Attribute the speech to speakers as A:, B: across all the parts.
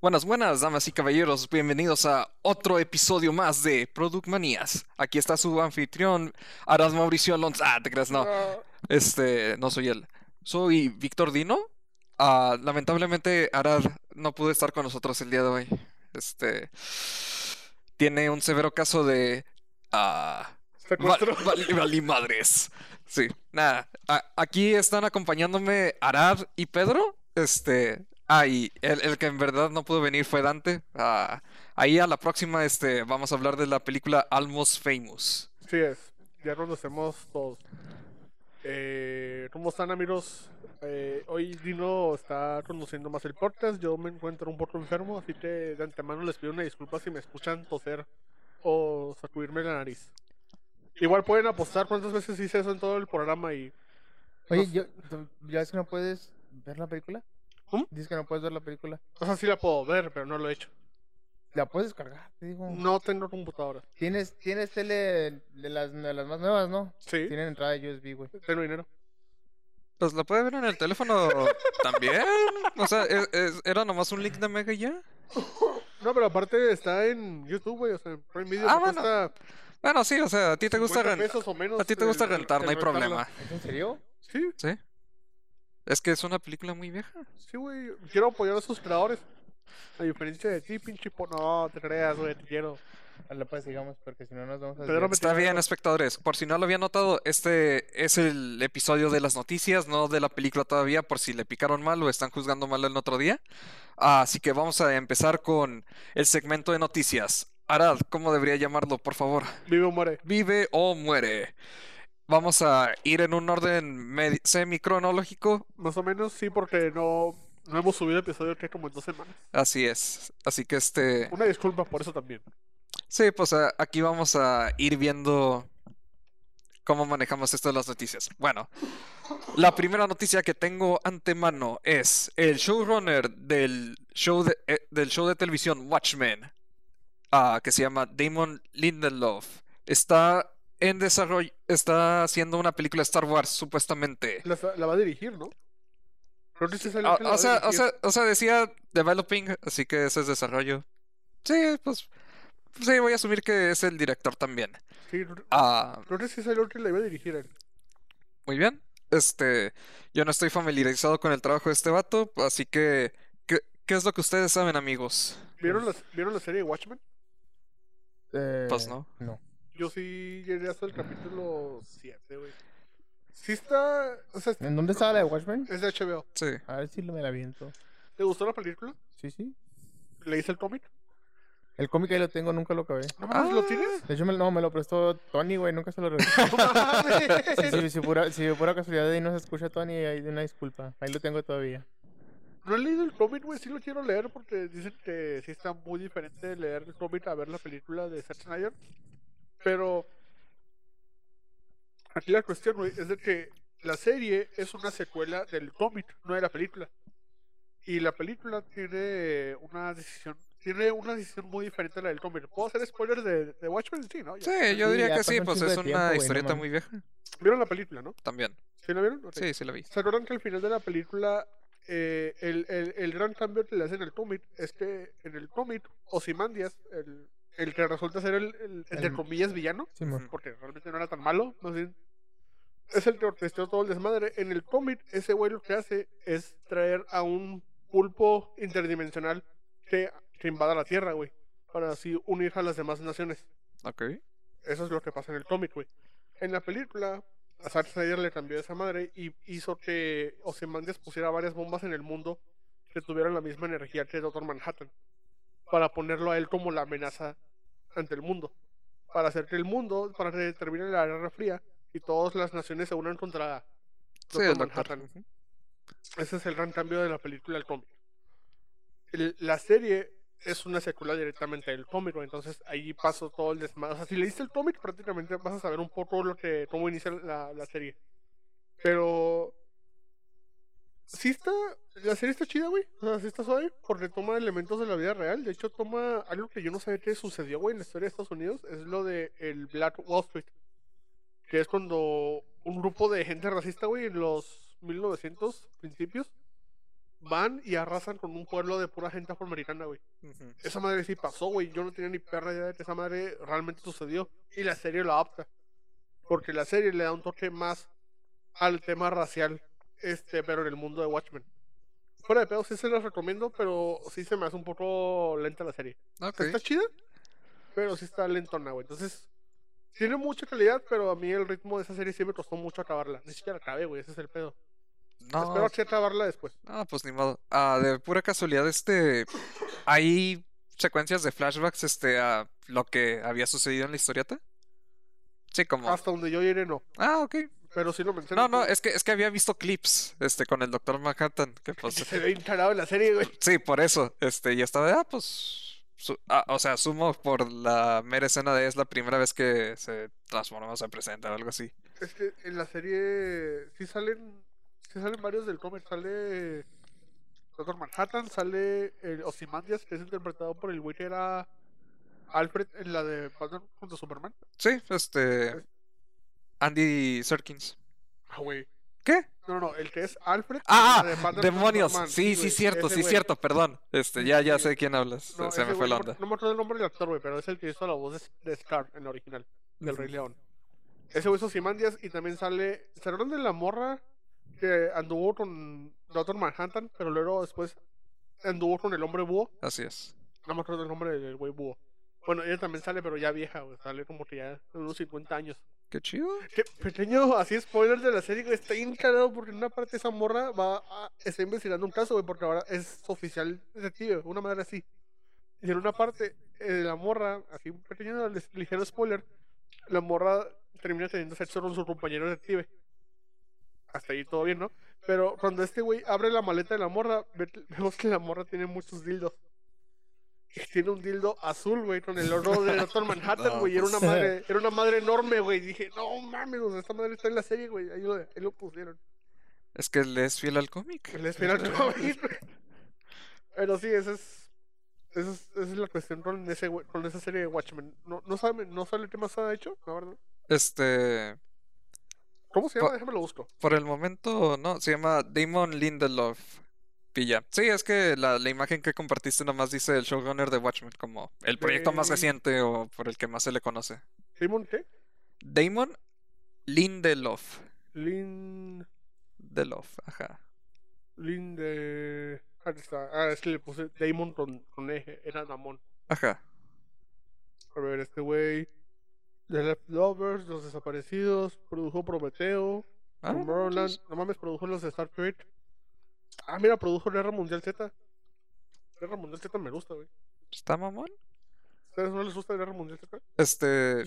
A: Buenas, buenas, damas y caballeros, bienvenidos a otro episodio más de Product Manías. Aquí está su anfitrión, Aras Mauricio Alonso. Ah, te creas, no. Este, no soy él. Soy Víctor Dino. Ah, lamentablemente, Arad no pudo estar con nosotros el día de hoy. Este, tiene un severo caso de... ah, Val-
B: Secuestro.
A: val- valí madres. Sí, nada. a- aquí están acompañándome Arad y Pedro. Este. Ah, y el, el que en verdad no pudo venir fue Dante. Ah, ahí a la próxima, este, vamos a hablar de la película Almost Famous.
B: Sí es. Ya conocemos todos. Eh, ¿Cómo están amigos? Eh, hoy Dino está conduciendo más el podcast. Yo me encuentro un poco enfermo, así que de antemano les pido una disculpa si me escuchan toser o sacudirme la nariz. Igual pueden apostar cuántas veces hice eso en todo el programa y
C: Oye, yo, tú- ¿ya ves que no puedes ver la película?
B: ¿Cómo?
C: Dices que no puedes ver la película.
B: o sea sí la puedo ver, pero no lo he hecho.
C: La puedes descargar, te digo.
B: No tengo computadora.
C: Tienes, tienes tele de las, de las más nuevas, ¿no?
B: Sí,
C: Tienen entrada de USB, güey.
B: tengo dinero.
A: Pues la puede ver en el teléfono también. O sea, es- es- era nomás un link de Mega y ya.
B: No, pero aparte está en YouTube, güey, o sea, en Prime Video
A: Ah,
B: te
A: bueno,
B: cuesta
A: Bueno, sí, o sea, a ti te gusta
B: 50
A: rentar.
B: pesos o menos
A: A ti te gusta
B: el- el-
A: rentar, no
B: el
A: hay
B: rentarla.
A: problema.
C: ¿Es en serio?
B: Sí,
A: Sí. Es que es una película muy vieja.
B: sí, güey. Quiero apoyar a sus creadores. A diferencia de ti, pinche po... No, te creas, güey, te quiero.
C: Ahora pues sigamos, porque si no nos vamos a...
B: Pedro,
C: desviar.
B: me-
A: Está bien, espectadores. Por si no lo habían notado, este es el episodio de las noticias, no de la película todavía, por si le picaron mal o están juzgando mal el otro día. Así que vamos a empezar con el segmento de noticias. Arad, ¿cómo debería llamarlo, por favor?
B: Vive o muere.
A: ¿Vive o muere? Vamos a ir en un orden medi- semicronológico.
B: Más o menos sí, porque no, no hemos subido episodio que como en dos semanas.
A: Así es. Así que este...
B: Una disculpa por eso también.
A: Sí, pues a- aquí vamos a ir viendo cómo manejamos esto de las noticias. Bueno, la primera noticia que tengo ante mano es el showrunner del show de, eh, del show de televisión Watchmen, ah, que se llama Damon Lindelof, está en desarrollo, está haciendo una película Star Wars supuestamente.
B: La, la va a dirigir, ¿no? Creo que sí salió
A: O,
B: que la
A: Ah, o
B: va a
A: sea, o
B: dirigir.
A: sea, o sea, decía developing, así que ese es desarrollo. Sí, pues sí, voy a asumir que es el director también.
B: Sí, creo-
A: Ah,
B: creo que sí salió que la iba a dirigir él.
A: muy bien. Este, yo no estoy familiarizado con el trabajo de este vato, así que, ¿qué, qué es lo que ustedes saben, amigos?
B: ¿Vieron la, ¿Vieron la serie de Watchmen?
C: Eh,
A: Pues no.
C: No.
B: Yo sí llegué hasta el capítulo 7, güey. Sí está... O sea,
C: ¿En dónde estaba la de Watchmen?
B: es de HBO.
A: Sí.
C: A ver si lo- me la viento.
B: ¿Te gustó la película?
C: Sí, sí.
B: ¿Leíste el cómic?
C: El cómic ahí lo tengo, nunca lo acabé.
B: ¿No mames, lo
A: Ah.
B: tienes?
C: De hecho, me, no, me lo prestó Tony, güey, nunca se lo regresé.
B: ¡No mames!
C: Si, si, si pura, si pura casualidad ahí no se escucha Tony, ahí una disculpa. Ahí lo tengo todavía.
B: No he leído el cómic, güey. Sí lo quiero leer porque dicen que sí está muy diferente de leer el cómic a ver la película de Zack Snyder. Pero aquí la cuestión, güey, es de que la serie es una secuela del cómic, no de la película. Y la película tiene una decisión tiene una decisión muy diferente a la del cómic. ¿Puedo hacer spoilers de, de Watchmen? Sí, ¿no? Ya.
A: Sí, yo
C: Sí,
A: diría
C: ya
A: que sí,
C: pasó
A: pues
C: un
A: es una
C: chingo de tiempo, güey, no
A: historieta
C: mames.
A: muy vieja
B: ¿Vieron la película, no?
A: también.
B: ¿Sí la vieron? Ok.
A: Sí, sí la vi.
B: ¿Se acuerdan que al final de la película eh, el, el- el gran cambio que le hacen al cómic es que en el cómic Ozymandias, el, el que resulta ser el, el, entre
C: El-
B: comillas villano,
C: Sí, mo.
A: Ujú.
B: porque realmente no era tan malo, más bien, es el que orquestó todo el desmadre. En el cómic ese güey lo que hace es traer a un pulpo interdimensional que, que invada la Tierra, güey, para así unir a las demás naciones.
A: Ok.
B: Eso es lo que pasa en el cómic, güey. En la película, a Zack Snyder le cambió esa madre y hizo que Ozymandias pusiera varias bombas en el mundo que tuvieran la misma energía que el Doctor Manhattan. Para ponerlo a él como la amenaza ante el mundo. Para hacer que el mundo, para que termine la Guerra Fría y todas las naciones se unan contra
A: Sí,
B: Doctor
A: el doctor.
B: Manhattan. Ese es el gran cambio de la película al cómic. El- la serie es una secuela directamente del cómic, güey, entonces ahí pasó todo el desmadre. O sea, si leíste el cómic, prácticamente vas a saber un poco lo que, cómo inicia la, la serie. Pero. Sí está. La serie está chida, güey. O sea, sí está suave. Porque toma elementos de la vida real. De hecho, toma algo que yo no sabía que sucedió, güey, en la historia de Estados Unidos. Es lo de el Black Wall Street. Que es cuando un grupo de gente racista, güey, en los 1900 principios, van y arrasan con un pueblo de pura gente afroamericana, güey.
A: Ujú.
B: Esa madre sí pasó, güey. Yo no tenía ni perra idea de que esa madre realmente sucedió. Y la serie lo adapta. Porque la serie le da un toque más al tema racial, este, pero en el mundo de Watchmen. Fuera de pedo, sí se las recomiendo, pero sí se me hace un poco lenta la serie.
A: Ok.
B: O
C: Pues,
B: sea, Está chida, pero sí está lentona, güey. Entonces, tiene mucha calidad, pero a mí el ritmo de esa serie sí me costó mucho acabarla. Ni siquiera la acabé, güey. Ese es el pedo. Espero
A: No,
B: sí acabarla después.
A: no, pues ni modo. Ah, de pura casualidad, este, hay secuencias de flashbacks, este, a lo que había sucedido en la historieta. Sí, como.
B: Hasta donde yo llegué, no.
A: Ah, ok.
B: Pero sí lo menciono.
A: No, no, es que, es que había visto clips, este, con el Doctor Manhattan, que pues,
B: Se ve encarado en la serie, güey.
A: Sí, por eso. Este, y estaba de, ah, pues. su- ah, o sea, asumo por la mera escena de es la primera vez que se transforma, se presenta o algo así.
B: Es que en la serie sí salen, sí salen varios del cómic. Sale Doctor Manhattan, sale el Ozymandias, que es interpretado por el güey que era Alfred en la de Batman contra Superman.
A: Sí, este. Andy Serkins.
B: Ah, güey.
A: ¿Qué?
B: No, no, el que es Alfred. en
A: ¡Ah!
B: la de
A: ah,
B: Batman contra
A: ¡Demonios!
B: Superman.
A: Sí, sí,
B: güey,
A: cierto,
B: ese
A: sí,
B: güey.
A: cierto, perdón. Este,
B: Sí,
A: ya, ya
B: sí.
A: sé de quién hablas. Se,
B: No,
A: se
B: ese
A: me fue
B: güey,
A: la
B: no me-
A: onda.
B: No me acuerdo el nombre del actor, güey, pero es el que hizo la voz de, de Scar en la original, del Rey
A: Ujú.
B: León. Ese güey es Ozymandias y también sale. ¿Se acuerdan de la morra que anduvo con Doctor Manhattan, pero luego después anduvo con el hombre búho?
A: Así es.
B: No me acuerdo el nombre del güey búho. Bueno, ella también sale, pero ya vieja, güey. Sale como que ya de unos 50 años.
A: Qué chido.
B: Qué pequeño, así spoiler de la serie, güey. Está encarado porque en una parte esa morra va a, está investigando un caso, güey, porque ahora es oficial detective, una madre así. Y en una parte, eh, la morra, así un pequeño les- ligero spoiler, la morra termina teniendo sexo con su compañero detective. Hasta ahí todo bien, ¿no? Pero cuando este güey abre la maleta de la morra, ve- vemos que la morra tiene muchos dildos. Y tiene un dildo azul, güey, con el oro de Doctor Manhattan,
A: No,
B: güey. y Era
A: pues.
B: una madre, era una madre enorme, güey. y Dije, no mames, o sea, esta madre está en la serie, güey. Ahí lo, ahí lo pusieron.
A: Es que le es fiel al cómic.
B: El espiral que va a venir, güey. Pero sí, esa es, esa es, esa es la cuestión con, ese, güey- con esa serie de Watchmen. No, no, saben, no sale qué más ha hecho, la verdad.
A: Este.
B: ¿Cómo se llama?
A: Pa-
B: Déjame lo busco.
A: Por el momento, no, se llama Damon Lindelof. Pilla. Sí, es que la, la imagen que compartiste nomás dice el showrunner de Watchmen como el proyecto más
B: Damon-
A: reciente o por el que más se le conoce.
B: ¿Simon qué?
A: Damon Lindelof.
B: Lin...
A: Delof, ajá.
B: Linde. Aquí está. Ah, es que le puse Damon con, con eje. Era Damon.
A: Ajá.
B: A ver, este güey. The Leftovers, Los Desaparecidos. Produjo Prometeo.
A: Ah, no
B: Tomorrowland.
A: manches.
B: No mames, produjo los de Star Trek. Ah, mira, produjo Guerra Mundial Z. Guerra Mundial Z me gusta, güey.
A: ¿Está mamón?
B: ¿Ustedes no les gusta Guerra Mundial Z?
A: Este,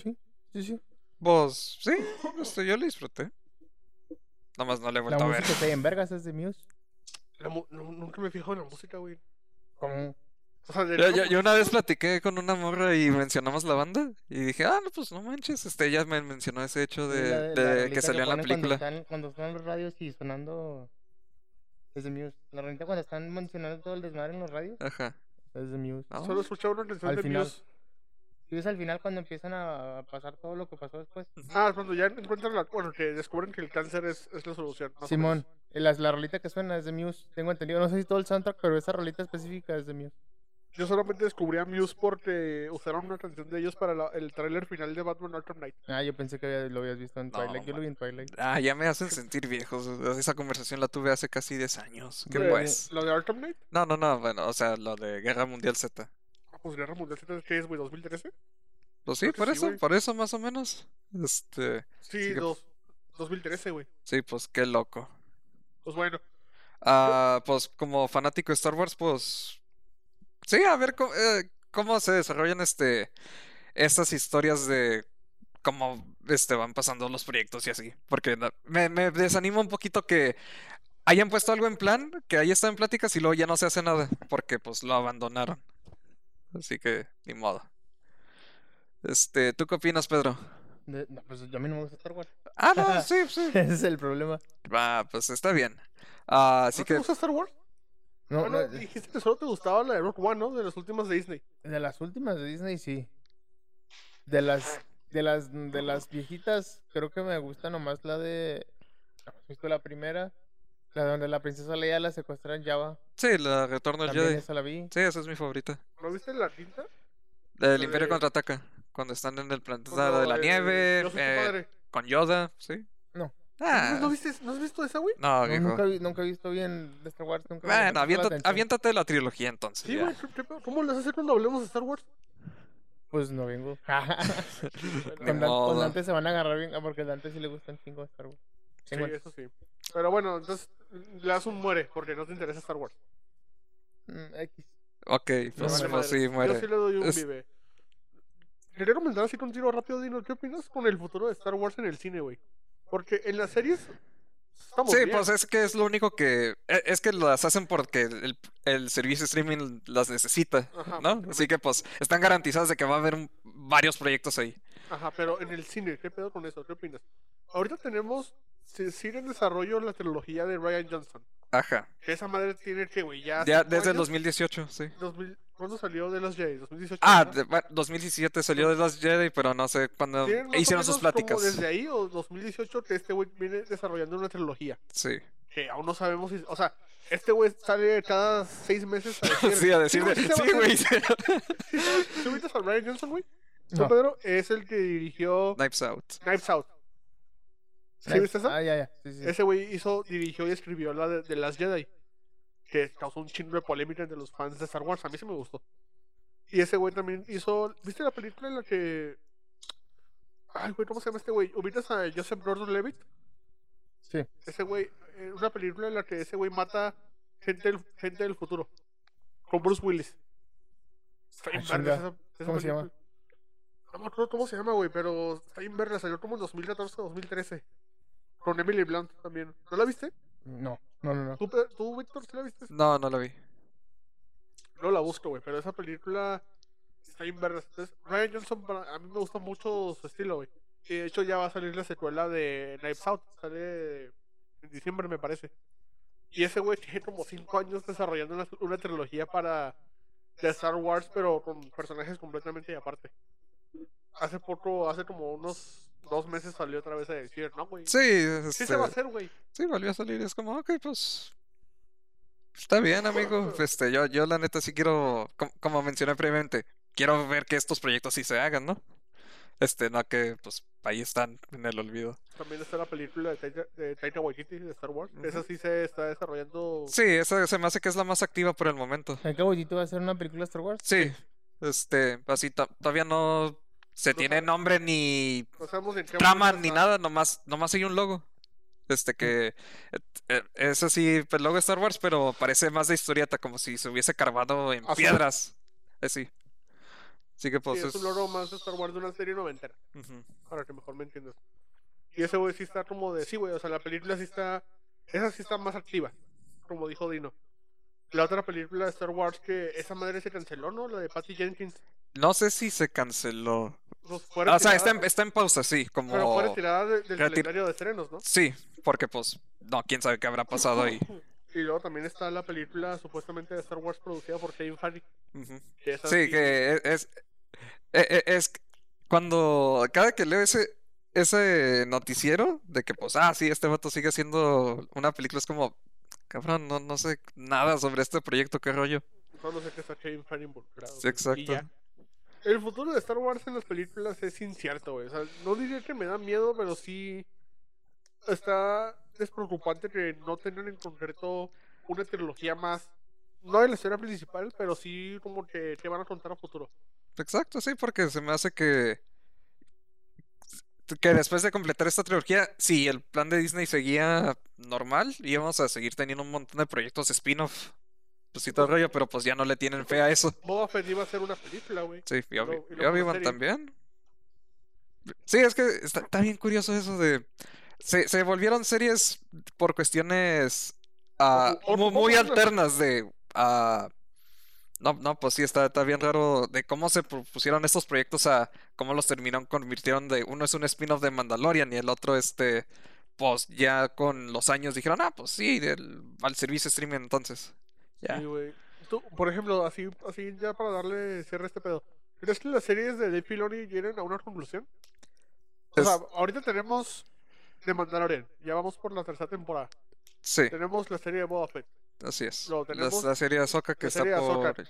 C: Sí, sí.
A: vos, sí, este, yo le disfruté. Nomás no le he
C: La
A: vuelto a ver.
C: música está en vergas, es de Muse.
B: La mu- no- nunca me he fijado en la música, güey.
C: Como
B: O sea, de
A: Yo,
C: Este,
B: Guerra
A: yo- yo
B: Mundial-
A: una vez platiqué con una morra y mencionamos la banda y dije, ah, no, pues no manches, este, ella me mencionó ese hecho
C: Sí, la
A: de,
C: de- la
A: de
C: rolita
A: que salió en la
C: ponen cuando
A: película.
C: están, cuando están los radios y sonando es de Muse. La ranita cuando están mencionando todo el desmadre en los radios
A: Ajá.
C: es de Muse.
A: No,
B: Solo he escuchado una canción
C: Al
B: de
C: final.
B: Muse.
C: Y es al final cuando empiezan a a pasar todo lo que pasó después.
B: Ah, cuando ya encuentran la. Bueno, que descubren que el cáncer es, es la solución. más o
C: Simón,
B: menos.
C: eh, las- la, rolita que suena es de Muse. Tengo entendido, no sé si todo el soundtrack, pero esa rolita específica es de Muse.
B: Yo solamente descubrí a Muse porque usaron una canción de ellos para la- el tráiler final de Batman Arkham Knight.
C: Ah, yo pensé que había- lo habías visto en
A: No,
C: Twilight. Yo
A: man.
C: lo vi en Twilight.
A: Ah, ya me hacen sentir viejos. Esa conversación la tuve hace casi 10 años. ¿Qué
C: Güey.
A: pues?
B: ¿Lo de Arkham Knight?
A: No, no, no, bueno, o sea, lo de Guerra Mundial Z.
B: Ah, Pues Guerra Mundial Z, ¿qué es, güey? ¿2013?
A: Pues sí,
B: Creo que
A: por
B: sí,
A: eso,
B: güey.
A: por eso más o menos. Este,
B: Sí,
A: Sí, que-
B: dos- 2013, güey.
A: sí, pues qué loco.
B: Pues bueno,
A: Ah, pues como fanático de Star Wars, pues sí, a ver cómo, eh, cómo se desarrollan este estas historias de cómo este van pasando los proyectos y así, porque la- me, me desanima un poquito que hayan puesto algo en plan, que ahí está en pláticas y luego ya no se hace nada, porque pues lo abandonaron. Así que ni modo. Este, ¿tú qué opinas, Pedro?
C: De- no, pues yo a mí no me gusta Star Wars.
A: Ah, no, sí, sí.
C: Ese es el problema.
A: Va, pues está bien. Ah, así
B: ¿no te
A: que
B: gusta Star Wars?
C: No,
B: bueno,
C: no, de,
B: dijiste que solo te gustaba la de Rock One, ¿no? De las últimas de Disney.
C: de las últimas de Disney, sí. De
B: Ah.
C: las, de las, de las viejitas, creo que me gusta nomás la de. ¿Has visto la primera? La donde la princesa Leia la secuestra en Java.
A: Sí, la Retorno del
C: También
A: Jedi.
C: esa la vi.
A: Sí, esa es mi favorita.
B: ¿No viste la tinta?
A: La del
B: La
A: Imperio
B: de-
A: contraataca. Cuando están en el planeta
B: Cuando,
A: de Pues la
B: eh,
A: nieve,
B: Yo soy tu
A: eh,
B: padre.
A: con Yoda, ¿sí?
C: No.
A: Ah,
B: ¿No, viste, ¿No has visto esa, güey?
A: no,
C: No,
A: viejo.
C: nunca, vi- nunca he visto bien Star Wars. Nunca me
A: Bueno,
C: llamó tanto la
A: aviéntate,
C: atención.
A: aviéntate la trilogía entonces.
B: Sí,
A: ya.
B: güey. ¿qué- qué pedo? ¿Cómo las hace cuando hablemos de Star Wars?
C: Pues no vengo.
A: Ni
C: con, Dan- con
A: modo.
C: Dante se van a agarrar bien, ah, porque a Dante sí le gustan chingo Star Wars.
B: Sí,
C: Chingón.
B: eso sí. Pero bueno, entonces Lazo muere porque no te interesa Star Wars.
C: Mm, X.
A: Ok,
C: No,
A: pues
B: vale
A: pues,
B: madre.
A: sí, muere.
B: Yo sí le doy un
A: Es-
B: vive. Quería comentar así con un tiro rápido, Dino. ¿Qué opinas con el futuro de Star Wars en el cine, güey? Porque en las series estamos
A: Sí,
B: bien.
A: pues es que es lo único que... e- Es que las hacen porque el, el servicio streaming las necesita,
B: Ajá,
A: ¿no? Así que pues están garantizadas de que va a haber un- varios proyectos ahí.
B: Ajá, pero en el cine, ¿qué pedo con eso? ¿Qué opinas? Ahorita tenemos, se sigue en desarrollo la trilogía de Ryan Johnson.
A: Ajá.
B: Que esa madre tiene que, güey, ya...
A: Ya
B: cinco
A: desde el
B: años,
A: 2018, sí.
B: 2000 ¿Cuándo salió de los Jedi? ¿2018?
A: Ah,
B: ¿verdad?
A: de- bueno, 2017 salió de las Jedi, pero no sé cuándo
B: Tienen más o
A: um, hicieron sus
B: menos como
A: pláticas.
B: desde ahí o 2018 que este güey viene desarrollando una trilogía.
A: Sí.
B: Que aún no sabemos si... O sea, este güey sale cada seis meses a decir...
A: Sí, a decir de-
B: güey, se va a
A: Sí,
B: hacer".
A: güey.
B: ¿Sí viste a Ryan Johnson, güey? No.
C: No.
B: Pedro es el que dirigió
A: Knives Out.
B: Knives Out. ¿Sí
C: Nice.
B: viste esa?
C: Ah, ya, ya. Sí, sí.
B: Ese güey hizo, dirigió y escribió la de The Last Jedi. Que causó un chingo de polémica entre los fans de Star Wars. A mí sí me gustó. Y ese güey también hizo. ¿Viste la película en la que. Ay, güey, ¿cómo se llama este güey? ¿Ubicas a Joseph Gordon Levitt?
C: Sí.
B: Ese güey. eh, Una película en la que ese güey mata gente del, gente del futuro. Con Bruce Willis. Está bien
C: Ah,
B: vergas
C: chinga.
B: esa
C: ¿Cómo se llama?
B: película. No me acuerdo cómo se llama, güey, pero está bien verga. Salió como en 2014 o 2013. Con Emily Blunt también. ¿No la viste?
C: No, no, no. no.
B: ¿Tú, Pe- tú, Víctor, sí la viste?
A: No, no lo vi.
B: No la busco, güey, pero esa película está bien verga. Entonces, Ryan Johnson, para- a mí me gusta mucho su estilo, güey. Y de hecho ya va a salir la secuela de Knives Out. Sale en diciembre, me parece. Y ese güey tiene como cinco años desarrollando una, una trilogía para de Star Wars, pero con personajes completamente aparte. Hace poco, hace como unos dos meses salió otra vez a decir, no, güey.
A: Sí,
B: Sí
A: este,
B: se va a hacer, güey.
A: sí, volvió a salir. Es como, ok, pues. Está bien, amigo. Este, yo, yo la neta sí quiero, com- como mencioné previamente, quiero ver que estos proyectos sí se hagan, ¿no? Este, no que, pues, ahí están en el olvido.
B: También está la película de Taika, de Taika Waititi de Star Wars.
A: Ujú.
B: Esa sí se está desarrollando.
A: Sí, esa se me hace que es la más activa por el momento.
C: ¿El caballito va a hacer una película de Star Wars?
A: Sí, este, así to- todavía no se
B: No
A: tiene
B: sabe.
A: nombre ni
B: No sabemos en qué
A: trama
B: momento
A: ni
B: está. Mm.
A: nada, nomás, nomás hay un logo. Este que et- eh, es así, el logo de Star Wars, pero parece más de historieta, como si se hubiese carvado en
B: Azul.
A: piedras. Así. Así que
B: Sí,
A: pues
B: es un
A: es-
B: logro más de Star Wars de una serie noventera.
A: Ujú.
B: Para que mejor me entiendas. Y ese güey sí está como de. Sí, güey. O sea, la película sí está. Esa sí está más activa. Como dijo Dino. La otra película de Star Wars que esa madre se canceló, ¿no? La de Patty Jenkins.
A: No sé si se canceló.
B: Pues fue
A: Ah, O sea,
B: retirada-
A: está en, está en pausa, sí,
B: Pero fue
A: como...
B: retirada de- del
A: Retir-
B: calendario de estrenos, ¿no?
A: Sí, porque pues, no, quién sabe qué habrá pasado ahí.
B: Y luego también está la película supuestamente de Star Wars producida por Kevin Feige.
A: Ujú.
B: que esa
A: Sí, que e- es, e- e- es cuando cada que leo ese, ese noticiero de que pues, ah, sí, este vato sigue haciendo una película, es como, cabrón, no, no sé nada sobre este proyecto, qué rollo.
B: Solo sé que está Kevin Feige involucrado.
A: Sí,
B: güey, y
A: exacto.
B: ya. El futuro de Star Wars en las películas es incierto, güey. O sea, no diría que me da miedo, pero sí está despreocupante que no tengan en concreto una trilogía más. No de la historia principal, pero sí como que te van a contar a futuro.
A: Exacto, sí, porque se me hace que que después de completar esta trilogía, si el plan de Disney seguía normal, íbamos a seguir teniendo un montón de proyectos spin-off, pues y todo el rollo, pero pues ya no le tienen fe a eso.
B: Boba Fett iba a ser una película, güey.
A: Sí, y Obi-
B: lo- y
A: y
B: lo como
A: Obi-Wan
B: serie.
A: también. Sí, es que está, está bien curioso eso de... Se, se volvieron series por cuestiones ah,
B: O- o-
A: mu-
B: o-
A: muy
B: o-
A: alternas de... ah, no, no, pues sí, está, está bien raro de cómo se propusieron estos proyectos a cómo los terminaron, convirtieron de... Uno es un spin-off de Mandalorian y el otro este... Pues ya con los años dijeron, ah, pues sí, del- al servicio streaming entonces. Ya.
B: Sí, güey. Tú, por ejemplo, así, así ya para darle cierre a este pedo. ¿Crees que las series de Dave Filoni lleguen a una conclusión? O
A: Es-
B: sea, ahorita tenemos The Mandalorian. Ya vamos por la tercera temporada.
A: Sí,
B: Tenemos la serie de Boba Fett.
A: así es.
B: Lo
A: La-
B: tenemos.
A: la, serie de Ahsoka que
B: La
A: está
B: serie de Ahsoka.
A: por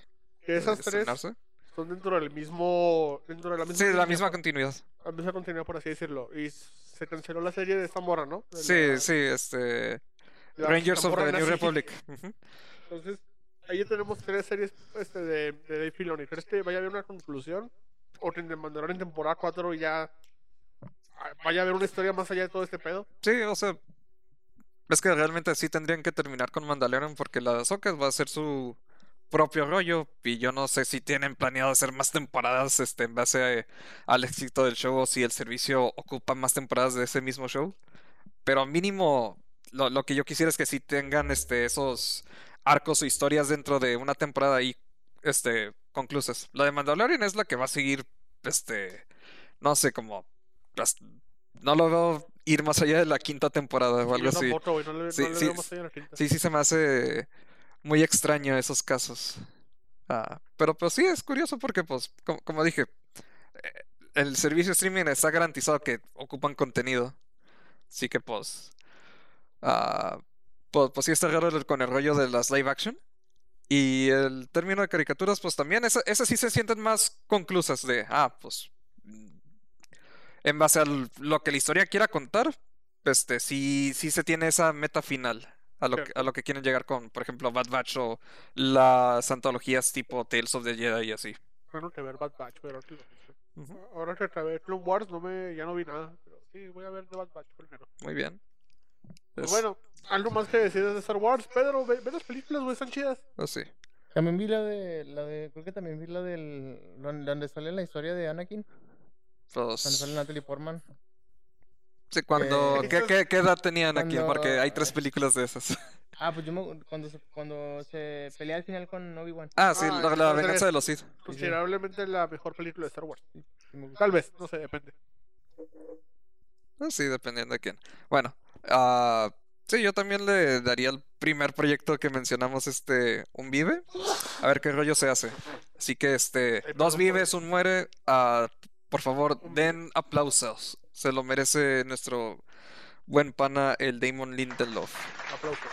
B: Que esas
A: eh,
B: tres
A: estrenarse.
B: son dentro del mismo. Dentro de la misma.
A: Sí, la
B: línea,
A: misma continuidad.
B: La misma continuidad, por así decirlo. Y se canceló la serie de esta morra, ¿no? De
A: Sí,
B: la-
A: sí, este...
B: la-
A: Rangers
B: la
A: of
B: morra
A: the New
B: nazi.
A: Republic. Ujú.
B: Entonces, ahí ya tenemos tres series este, de, de Dave Filoni. ¿Crees que vaya a haber una conclusión? ¿O que en The Mandalorian temporada 4 ya ah, vaya a haber una historia más allá de todo este pedo?
A: Sí, o sea... Es que realmente sí tendrían que terminar con Mandalorian porque la de Ahsoka va a ser su propio rollo y yo no sé si tienen planeado hacer más temporadas este, en base a- al éxito del show o si el servicio ocupa más temporadas de ese mismo show. Pero mínimo, lo, lo que yo quisiera es que sí tengan este, esos arcos o historias dentro de una temporada ahí este, conclusas. La de Mandalorian es la que va a seguir, este, no sé, como... las- No lo veo ir más allá de la quinta temporada o
B: Sí,
A: algo
B: yo
A: así.
B: tampoco, güey, no le,
A: Sí,
B: no le
A: sí,
B: veo más allá de la quinta.
A: Sí, sí se me hace muy extraño esos casos. Ah, pero pues sí, es curioso porque, pues, como, como dije, eh, el servicio de streaming está garantizado que ocupan contenido. Así que, pues, ah, pues, pues sí está raro el- con el rollo de las live action. Y el término de caricaturas, pues también, esa- esas sí se sienten más conclusas de, ah, pues, mm, en base a lo que la historia quiera contar, este, sí, sí se tiene esa meta final a lo, que,
B: Cierto.
A: a lo que quieren llegar con, por ejemplo, Bad Batch o las antologías tipo Tales of the Jedi y así.
B: Bueno, que ver Bad Batch, pero sí,
A: Ujú.
B: ahora que acabé Clone Wars no me, ya no vi nada. Pero sí, voy a ver The Bad Batch primero.
A: Muy bien.
B: Pues
A: Es-
B: bueno, algo más que decir de Star Wars. Pedro, ve, ve las películas, güey, están chidas.
A: pues sí.
C: También vi la de, la de, creo que también vi la del, don- donde sale la historia de Anakin, donde
A: Pues,
C: sale Natalie Portman.
A: sí, cuando,
C: Eh,
A: ¿qué, qué, qué edad tenían aquí?
C: cuando-
A: Porque hay tres películas de esas.
C: Ah, pues yo me, cuando se, cuando se pelea al final con Obi-Wan.
A: Ah, sí,
B: Ah,
A: la,
B: esas
A: la
B: son
A: venganza
B: tres.
A: de los Sith.
B: Considerablemente la mejor película de Star Wars.
C: Sí me gustó.
B: Tal vez, no sé, depende.
A: Ah, Sí, dependiendo de quién. Bueno, ah, sí, yo también le daría el primer proyecto que mencionamos, este, un vive, a ver qué rollo se hace. Así que, este,
B: Ay,
A: dos
B: perdón por
A: vives, un muere, ah, por favor,
B: Un vive.
A: den aplausos. Se lo merece nuestro buen pana, el Damon Lindelof.
B: Aplausos.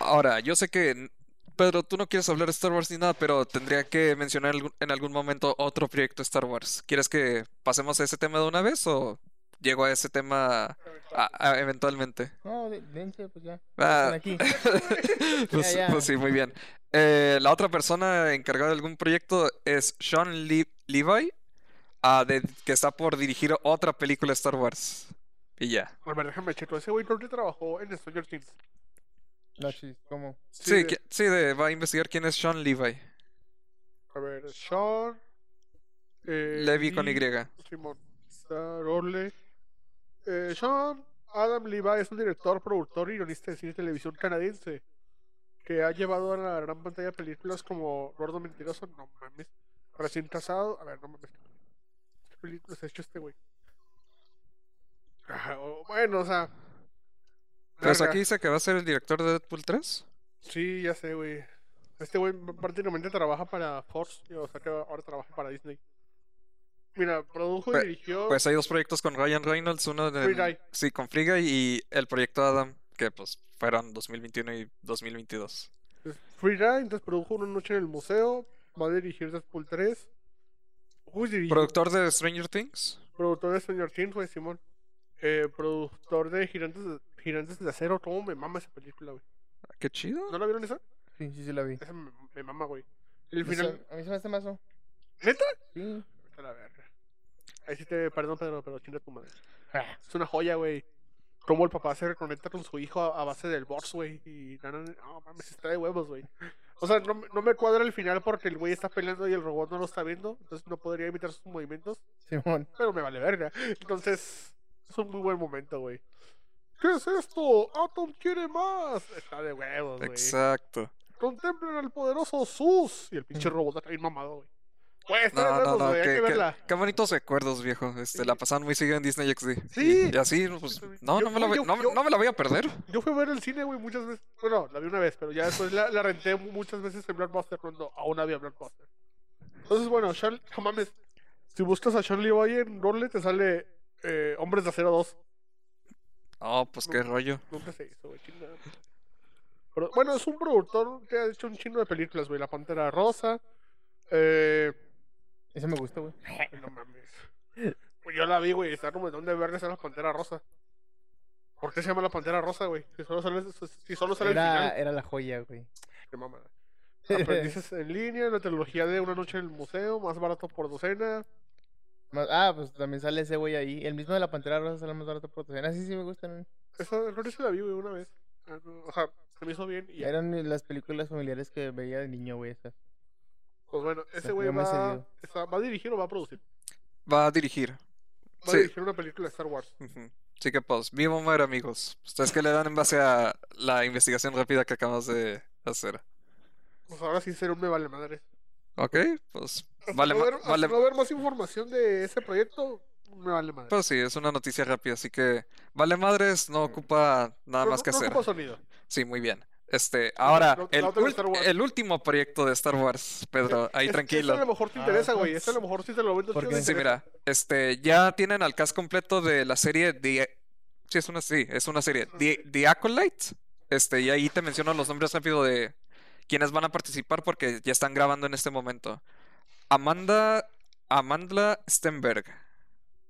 A: Ahora, yo sé que, n- Pedro, tú no quieres hablar de Star Wars ni nada, pero tendría que mencionar algún- en algún momento otro proyecto Star Wars. ¿Quieres que pasemos a ese tema de una vez o llego a ese tema a- a- eventualmente?
C: No, de- dense, pues ya.
A: Ah,
C: Están aquí.
A: pues,
C: Ya, ya.
A: pues sí, muy bien. Eh, la otra persona encargada de algún proyecto es Sean Le- Levi, ah, de- que está por dirigir otra película Star Wars. Y ya.
B: A ver, déjame checo. Ese güey creo que trabajó en Stranger Things.
C: No, chis, ¿cómo?
A: Sí,
B: de-
A: qui- sí, de- va a investigar quién es Sean Levi.
B: A ver, Sean. eh,
A: Levi con
B: Lee-
A: Y.
B: Simón. Darole. Eh, Sean Adam Levi es un director, productor y guionista de cine y televisión canadiense que ha llevado a la gran pantalla películas como Gordo Mentiroso, no mames. Recién casado, a ver, no mames. ¿Qué películas ha hecho este güey? Ah, o- bueno, o sea.
A: Pues
B: verga.
A: aquí dice que va a ser el director de Deadpool 3.
B: Sí, ya sé, güey. Este güey prácticamente trabaja para Fox, y, o sea que ahora trabaja para Disney. Mira, produjo y
A: Pe-
B: dirigió.
A: Pues hay dos proyectos con Ryan Reynolds, uno de...
B: Free Guy.
A: Sí, con Free Guy y el proyecto Adam, que pues fueron 2021 y 2022.
B: Es Free Guy, entonces produjo Una Noche en el Museo, va a dirigir Deadpool 3. Uy, dirigió-
A: Productor de Stranger Things.
B: productor de Stranger Things, güey, Simón. Eh, productor de Girantes de, Girantes de Acero, ¿cómo me mama esa película, güey?
A: Ah, Qué chido.
B: ¿No la vieron esa?
C: Sí, sí, sí la vi.
B: Esa me, me mama, güey. El
C: O sea,
B: final...
C: a mí se me hace mazo.
B: ¿Neta?
C: Sí.
B: A la verga. Ahí sí te... Perdón, Pedro, pero chinga tu madre.
C: Ah,
B: Es una joya, güey. Cómo el papá se reconecta con su hijo a, a base del boss, güey. Y ganan. No mames, está de huevos, güey. O sea, no, me- no me cuadra el final porque el güey está peleando y el robot no lo está viendo. Entonces no podría imitar sus movimientos.
C: Simón.
B: Pero me vale verga. Entonces, es un muy buen momento, güey. ¿Qué es esto? Atom quiere más. Está de huevos, güey.
A: Exacto.
B: Contemplen al poderoso Sus. Y el pinche robot está bien mamado, güey. Güey, está
A: No,
B: de
A: no,
B: huevos,
A: no,
B: güey. Hay
A: qué,
B: que
A: qué-
B: verla.
A: qué bonitos recuerdos, viejo. Este, la pasaban muy seguido en Disney XD.
B: Sí.
A: Y así, pues, no,
B: Yo
A: no me la voy,
B: fui, yo-
A: no, me-
B: yo-
A: no me la voy a perder.
B: Yo fui a ver el cine, güey, muchas veces. Bueno, la vi una vez, pero ya después la, la renté mu- muchas veces en Blockbuster cuando aún había Blockbuster. Entonces, bueno, Sean, no mames. Si buscas a Sean Levi en Rolle, te sale eh, Hombres de Acero 2.
A: No, pues qué rollo.
B: Nunca se hizo, güey, chingada. Pero, bueno, es un productor que ha hecho un chingo de películas, güey. La Pantera Rosa. Eh,
C: Ese me gusta, güey.
B: ay, no mames. Güey, yo la vi, güey. Está como de dónde verga está la Pantera Rosa. ¿Por qué se llama la Pantera Rosa, güey? Si solo sale, si solo sale el final.
C: Era, era la joya, güey.
B: Qué mamada. Aprendices en línea, la trilogía de Una Noche en el Museo, más barato por docena.
C: Más- Ah, pues también sale ese güey ahí. El mismo de la pantera rosa sale más barato por docena. Sí, sí, me gustan.
B: Esa, creo que se la vi, güey, una vez. Ah, no, O sea, se me hizo bien y ya.
C: Eran las películas familiares que veía de niño, güey. esas.
B: Pues bueno, ese
C: Ya
B: güey
C: me he
B: va,
C: seguido.
B: está- va a dirigir o va a producir.
A: Va a dirigir.
B: Va
A: Sí.
B: a dirigir una película de Star Wars.
A: Ujú. Así que pues, vivo mover amigos. Ustedes que le dan en base a la investigación rápida que acabas de hacer.
B: Pues ahora sí, ser un me vale madre.
A: Ok, pues
B: Hasta
A: vale,
B: no
A: ma-
B: ver, hasta
A: vale,
B: no ver más información de ese proyecto, me vale madre.
A: pues sí, es una noticia rápida, así que vale madres, no ocupa nada
B: No-
A: más que
B: no
A: hacer.
B: ocupa sonido.
A: Sí, muy bien. Este, ahora,
B: no-
A: el,
B: no tengo
A: ul-
B: Star Wars.
A: el último proyecto de Star Wars, Pedro, ahí
B: Es-
A: tranquilo.
B: Este a lo mejor te
C: Ah,
B: interesa,
C: ajá.
B: güey. Este a lo mejor sí te lo vendo
C: ¿Por
B: chido,
C: qué?
B: te
A: Sí,
B: interesa.
A: mira, este, ya tienen al cast completo de la serie The... Sí, es una, sí, es una serie. The, The Acolyte. Este, y ahí te menciono los nombres rápido de quienes van a participar porque ya están grabando en este momento. Amanda... Amanda Stenberg.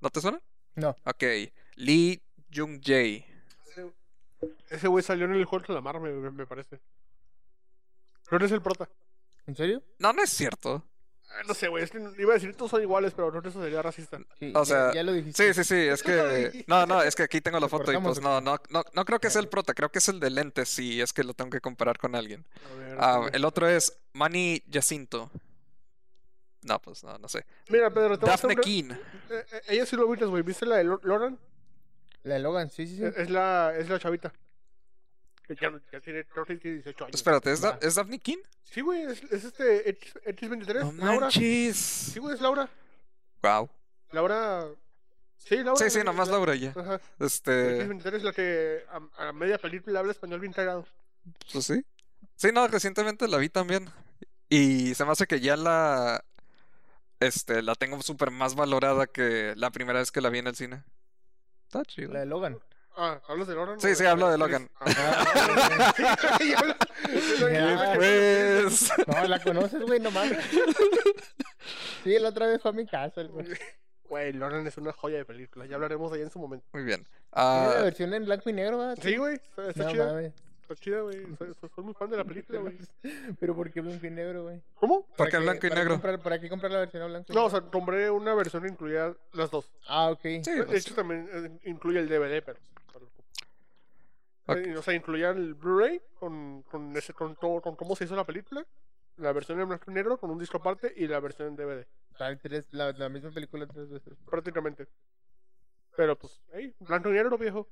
A: ¿No te suena?
C: No.
A: Ok. Lee Jung Jae.
B: Ese güey salió en el juego de calamar, me, me, me parece. No eres el prota.
C: ¿En serio?
A: No, no es cierto.
B: Ah, No sé, güey. Es que iba a decir todos son iguales, pero no eso sería racista.
C: Sí,
A: O
C: ya-
A: sea,
C: ya, lo dijiste.
A: Sí, sí, sí, es que... No, no, es que aquí tengo la foto y pues no,
C: cortamos
A: no, no, no creo que sea el prota, creo que es el de lentes si es que lo tengo que comparar con alguien.
B: A ver,
A: Ah,
B: déjame-
A: el otro es Manny Jacinto. No, pues no, no sé.
B: Mira, Pedro, te voy a hacer
A: Daphne
B: una-
A: Keane.
B: Eh, eh, Ella sí lo viste, güey. ¿Viste la de Lo- Loran?
C: La de Logan, sí, sí, sí.
B: Eh, Es la, es la chavita. Que ya, ya tiene, creo que tiene 18 años.
A: Pues Espérate, ¿es, Da-
C: Va.
A: es Daphne Keane?
B: Sí, güey, es, es este X, 23
A: No
B: Laura. Sí,
A: manches.
B: güey, es Laura.
A: Wow.
B: Laura. Sí, Laura.
A: Sí, sí,
B: güey,
A: nomás
B: la-
A: Laura ya.
B: Ajá.
A: Este,
B: X23 es la que a, a media película habla español bien cagado.
A: pues sí. Sí, no, recientemente la vi también. Y se me hace que ya la. Este, la tengo súper más valorada que la primera vez que la vi en el cine. Está chido.
C: La de Logan.
B: Ah, ¿hablas de Ah, Logan?
A: Sí, sí, hablo de Logan.
C: Ya,
A: Pues.
C: No, la conoces, güey, no mames. Sí, la otra vez fue a mi casa, el güey.
B: Güey, Loran es una joya de película. Ya hablaremos de ella en su momento.
A: Muy bien.
C: Tiene la
A: Ah,
C: versión en blanco y negro, ¿verdad?
B: Sí, güey, está, está
C: no
B: chida.
C: mames.
B: Está chida, güey. Soy, soy- soy muy fan de la película, güey.
C: Pero ¿por qué blanco y negro, güey?
B: ¿Cómo?
A: ¿Por
C: ¿Para
A: qué blanco y
C: para qué
A: negro?
C: comprar- ¿Para qué comprar la versión a blanco y
B: No, o
C: negro?
B: sea, compré una versión que incluía las dos.
C: Ah, ok.
A: sí,
B: De
A: pues,
B: hecho, también eh, incluye el DVD, pero.
A: Ok.
B: Eh, O sea, incluía el Blu-ray con, con, ese- con, todo- con cómo se hizo la película, la versión en blanco y negro con un disco aparte y la versión en DVD,
C: Trae Ah, tres- la, la misma película tres veces.
B: prácticamente. Pero pues, hey, blanco y negro, viejo.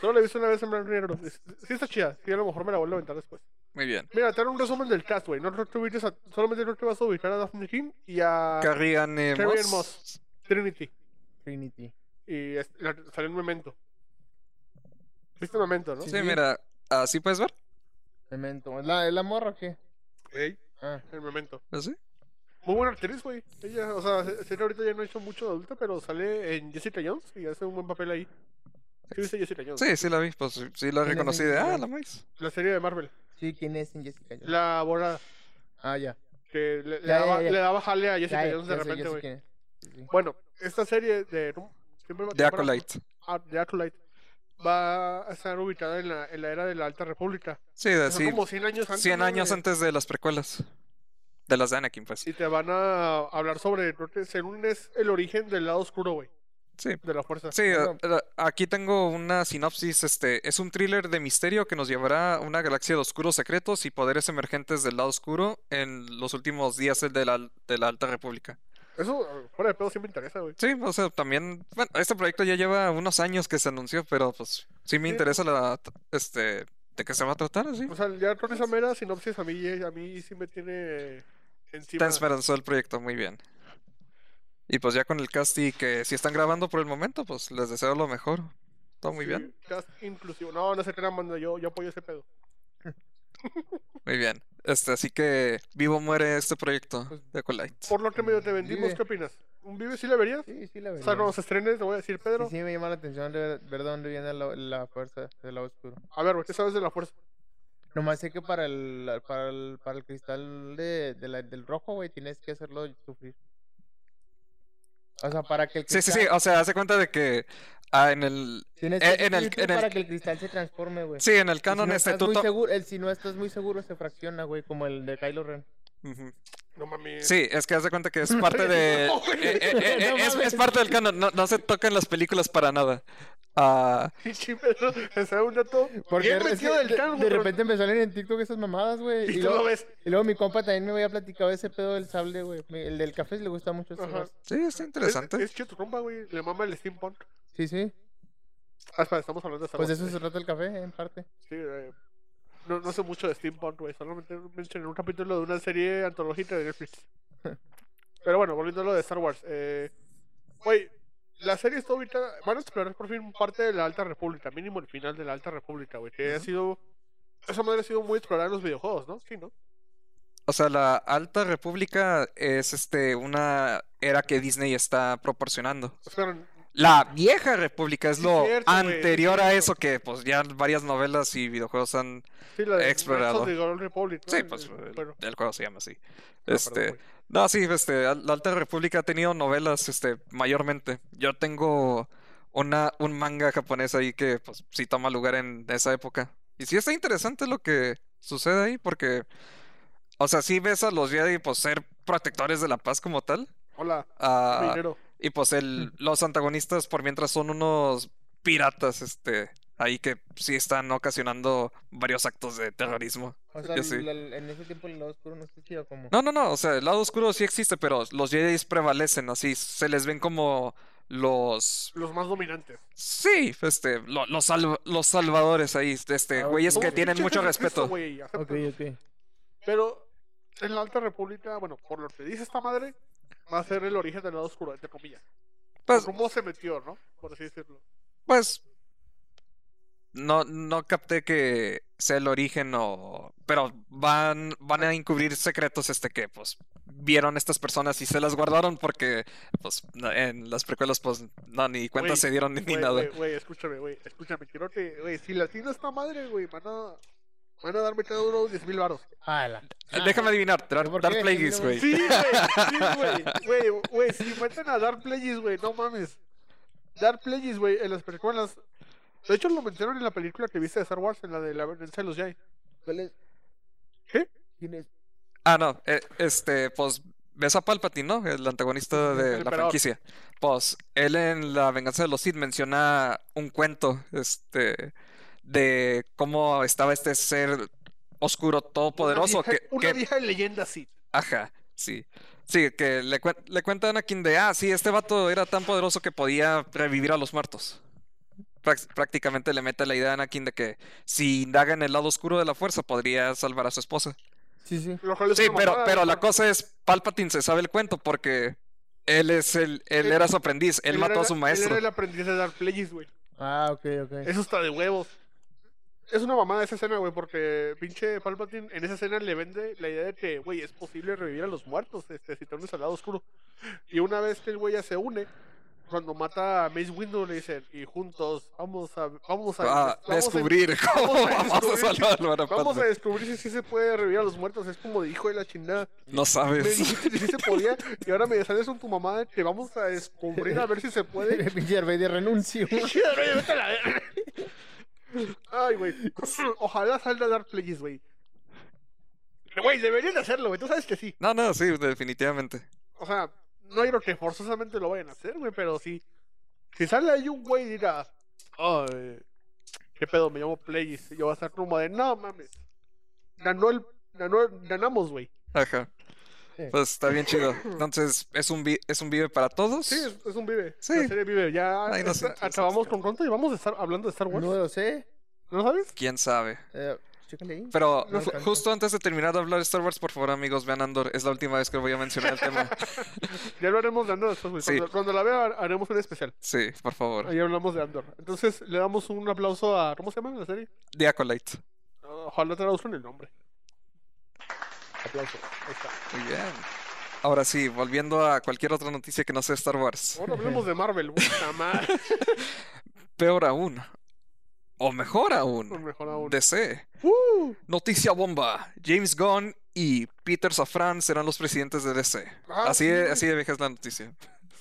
B: Solo la he visto una vez en blanco y negro. Es- Sí está chida, sí, a lo mejor me la vuelvo a aventar después.
A: muy bien.
B: Mira, te haré un resumen del cast, güey. No creo que ubiques a- solamente creo que vas a ubicar a Daphne King y a
A: Carrie Ann eh,
B: ah, Carrie Ann
A: Moss.
B: Moss. Trinity.
C: Trinity.
B: Y es- la- salió en Memento. ¿Viste Memento, no?
A: Sí,
C: Sí.
A: mira, así pues puedes ver.
C: Memento. ¿Es la, es la morra o qué?
B: Ey,
C: Ah,
B: en Memento.
A: ¿Así?
B: Muy buena actriz, güey. Ella, o sea, sé sé que ahorita ya no ha hecho mucho de adulta, pero sale en Jessica Jones y hace un buen papel ahí. ¿Sí viste Jessica Jones?
A: Sí, sí la vi, pues sí la
C: Tiene
A: reconocí de,
C: 20
A: ah,
C: años.
A: la maíz.
B: La serie de Marvel.
C: sí, ¿quién es en Jessica Jones?
B: La borrada.
C: Ah, ya.
B: Que le, le
C: Ya, ya,
B: daba,
C: ya.
B: le daba jale a Jessica
C: Ya, ya,
B: Jones de
C: ya sé- ya
B: repente,
C: sé
B: güey.
C: quién es. Sí, sí.
B: Bueno, esta serie de... Siempre me-
A: De Acolyte.
B: Ah, de Acolyte. Va a estar ubicada en la, en la era de la Alta República.
A: Sí, de,
B: Son
A: Ah, sí,
B: como 100 años antes.
A: 100
B: ¿no,
A: años
B: güey?
A: antes de las precuelas. De las de Anakin, pues.
B: Y te van a hablar sobre, creo que según es el origen del lado oscuro, güey,
A: Sí.
B: de la fuerza.
A: Sí,
C: Bueno.
A: eh, eh, aquí tengo una sinopsis. Este es un thriller de misterio que nos llevará a una galaxia de oscuros secretos y poderes emergentes del lado oscuro en los últimos días de la, de la Alta República.
B: Eso, eh, fuera de pedo, sí me interesa, güey.
A: Sí, o sea, también, bueno, este proyecto ya lleva unos años que se anunció, pero pues sí me
B: Sí. Pues
A: interesa la, este, de qué se va a tratar, así.
B: O sea, ya con esa mera sinopsis a mí, eh, a mí sí me tiene
A: Te
B: encima.
A: esperanzó el proyecto, muy bien. Y pues ya con el casting que si están grabando por el momento, pues les deseo lo mejor. Todo muy
B: Sí,
A: bien,
B: cast inclusivo. No, no sé qué era, manda, yo, yo apoyo ese pedo.
A: muy bien. Este, así que vivo muere este proyecto de Acolyte. Mm,
B: Por lo que medio te vendimos,
C: Vive.
B: ¿qué opinas? un vive sí la verías.
C: Sí, sí, la
B: O
C: verdad.
B: sea, cuando se estrene, te voy a decir, Pedro.
C: Sí, sí, me llama la atención ver ver dónde viene la, la fuerza del lado oscuro.
B: A ver, güey, ¿qué sabes de la fuerza?
C: Nomás sé que para el, para el, para el cristal de, de la- del rojo, güey, tienes que hacerlo sufrir. O sea, para que el
A: Sí, sí,
C: cristal...
A: sí. O sea, hace cuenta de que ah, en el.
C: Tienes
A: Eh,
C: que
A: en el-
C: sufrirlo
A: en el-
C: para que el cristal se transforme, güey.
A: Sí, en el
C: Y si
A: canon
C: no
A: este
C: estás muy
A: tuto.
C: seguro- el- si no estás muy seguro, se fracciona, güey, como el de Kylo Ren.
A: Ujú.
B: No mami.
A: Sí, es que haz de cuenta que es parte de.
B: No, güey.
A: eh, eh, eh,
C: No
A: es,
C: mames.
A: es parte del canon. No, no se toca en las películas para nada. Ah,
B: Pinche Pedro, te sabe un dato.
C: Porque
B: Porque
C: es que
B: del
C: de,
B: canon,
C: de
B: güey, pero-
C: repente me salen en TikTok esas mamadas, güey.
B: Y
C: Y,
B: tú lo
C: luego-
B: ves.
C: y luego mi compa también me había platicado ese pedo del sable, güey. Me- El del café le gusta mucho. ese
B: Ajá.
C: más.
A: sí, está
B: Es,
A: interesante.
B: es chido tu compa, güey. Le mama el steampunk.
C: Sí, sí.
B: Ah, espera, estamos hablando de Star
C: Pues de
B: Wars.
C: eso se trata el café, en parte.
B: Sí, eh, no, no sé mucho de steampunk, güey. Solamente mencioné un capítulo de una serie antológica de Netflix. Pero bueno, volviendo a lo de Star Wars. eh, Güey, la serie está ubicada. Van a explorar por fin parte de la Alta República, mínimo el final de la Alta República, güey. Que ha sido. Esa madre ha sido muy explorada en los videojuegos, ¿no? Sí, ¿no?
A: O sea, la Alta República es este una era que Disney está proporcionando.
B: O sea, eran-
A: La vieja República es
B: Sí,
A: lo
B: cierto, güey, sí,
A: anterior a
B: cierto.
A: eso que pues ya varias novelas y videojuegos han
B: sí, la de Knights of
A: Explorado.
B: the Old Republic, ¿no? Eh,
A: Sí,
B: El-
A: pues
B: el-
A: el,
B: bueno,
A: el juego se llama así.
B: no,
A: Este,
B: perdón, güey.
A: no, sí, este, al- la Alta República ha tenido novelas, este, mayormente. Yo tengo una, un manga japonés ahí que, pues, sí toma lugar en esa época. Y sí está interesante lo que sucede ahí, porque, o sea, sí ves a los Jedi, pues, ser protectores de la paz como tal.
B: Hola,
A: ah,
B: minero.
A: y pues el, los antagonistas, por mientras, son unos piratas, este, ahí que sí están ocasionando varios actos de terrorismo.
C: O sea,
A: Yo sí.
C: la- la- en ese tiempo el lado oscuro no existía como...
A: No, no, no, o sea, el lado oscuro sí existe, pero los Jedi prevalecen, así se les ven como los...
B: Los más dominantes.
A: Sí, este, lo- los, salv- los salvadores ahí, este,
C: Ah,
A: güeyes
C: ok.
A: que
B: No,
A: tienen
B: pinche
A: mucho
B: Jesucristo,
A: respeto.
B: güey, acepta.
C: Ok, ok.
B: Pero en la Alta República, bueno, por lo que dice esta madre, va a ser el origen del lado oscuro, entre comillas.
A: Pues,
B: ¿Cómo se metió, no? Por así decirlo.
A: pues, no, no capté que sea el origen o... Pero van, van a encubrir secretos, este, que, pues, vieron estas personas y se las guardaron porque, pues, na- en las precuelas, pues, no, ni cuenta
B: Güey,
A: se dieron ni, ni
B: Güey,
A: nada.
B: güey, güey, escúchame, güey, escúchame. Quiero que, güey, si latino esta madre, güey, van a, van a darme cada uno 10 mil baros.
C: Ala.
A: Eh, Déjame adivinar, Dar-
C: ¿Pero por
A: Darth
C: qué?
A: Plagueis,
C: Sí,
A: güey.
B: Sí, güey, sí, güey, güey, güey, si meten a Dark Plagueis, güey, no mames. Dark Plagueis, güey, en las películas. De hecho, lo mencionaron en la película que viste de Star Wars, en la de la venganza de los Jedi.
C: ¿Cuál es?
B: ¿Qué?
C: ¿Quién es?
A: Ah, no, eh, este, pues ves a Palpatine, ¿no? El antagonista
B: Sí, sí, sí,
A: de
B: el
A: la
B: emperador.
A: franquicia. Pues él en La Venganza de los Sith menciona un cuento, este, de cómo estaba este ser oscuro todopoderoso
B: Una vieja,
A: que,
B: una
A: que-
B: vieja leyenda, sí.
A: ajá, sí. Sí, que le, cuen- le cuenta a Anakin de, ah, sí, este vato era tan poderoso que podía revivir a los muertos. Prax- Prácticamente le mete la idea a Anakin de que si indaga en el lado oscuro de la fuerza podría salvar a su esposa.
C: Sí, sí.
B: Lo cual es
A: Sí,
B: una
A: pero,
B: mamada,
A: pero
B: ¿no?
A: la cosa es, Palpatine se sabe el cuento porque él es el, él era su aprendiz, él mató
B: era
A: a su
B: la- Eh, Él
A: maestro.
B: era el aprendiz de Dark Plagueis, güey.
C: Ah, ok, ok.
B: Eso está de huevos. Es una mamada esa escena, güey, porque pinche Palpatine en esa escena le vende la idea de que, güey, es posible revivir a los muertos este, si te unes al lado oscuro. Y una vez que el güey ya se une, cuando mata a Mace Windu, le dicen, y juntos vamos a, vamos a,
A: A
B: vamos a-
A: Ah, descubrir cómo
B: vamos a
A: vamos a
B: descubrir si-
A: salvarlo a la
B: vamos a
A: patria.
B: descubrir si sí se puede revivir a los muertos. Es como de hijo de la chingada.
A: No
B: Me
A: sabes.
B: dijiste que sí se podía y ahora me sales con tu mamá de que vamos a descubrir a ver si se puede.
C: Pinche Darth Vader, renuncio.
B: Ay, güey. Ojalá salga Dark Plagueis, güey. Güey, deberían de hacerlo, güey. Tú sabes que sí.
A: No, no, sí, definitivamente.
B: O sea, no creo que forzosamente lo vayan a hacer, güey, pero sí. Si sale ahí un güey y diga, ay, qué pedo, me llamo Plagueis. y Yo voy a estar como de, no mames. Ganó el, ganó, ganamos, güey.
A: Ajá.
C: Sí.
A: Pues está bien chido. Entonces, ¿es un, vi- es un vive para todos?
B: Sí, es, es un vive.
A: Sí.
B: La serie vive. Ya
A: Ay, no sé,
B: esta-
A: tú sabes
B: acabamos
A: que-
B: con Ronto y vamos a estar hablando de Star Wars.
C: No
B: ¿No,
C: lo sé.
B: sabes?
A: ¿Quién sabe?
C: Eh, chécale ahí.
A: Pero
C: No sé.
A: justo antes de terminar de hablar de Star Wars, por favor, amigos, vean Andor. Es la última vez que voy a mencionar el tema.
B: Ya lo haremos de Andor después, güey.
A: Sí.
B: Cuando, cuando la vea, haremos un especial.
A: Sí, por favor.
B: Ahí hablamos de Andor. Entonces, le damos un aplauso a. ¿Cómo se llama la serie?
A: The Acolyte.
B: Ojalá traduzcan el nombre. Aplauso. Ahí está.
A: Muy bien. Ahora sí, volviendo a cualquier otra noticia que no sea Star Wars.
B: Ahora hablemos de Marvel, puta madre.
A: Peor aún. O mejor aún.
B: Mejor aún.
A: DC.
B: ¡Uh!
A: Noticia bomba. James Gunn y Peter Safran serán los presidentes de DC.
B: Ah,
A: Así
B: sí,
A: de,
B: güey.
A: así de vieja es la noticia.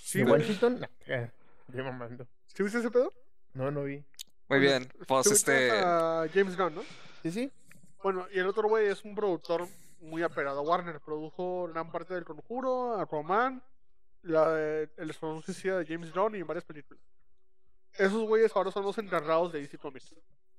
B: Sí,
C: ¿De
B: güey.
C: Washington? No, eh, yo mamando.
B: ¿Sí viste ese pedo?
C: No, no vi.
A: Muy
B: Oye,
A: bien. Pues
B: Sí, ubicas
A: este.
B: a James Gunn, ¿no?
C: Sí, sí.
B: Bueno, y el otro güey es un productor muy apegado a Warner. Produjo gran parte del Conjuro, Aquaman, la de- El Escuadrón Suicida de James Gunn y varias películas. Esos güeyes ahora son los encargados de DC Comics.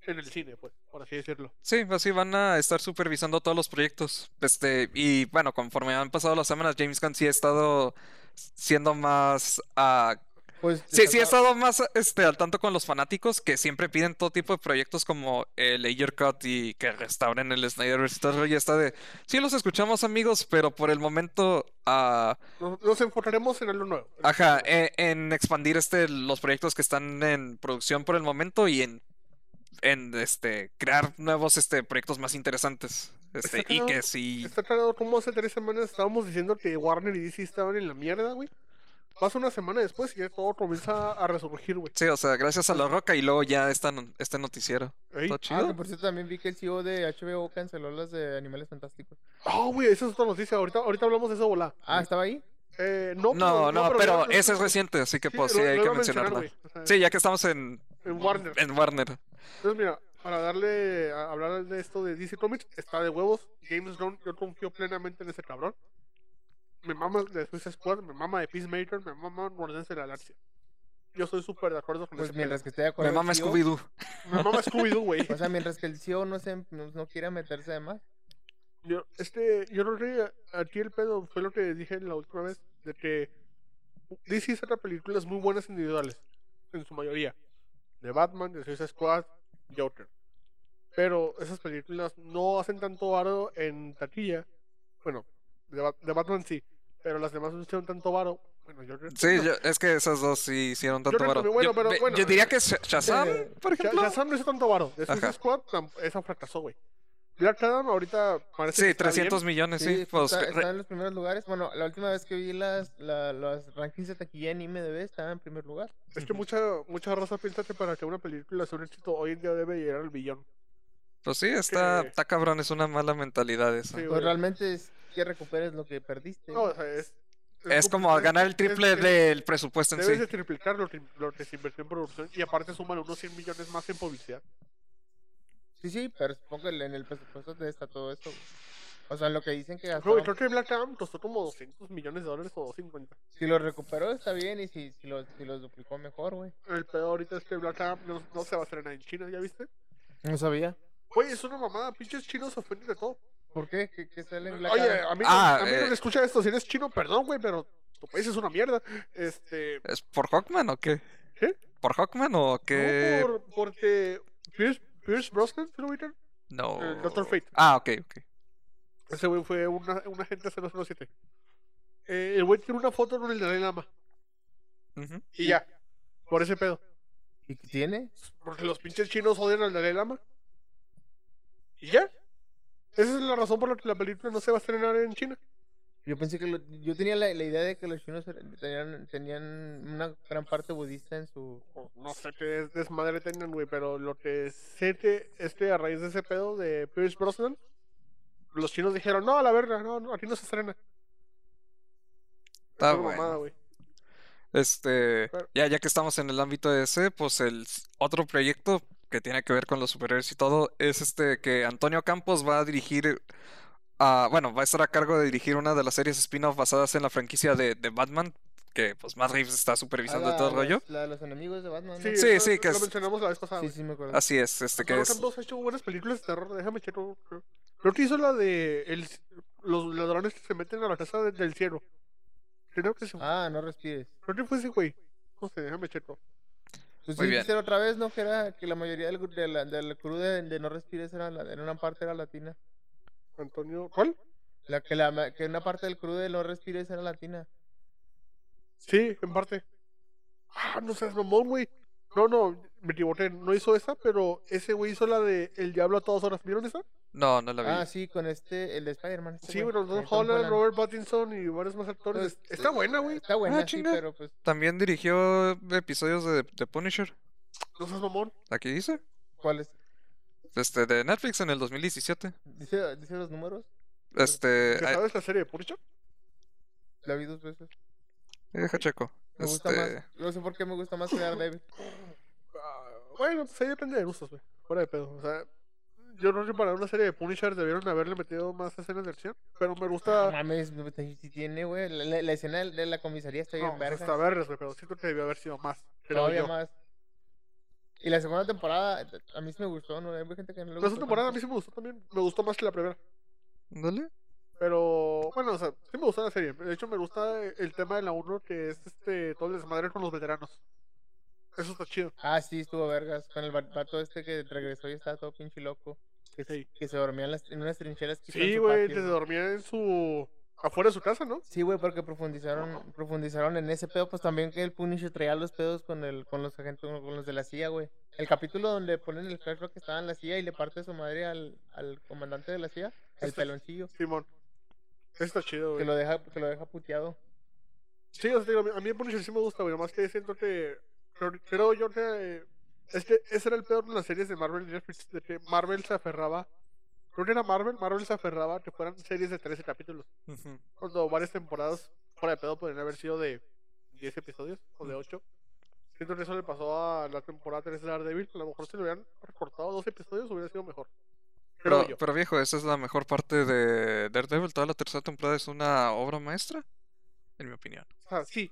B: En el cine, pues, por así decirlo.
A: Sí, así van a estar supervisando todos los proyectos. Este, y bueno, conforme han pasado las semanas, James Gunn sí ha estado siendo más ah,
C: Pues,
A: Sí, sí, he estado más este, al tanto con los fanáticos que siempre piden todo tipo de proyectos como el Layer Cut y que restauren el Snyderverse y todo el rollo. Y está de, sí, los escuchamos, amigos, pero por el momento, ah,
B: Nos, nos enfocaremos en algo nuevo.
A: ajá, e- en expandir este, los proyectos que están en producción por el momento y en, en este, crear nuevos este, proyectos más interesantes. Este, y
B: Exacto.
A: que sí,
B: Está claro cómo hace tres semanas estábamos diciendo que Warner y DC estaban en la mierda, güey. Pasa una semana después y ya todo comienza a resurgir, güey.
A: sí, o sea, gracias a La Roca y luego ya esta, no- este noticiero.
B: Ey.
A: Todo
C: Ah,
A: chido.
C: que por cierto también vi que el CEO de HBO canceló las de Animales Fantásticos.
B: Ah, güey, esa es otra noticia. Ahorita, ahorita hablamos de esa bola.
C: Ah, ¿estaba ahí?
B: Eh, no,
A: No, no, pero
B: ya-
A: ese es reciente, así que
B: Sí,
A: pues sí
B: lo-
A: hay
B: lo
A: que
B: iba a mencionar,
A: mencionarlo.
B: güey. Ajá,
A: Sí, ya que estamos en,
B: En Warner.
A: en Warner.
B: Entonces, mira, para darle a hablar de esto de DC Comics, está de huevos. James Gunn, yo confío plenamente en ese cabrón. Me mama de Suicide Squad, me mama de Peacemaker, me mama Guardianes de la Galaxia. Yo estoy súper de acuerdo con
C: Pues
B: ese
C: mientras que esté de acuerdo.
A: Me
C: el
A: mama
C: CEO,
A: Scooby-Doo.
B: pedo. Me mama Scooby-Doo, güey.
C: O sea, mientras que el CEO no, se, no, no quiera meterse de más.
B: Yo, este, yo no sé, aquí el pedo fue lo que dije la última vez, de que DC saca películas muy buenas individuales, en su mayoría. De Batman, de Suicide Squad, Joker. Pero esas películas no hacen tanto varo en taquilla. Bueno, de, Bat- de Batman sí, pero las demás no hicieron tanto varo. Bueno, Joker.
A: Sí, yo- es que esas dos sí hicieron tanto
B: creo
A: varo.
B: que bueno,
A: yo,
B: pero
A: ve-
B: bueno,
A: yo diría
B: eh,
A: que Sh- Shazam,
C: eh,
A: por
B: Ya,
A: ejemplo.
B: Shazam no hizo tanto varo. De Suicide
A: Ajá.
B: Squad, tam- esa fracasó, güey. Black Adam ahorita parece que
A: Sí,
B: está bien.
A: 300 millones, sí. pues,
C: está,
A: re-
C: está en los primeros lugares. Bueno, la última vez que vi las, la- los rankings de taquilla en IMDb estaba en primer lugar.
B: Es que mucha, mucha raza piensa que para que una película sea un éxito hoy en día debe llegar al billón.
A: pues sí, está,
B: que-
A: está cabrón, es una mala mentalidad esa.
B: Sí,
C: Pues
B: güey.
C: realmente es que recuperes lo que perdiste.
B: No, o sea, es,
A: es como
B: es-
A: ganar el triple
B: es- es-
A: del presupuesto en
B: Debes de
A: sí.
B: triplicar lo, que- lo que se invirtió en producción y aparte suman unos 100 millones más en publicidad.
C: Sí, sí, pero supongo que en el presupuesto te está todo esto. güey. O sea, lo que dicen que
B: Creo,
C: gastaron,
B: creo que Black Adam costó como 200 millones de dólares o 250.
C: si lo recuperó está bien y si, si, lo, si los duplicó mejor, güey.
B: El peor ahorita es que Black Adam no, no se va a estrenar en China, ¿ya viste?
C: No sabía.
B: Oye, es una mamada, pinches chinos se ofenden de todo.
C: ¿Por qué? ¿Qué, qué sale en Black
B: Oye,
C: Adam?
B: a mí,
A: Ah,
B: no, a mí no
A: eh.
B: me escucha esto, si eres chino, perdón, güey, pero tu país es una mierda. Este,
A: ¿Es por Hawkman o qué?
B: ¿Qué?
A: ¿Por Hawkman o qué?
B: No, por- porque Pierce, Pierce Brosnan, ¿sí lo ubican?
A: No.
B: el Dr. Fate.
A: Ah, ok, ok.
B: Ese güey fue una- un agente 007. Eh, el güey tiene una foto con el Dalai Lama.
A: Ujú.
B: Y ya. Por ese pedo.
C: ¿Y qué tiene?
B: Porque los pinches chinos odian al Dalai Lama. Y ya. Esa es la razón por la que la película no se va a estrenar en China.
C: Yo pensé que lo- yo tenía la, la idea de que los chinos er- tenían, tenían una gran parte budista en su...
B: O Oh, No sé qué des- Este desmadre tengan, güey. Pero lo que sé que es que a raíz de ese pedo de Pierce Brosnan, los chinos dijeron: No, a la verga, no, no, aquí no se estrena.
A: Está
B: Es una
A: bueno.
B: mamada, güey.
A: Este,
B: Pero-
A: ya, ya que estamos en el ámbito de ese, pues el s- otro proyecto que tiene que ver con los superhéroes y todo es este que Antonio Campos va a dirigir, ah, bueno, va a estar a cargo de dirigir una de las series spin-off basadas en la franquicia de, de Batman, que pues Matt Reeves está supervisando
C: Ah, la-
A: todo el rollo.
C: los- La de los enemigos de Batman. ¿no?
B: Sí,
A: Sí,
B: eso
A: sí, que
B: lo
A: es-
B: mencionamos la vez pasada.
C: sí,
B: güey.
C: sí, me acuerdo.
A: Así es, este que
B: Claro,
A: es,
B: Campos ha hecho buenas películas de terror, déjame checar. Creo creo que hizo la de el, los ladrones que se meten a la casa de- del cielo. Creo que, se,
C: Ah, no respires.
B: creo que fue ese güey. No sé, déjame checo.
C: Pues
A: Muy bien.
C: sí, dijiste otra vez, ¿no? Que era que la mayoría del, gru- de la- del crew de, de No Respires era la- en una parte era latina.
B: Antonio, ¿cuál?
C: La que, la, ma- que una parte del crew de No Respires era latina.
B: Sí, en parte. Ah, no seas mamón, güey. No, no, me equivoqué, no hizo esa, pero ese güey hizo la de El Diablo a todas horas. ¿Vieron esa?
A: No, no la vi.
C: Ah, sí, con este, el de Spider-Man. este
B: Sí,
C: güey,
B: pero Don
C: de Tom
B: Holland,
C: Holland.
B: Robert Pattinson y varios más actores.
C: Pues,
B: Es- Está buena, güey.
C: Está buena,
A: Ah,
C: sí,
A: chinga.
C: pero pues,
A: También dirigió episodios de The Punisher.
B: No seas mamón.
A: Aquí dice.
C: ¿cuál es?
A: Este, de Netflix en el 2017.
C: Dice, dice los números. Pues,
A: Este.
B: ¿Te
A: ay,
B: sabes la serie de Punisher?
C: La vi dos veces.
A: deja checo.
C: Me gusta
A: Este.
C: más. No sé por qué me gusta más que Daredevil.
B: Ah, bueno, pues ahí depende de gustos, güey. Fuera de pedo. O sea, yo creo que para una serie de Punisher debieron haberle metido más escenas de acción. Pero me
C: No
B: gusta.
C: mames, no, te- si tiene, güey. La, la- la escena de la comisaría está bien
B: No, pues,
C: verga.
B: hasta verles, güey. Pero siento que debió haber sido más. Creo
C: Todavía
B: yo.
C: más. Y la segunda temporada, a mí sí me gustó, ¿no? Hay gente que no
B: La
C: le gustó.
B: segunda temporada a
C: tanto.
B: mí sí me gustó también. Me gustó más que la primera.
A: Dale.
B: Pero bueno, o sea, sí me gusta la serie. De hecho, me gusta el tema de la 1 que es este todo el desmadre con los veteranos. Eso está chido.
C: Ah, sí, estuvo vergas. Con el va- vato este que regresó y estaba todo pinche loco. Que, se-
B: Sí.
C: que se dormía en, las- en unas trincheras que hizo en
B: Sí,
C: su
B: güey,
C: patio,
B: desde
C: güey.
B: dormía en su. afuera de su casa, ¿no?
C: Sí, güey, porque profundizaron, profundizaron en ese pedo, pues también que el Punisher traía los pedos con el, con los agentes, con los de la CIA, güey. El capítulo donde ponen el flashback que estaba en la CIA y le parte su madre al, al comandante de la CIA, el
B: Este-
C: peloncillo,
B: Simón. Eso está chido,
C: que
B: güey.
C: lo deja, que lo deja puteado.
B: Sí, o sea, te digo, a mí- a mí el Punisher sí me gusta, güey. Nomás que siento que. Creo, creo yo que. Es que ese era el peor de las series de Marvel y Netflix, de que Marvel se aferraba. Creo que era Marvel, Marvel se aferraba a que fueran series de 13 capítulos.
A: Ujú.
B: cuando varias temporadas fuera de pedo podrían haber sido de 10 episodios o de 8. Siento que eso le pasó a la temporada 3 de Daredevil. A lo mejor si lo hubieran recortado dos episodios hubiera sido mejor. Creo
A: Pero,
B: yo.
A: pero viejo, esa es la mejor parte de Daredevil. Toda la tercera temporada es una obra maestra, en mi opinión.
B: O sea, sí.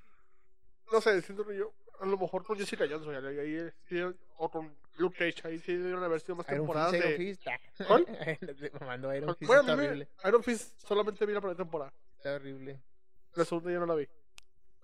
B: No sé, siento que yo. A lo mejor con Jessica Jones, güey, ahí- ahí sí, o con Luke Cage, ahí sí debieron haber sido más
A: Pues
C: Iron
B: temporadas
C: Fist, Iron
B: de.
C: Fist. ah.
B: ¿Cuál?
C: Me mandó Iron Fist,
B: Bueno,
C: está
B: a mí me-
C: horrible.
B: Iron Fist solamente vi la primera temporada.
C: Está horrible.
B: La segunda ya no la vi.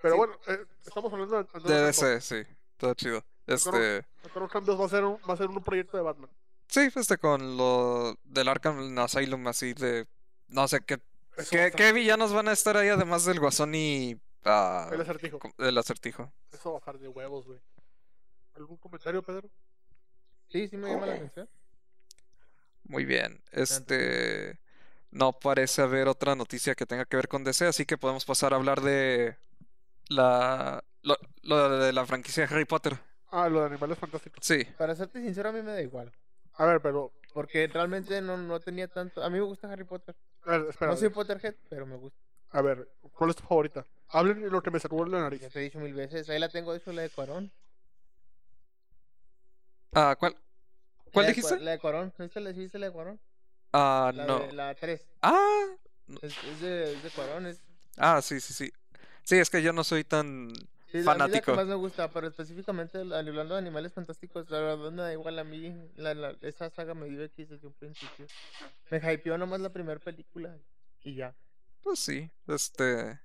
B: Pero
A: Sí.
B: bueno, eh, estamos hablando de. Andor
A: De
B: Campbell.
A: DC, sí. Todo chido. Este.
B: Andor Campbell va a ser un, va a ser un proyecto de Batman.
A: Sí, este con lo del Arkham Asylum, así de. No sé qué.
B: Eso va a
A: ¿Qué,
B: estar-
A: qué villanos van a estar ahí además del Guasón y. ah,
B: El acertijo.
A: com- el acertijo?
B: Eso va a estar de huevos, güey. ¿Algún comentario, Pedro?
C: Sí, sí me llama
A: Oh.
C: la atención.
A: Muy bien. Este. No parece haber otra noticia que tenga que ver con DC, así que podemos pasar a hablar de. La. Lo, lo de la franquicia de Harry Potter.
B: Ah, lo de animales fantásticos.
A: Sí.
C: Para serte sincero, a mí me da igual.
B: A ver, pero.
C: Porque realmente no, no tenía tanto. A mí me gusta Harry Potter.
B: A ver, espera.
C: No soy Potterhead, pero me gusta.
B: A ver, ¿cuál es tu favorita? Hablen de lo que me sacó en la
C: Ya
B: nariz.
C: te he dicho mil veces, ahí la tengo, de hecho, la de Cuarón.
A: Ah, ¿cuál? ¿Cuál
B: Eh,
C: La de
A: dijiste?
C: Cua- La de Cuarón, ¿viste la, sí viste la de Cuarón?
A: Ah,
C: La
A: no.
C: de- la 3,
A: Ah,
C: es, es de, es de Cuarón, es...
A: ah, sí, sí, sí. Sí, es que yo no soy tan.
C: sí, es la- a mí la
A: Fanático.
C: que más me gusta, pero específicamente el- hablando de animales fantásticos, la verdad me da igual a mí, la- la- esa saga me dio X desde un principio. Me hypeó nomás la primera película y ya.
A: Pues sí, este.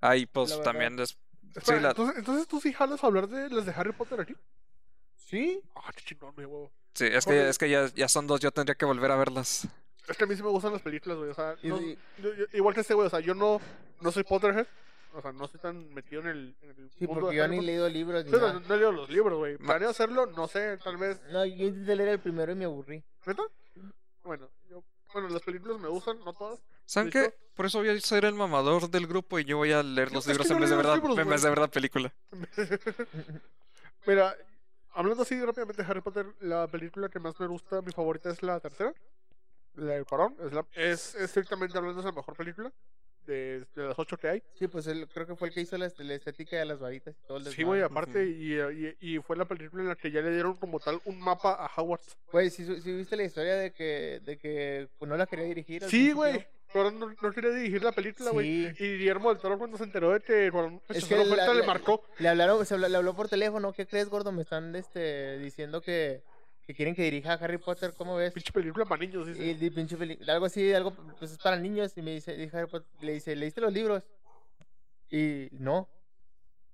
A: Ahí, pues
C: verdad.
A: también. des- Sí,
B: Espera,
A: la...
B: entonces, entonces tú sí jalas a hablar de las de Harry Potter aquí.
C: ¿Sí?
B: Ah, qué chingón, mi huevo.
A: sí, es que,
B: porque-
A: es que ya, ya son dos, yo tendría que volver a verlas.
B: Es que a mí sí me gustan las películas, güey. O sea,
C: Y-
B: no-
C: y-
B: yo- yo- igual que este, güey. O sea, yo no, no soy Potterhead. O sea, no soy tan metido en el. En el
C: Sí,
B: mundo
C: porque
B: de
C: yo
B: Harry
C: ni he
B: Potter.
C: leído libros ni
B: Sí, no,
C: nada.
B: no leo los libros, güey.
A: Ma-
B: Planeo hacerlo, no sé, tal vez.
C: No, yo intenté leer el primero y me aburrí.
B: ¿Neta? Bueno, yo, bueno, las películas me gustan, no todas.
A: ¿Saben
B: ¿Listo?
A: qué? Por eso voy a ser el mamador del grupo y yo voy a leer los
B: es que
A: libros
B: yo
A: en vez de
B: leo
A: ver
B: los
A: la,
B: libros,
A: en vez
B: güey.
A: de ver la película.
B: Mira, hablando así rápidamente de Harry Potter, la película que más me gusta, mi favorita es la tercera, la del Parón. Es, la- es estrictamente hablando, es la mejor película de, de las ocho que hay.
C: Sí, pues él, creo que fue el que hizo la, est- la estética de las varitas y todo el
B: Sí, güey,
C: desmadre.
B: aparte, y, y- y fue la película en la que ya le dieron como tal un mapa a Howard.
C: Güey, si viste la historia de que, de que pues, no la quería dirigir. al
B: Sí,
C: principio?
B: güey, Cuarón no, no quería dirigir la película, güey.
C: Sí.
B: Y Guillermo del Toro cuando se enteró de que pues, Cuarón
C: Es
B: rechazó
C: que
B: la
C: la-
B: oferta le
C: la-
B: marcó.
C: Le hablaron, se habla- le habló por teléfono. ¿Qué crees, gordo? Me están este, diciendo que, que quieren que dirija a Harry Potter. ¿Cómo ves?
B: Pinche película para niños, dice.
C: Y di- pinche peli- algo así, algo pues, es para niños. Y me dice, dijo Harry Potter- le dice, ¿leíste los libros? Y no.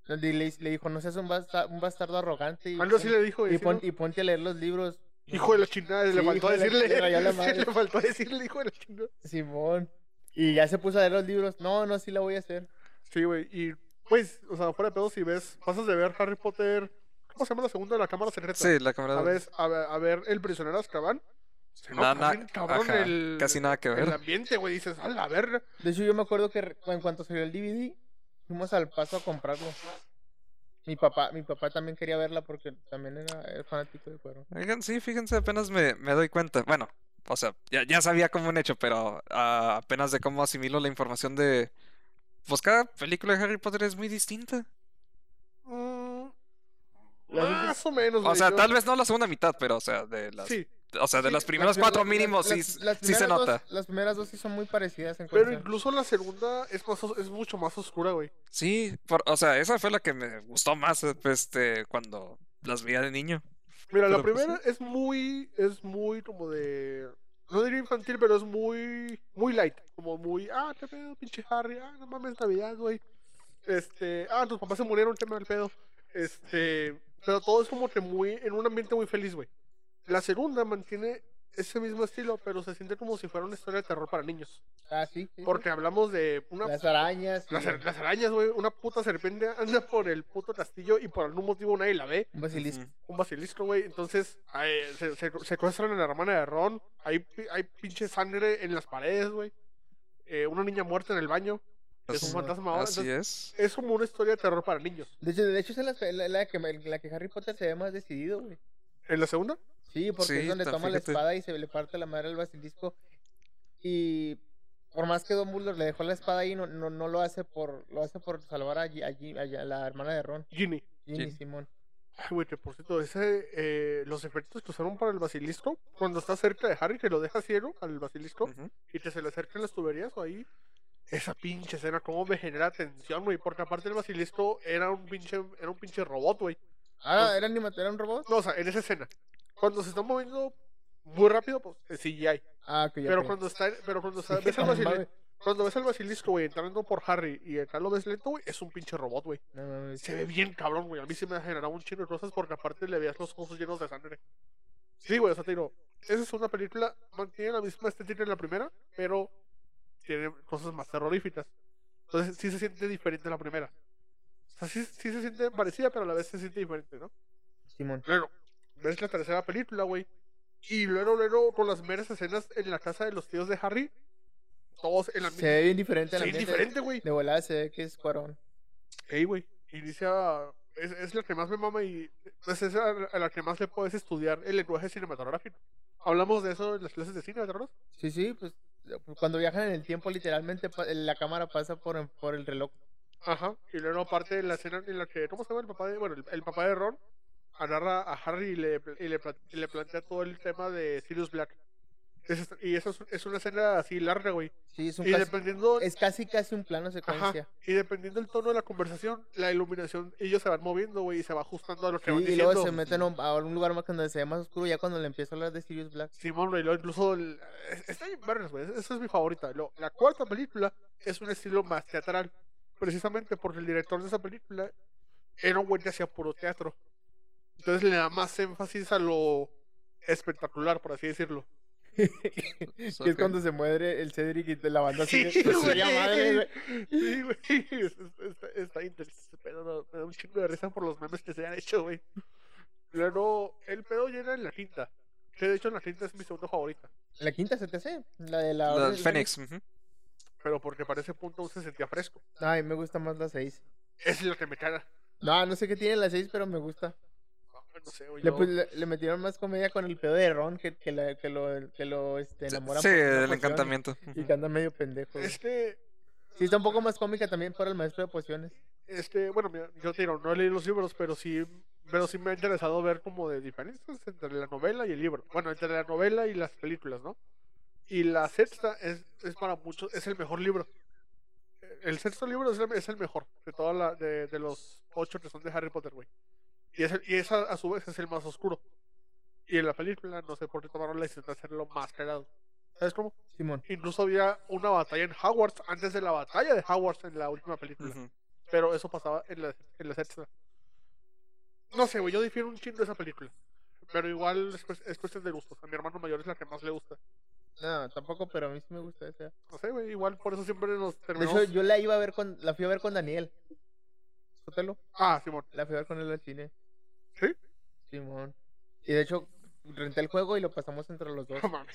C: Le, le- le dijo, no seas un, basta- un bastardo arrogante. Y,
B: Algo así le dijo,
C: y
B: güey. sí,
C: pon-
B: ¿no?
C: y ponte a leer los libros.
B: Hijo de la chingada, le
C: Sí,
B: faltó
C: hijo de la-
B: decirle.
C: le rayó la madre.
B: le faltó decirle, hijo de la chingada.
C: Simón. Y ya se puso a leer los libros. No, no, sí la voy a hacer.
B: Sí, güey. Y, pues, o sea, fuera de pedo, si ves, pasas de ver Harry Potter. ¿Cómo se llama la segunda de la cámara secreta?
A: Sí, la cámara.
B: A ver, a ver, a ver El prisionero de Azkaban. Se
A: Nada,
B: nota
A: na-
B: bien cabrón
A: ajá,
B: el,
A: casi nada que
B: el
A: ver.
B: ambiente, güey. Dices, a la verga.
C: De hecho, yo me acuerdo que re- en cuanto salió el DVD, fuimos al paso a comprarlo. Mi papá, mi papá también quería verla porque también era, era fanático de cuero.
A: Oigan, sí, fíjense, apenas me, me doy cuenta. Bueno, o sea, ya, ya sabía como un hecho, pero ah, apenas de cómo asimilo la información de... Pues cada película de Harry Potter es muy distinta.
B: Mm,
C: La única-
B: más o menos,
A: O
B: güey,
A: sea,
B: yo-
A: tal vez no la segunda mitad, pero o sea, de las,
B: Sí,
A: o sea, de
C: Pues,
A: los
C: Sí, las
A: primeros
C: pri-
A: cuatro
C: las-
A: mínimos sí,
C: las- las
A: sí se
C: primeras dos-
A: nota.
C: las primeras dos sí son muy parecidas en
B: pero
C: cuestión.
B: incluso la segunda es, más os- es mucho más oscura, güey.
A: Sí, por- o sea, esa fue la que me gustó más eh, este, cuando las veía de niño.
B: Mira, la
A: Pero, pues,
B: primera es muy, es muy como de, no diría infantil, pero es muy, muy light, como muy, ah, qué pedo, pinche Harry, ah, no mames, Navidad, güey. Este, ah, tus papás se murieron, qué mal pedo. Este, pero todo es como que muy, en un ambiente muy feliz, güey. La segunda mantiene ese mismo estilo, pero se siente como si fuera una historia de terror para niños.
C: Ah, sí, sí, sí.
B: Porque hablamos de una
C: Las arañas. y-
B: Las, ar- las arañas, güey. Una puta serpiente anda por el puto castillo y por algún motivo nadie la ve.
C: Un basilisco.
A: Ujú.
B: Un basilisco, güey. Entonces ay, se, se- secuestran a la hermana de Ron. Hay, pi- hay pinche sangre en las paredes, güey. Eh, una niña muerta en el baño. Es un
C: Así-
B: fantasma ahora.
A: Así
B: Entonces,
A: es.
B: es como una historia de terror para niños.
C: De hecho, de hecho esa es la, la- la que, la que Harry Potter se ve más decidido, güey.
B: ¿En la segunda?
C: Sí, porque
A: Sí,
C: es donde
A: ta-
C: toma la
A: fíjate.
C: espada y se le parte la madre al basilisco. Y por más que Don Dumbledore le dejó la espada ahí, no, no, no lo hace por lo hace por salvar allí, allí, a la hermana de Ron,
B: Ginny.
C: Ginny
A: Ginny.
C: Simón.
B: Pues Ay, güey, que por cierto, ese, eh, los efectos que usaron para el basilisco, cuando está cerca de Harry, que lo deja ciego al basilisco,
A: Ujú.
B: y que se le acerquen las tuberías o ahí. Esa pinche escena, cómo me genera tensión, güey. Porque aparte el basilisco era un pinche, era un pinche robot, güey.
C: Ah, era anima- era un robot.
B: No, o sea, en esa escena. Cuando se está moviendo muy rápido, pues es CGI.
C: Ah, que ya.
B: Pero
C: ok.
B: cuando está, pero cuando está,
C: Dije,
B: ves al
C: "No
B: basilisco,
C: mames".
B: cuando ves al basilisco, güey, entrando por Harry y acá lo ves lento, güey, es un pinche robot, güey.
C: No, mames.
B: Se ve bien cabrón, güey. A mí se me generaba un chingo de cosas porque aparte le veías los ojos llenos de sangre. Sí, güey, o sea, te digo, esa es una película, mantiene la misma estética en la primera, pero tiene cosas más terroríficas. Entonces sí se siente diferente a la primera. O sea, sí, sí se siente parecida, pero a la vez se siente diferente, ¿no?
C: Simón.
B: Luego, ves la tercera película, güey. Y luego, luego, con las meras escenas en la casa de los tíos de Harry, todos en la
C: Se ve bien diferente
B: Se
C: al
B: ve
C: ambiente.
B: diferente, güey.
C: De volada se ve que es Cuarón.
B: Ey, güey, inicia. Es, es la que más me mama y pues, es a, a la que más le puedes estudiar el lenguaje cinematográfico. Hablamos de eso en las clases de cine, ¿te acuerdas?
C: Sí, sí, pues pues, cuando viajan en el tiempo, literalmente pa- la cámara pasa por, por el reloj.
B: Ajá. Y luego, aparte, la escena en la que. ¿Cómo se llama el papá de.? Bueno, el, el papá de Ron agarra a Harry y le, y le, pla- y le plantea todo el tema de Sirius Black. Es- y eso es, es una escena así larga, güey.
C: Sí, es un
B: Y
C: casi-
B: dependiendo.
C: es casi casi un plano
B: Ajá,
C: secuencia.
B: y dependiendo del tono de la conversación, la iluminación, ellos se van moviendo, güey, y se va ajustando a lo que
C: Sí,
B: van
C: y
B: diciendo.
C: luego se meten a un, a un lugar más cuando se ve más oscuro, ya cuando le empiezo a hablar de Sirius Black.
B: Simón, güey, luego incluso el- es- está bien vergas, güey. Esa es mi favorita. Lo- la cuarta película es un estilo más teatral, precisamente porque el director de esa película era un güey que hacía puro teatro. Entonces le da más énfasis a lo espectacular, por así decirlo.
C: que es
A: Ok.
C: cuando se muere el Cedric y la banda
B: Sí,
C: sigue. pues,
B: güey.
C: ya madre, güey.
B: Sí, güey. es- es- Está, está interesante, pero no, me da un chingo de risa por los memes que se han hecho, güey. Luego, el pedo llega en la quinta. Que de hecho, en la quinta es mi segunda favorita.
C: La quinta se te hace, la de la
A: La del
C: Orden del
A: Fénix. ujú.
B: Pero porque para ese punto aún se sentía fresco.
C: Fénix. Ay, me gusta más la 6.
B: Es lo que me caga.
C: No, no sé qué tiene la 6, pero me gusta.
B: No, no sé, güey.
C: Le,
B: yo-
C: pues, le- le metieron más comedia con el pedo de Ron que, que, la- que lo, que lo este, enamora.
A: Sí,
C: por una
A: el
C: poción
A: encantamiento.
C: Y
A: ujú.
C: que anda medio pendejo. güey.
B: Este,
C: Sí, está un poco más cómica también por el maestro de pociones.
B: este, bueno, mira, yo te digo, no he leído los libros, pero sí, pero sí me ha interesado ver como de diferencias entre la novela y el libro. Bueno, entre la novela y las películas, ¿no? Y la sexta es, es para muchos, es el mejor libro. El sexto libro es el, es el mejor de toda la, de, de los ocho que son de Harry Potter, güey. Y, es el- y esa, a su vez, es el más oscuro. Y en la película, no sé por qué tomaron la decisión de hacerlo más pegado. ¿Sabes cómo?
C: Simón.
B: Incluso había una batalla en Hogwarts antes de la batalla de Hogwarts en la última película.
A: Ujú.
B: Pero eso pasaba en la, en la sexta. No sé, güey, yo difiero un chingo de esa película. Pero igual es, cues- es cuestión de gustos. A mi hermano mayor es la que más le gusta.
C: No, tampoco, pero a mí sí me gusta esa.
B: No sé, güey, igual por eso siempre nos
C: De
B: terminamos.
C: hecho, yo la iba a ver con, la fui a ver con Daniel. Sótelo.
B: Ah, Simón.
C: La fui a ver con él al cine.
B: ¿Sí?
C: Simón. Y de hecho, renté el juego y lo pasamos entre los dos.
B: No mames.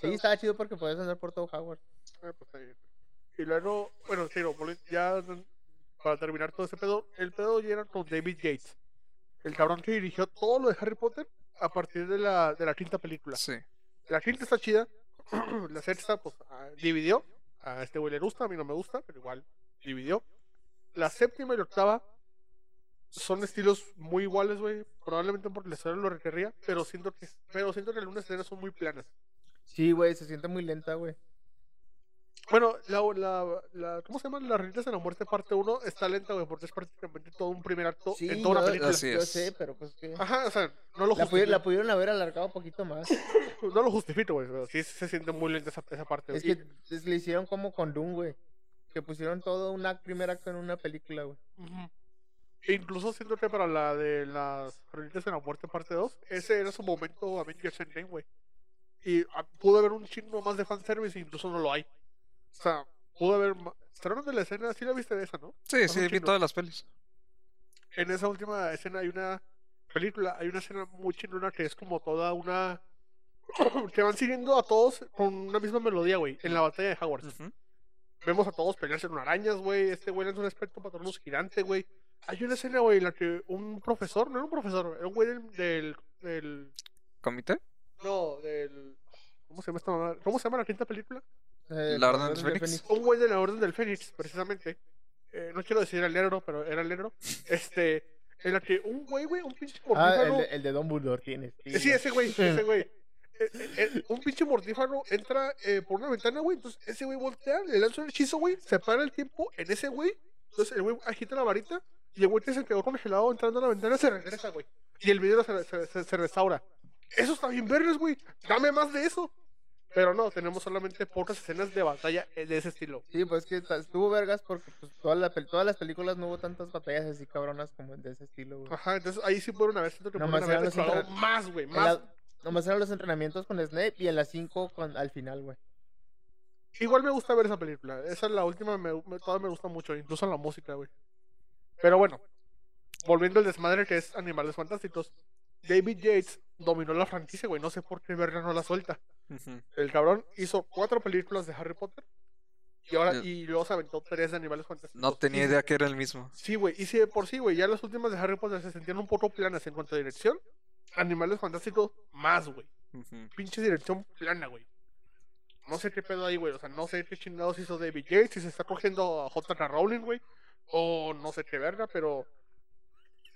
C: Sí, estaba chido porque podías andar por todo Howard.
B: Ah, pues, está bien. Y luego, bueno, sí, no, volvi- ya para terminar todo ese pedo, el pedo ya era con David Gates, el cabrón que dirigió todo lo de Harry Potter a partir de la, de la quinta película.
A: Sí.
B: La quinta está chida, la sexta, pues, ah, dividió. A este güey le gusta, a mí no me gusta, pero igual dividió. La séptima y la octava son estilos muy iguales, güey. Probablemente porque la historia lo requería, pero siento que, pero siento que algunas escenas son muy planas.
C: Sí, güey, se siente muy lenta, güey.
B: Bueno, la, la, la- ¿cómo se llama? La Ritas de la Muerte parte 1 está lenta, güey, porque es prácticamente todo un primer acto
C: Sí,
B: en toda
C: yo,
B: la película. Ah,
A: así
C: yo
A: es.
C: sé, pero pues que...
B: Ajá, o sea, no lo
C: La, pudi-
B: justifico,
C: la pudieron haber alargado un poquito más.
B: no lo justifico, güey, pero sí se siente muy lenta esa, esa parte.
C: Es
B: güey.
C: que es- le hicieron como con Doom, güey. Que pusieron todo un act- primer acto en una película, güey.
B: Ujú. E incluso siento que para la de las Ritas de la Muerte parte 2, ese era su momento Avengers Endgame, güey. Y ah, pudo haber un chingo más de fanservice, e incluso no lo hay. O sea, pudo haber... ma- ¿Estrenaron de la escena? Sí la viste de esa, ¿no?
A: Sí,
B: un
A: sí, vi
B: chingo.
A: todas las pelis.
B: en esa última escena hay una película, hay una escena muy chingona que es como toda una... que van siguiendo a todos con una misma melodía, güey, en la batalla de Howard.
A: Ujú.
B: Vemos a todos pelearse en arañas, güey, este güey es un espectro patronos gigante, güey. Hay una escena, güey, en la que un profesor, no era un profesor, era un güey del... del, del-
A: ¿Comité?
B: no, del... ¿Cómo se llama esta mamada? ¿Cómo se llama la quinta película?
C: Eh,
A: La Orden del
C: del
A: Fénix.
B: Un güey de la Orden del Fénix, precisamente. Eh, no quiero decir al negro, pero era el negro. Este... En la que un güey, güey, un pinche
C: Ah,
B: mortífago-
C: el, de- el de Don Bulldor tienes.
B: Eh, Sí,
C: güey.
B: ese güey, ese güey. Eh, eh, eh, un pinche mortífago entra eh, por una ventana, güey. Entonces ese güey voltea, le lanza un hechizo, güey. Se para el tiempo en ese güey. Entonces el güey agita la varita y el güey que se quedó congelado entrando a la ventana se regresa, güey. Y el video se, se- se- se restaura. Eso está bien verles, güey. Dame más de eso. Pero no, tenemos solamente pocas escenas de batalla eh, de ese estilo.
C: Sí, pues que ta- estuvo vergas porque pues, todas, las pel- todas las películas no hubo tantas batallas así cabronas como de ese estilo, güey.
B: Ajá, entonces ahí sí pudieron haber siento que
C: Nomás
B: pudieron haber
C: eran los
B: explorado
C: inter-
B: más, güey,
C: En
B: más.
C: la- Nomás eran los entrenamientos con Snape y en las 5 con... al final, güey.
B: Igual me gusta ver esa película. Esa es la última, me, me- todavía me gusta mucho, incluso la música, güey. Pero bueno, volviendo al desmadre que es Animales Fantásticos, David Yates dominó la franquicia, güey. No sé por qué verga no la suelta.
A: Ujú.
B: El cabrón hizo cuatro películas de Harry Potter y ahora
A: El-
B: y luego se aventó tres de Animales Fantásticos.
A: No tenía
B: Y-
A: idea que era el mismo.
B: Sí, güey. Y sí, de por sí, güey. Ya las últimas de Harry Potter se sentían un poco planas en cuanto a dirección. Animales Fantásticos más, güey
A: Ujú.
B: pinche dirección plana, güey. No sé qué pedo ahí, güey. O sea, no sé qué chingados hizo David Yates, si se está cogiendo a J.K. Rowling, güey. O no sé qué verga, pero.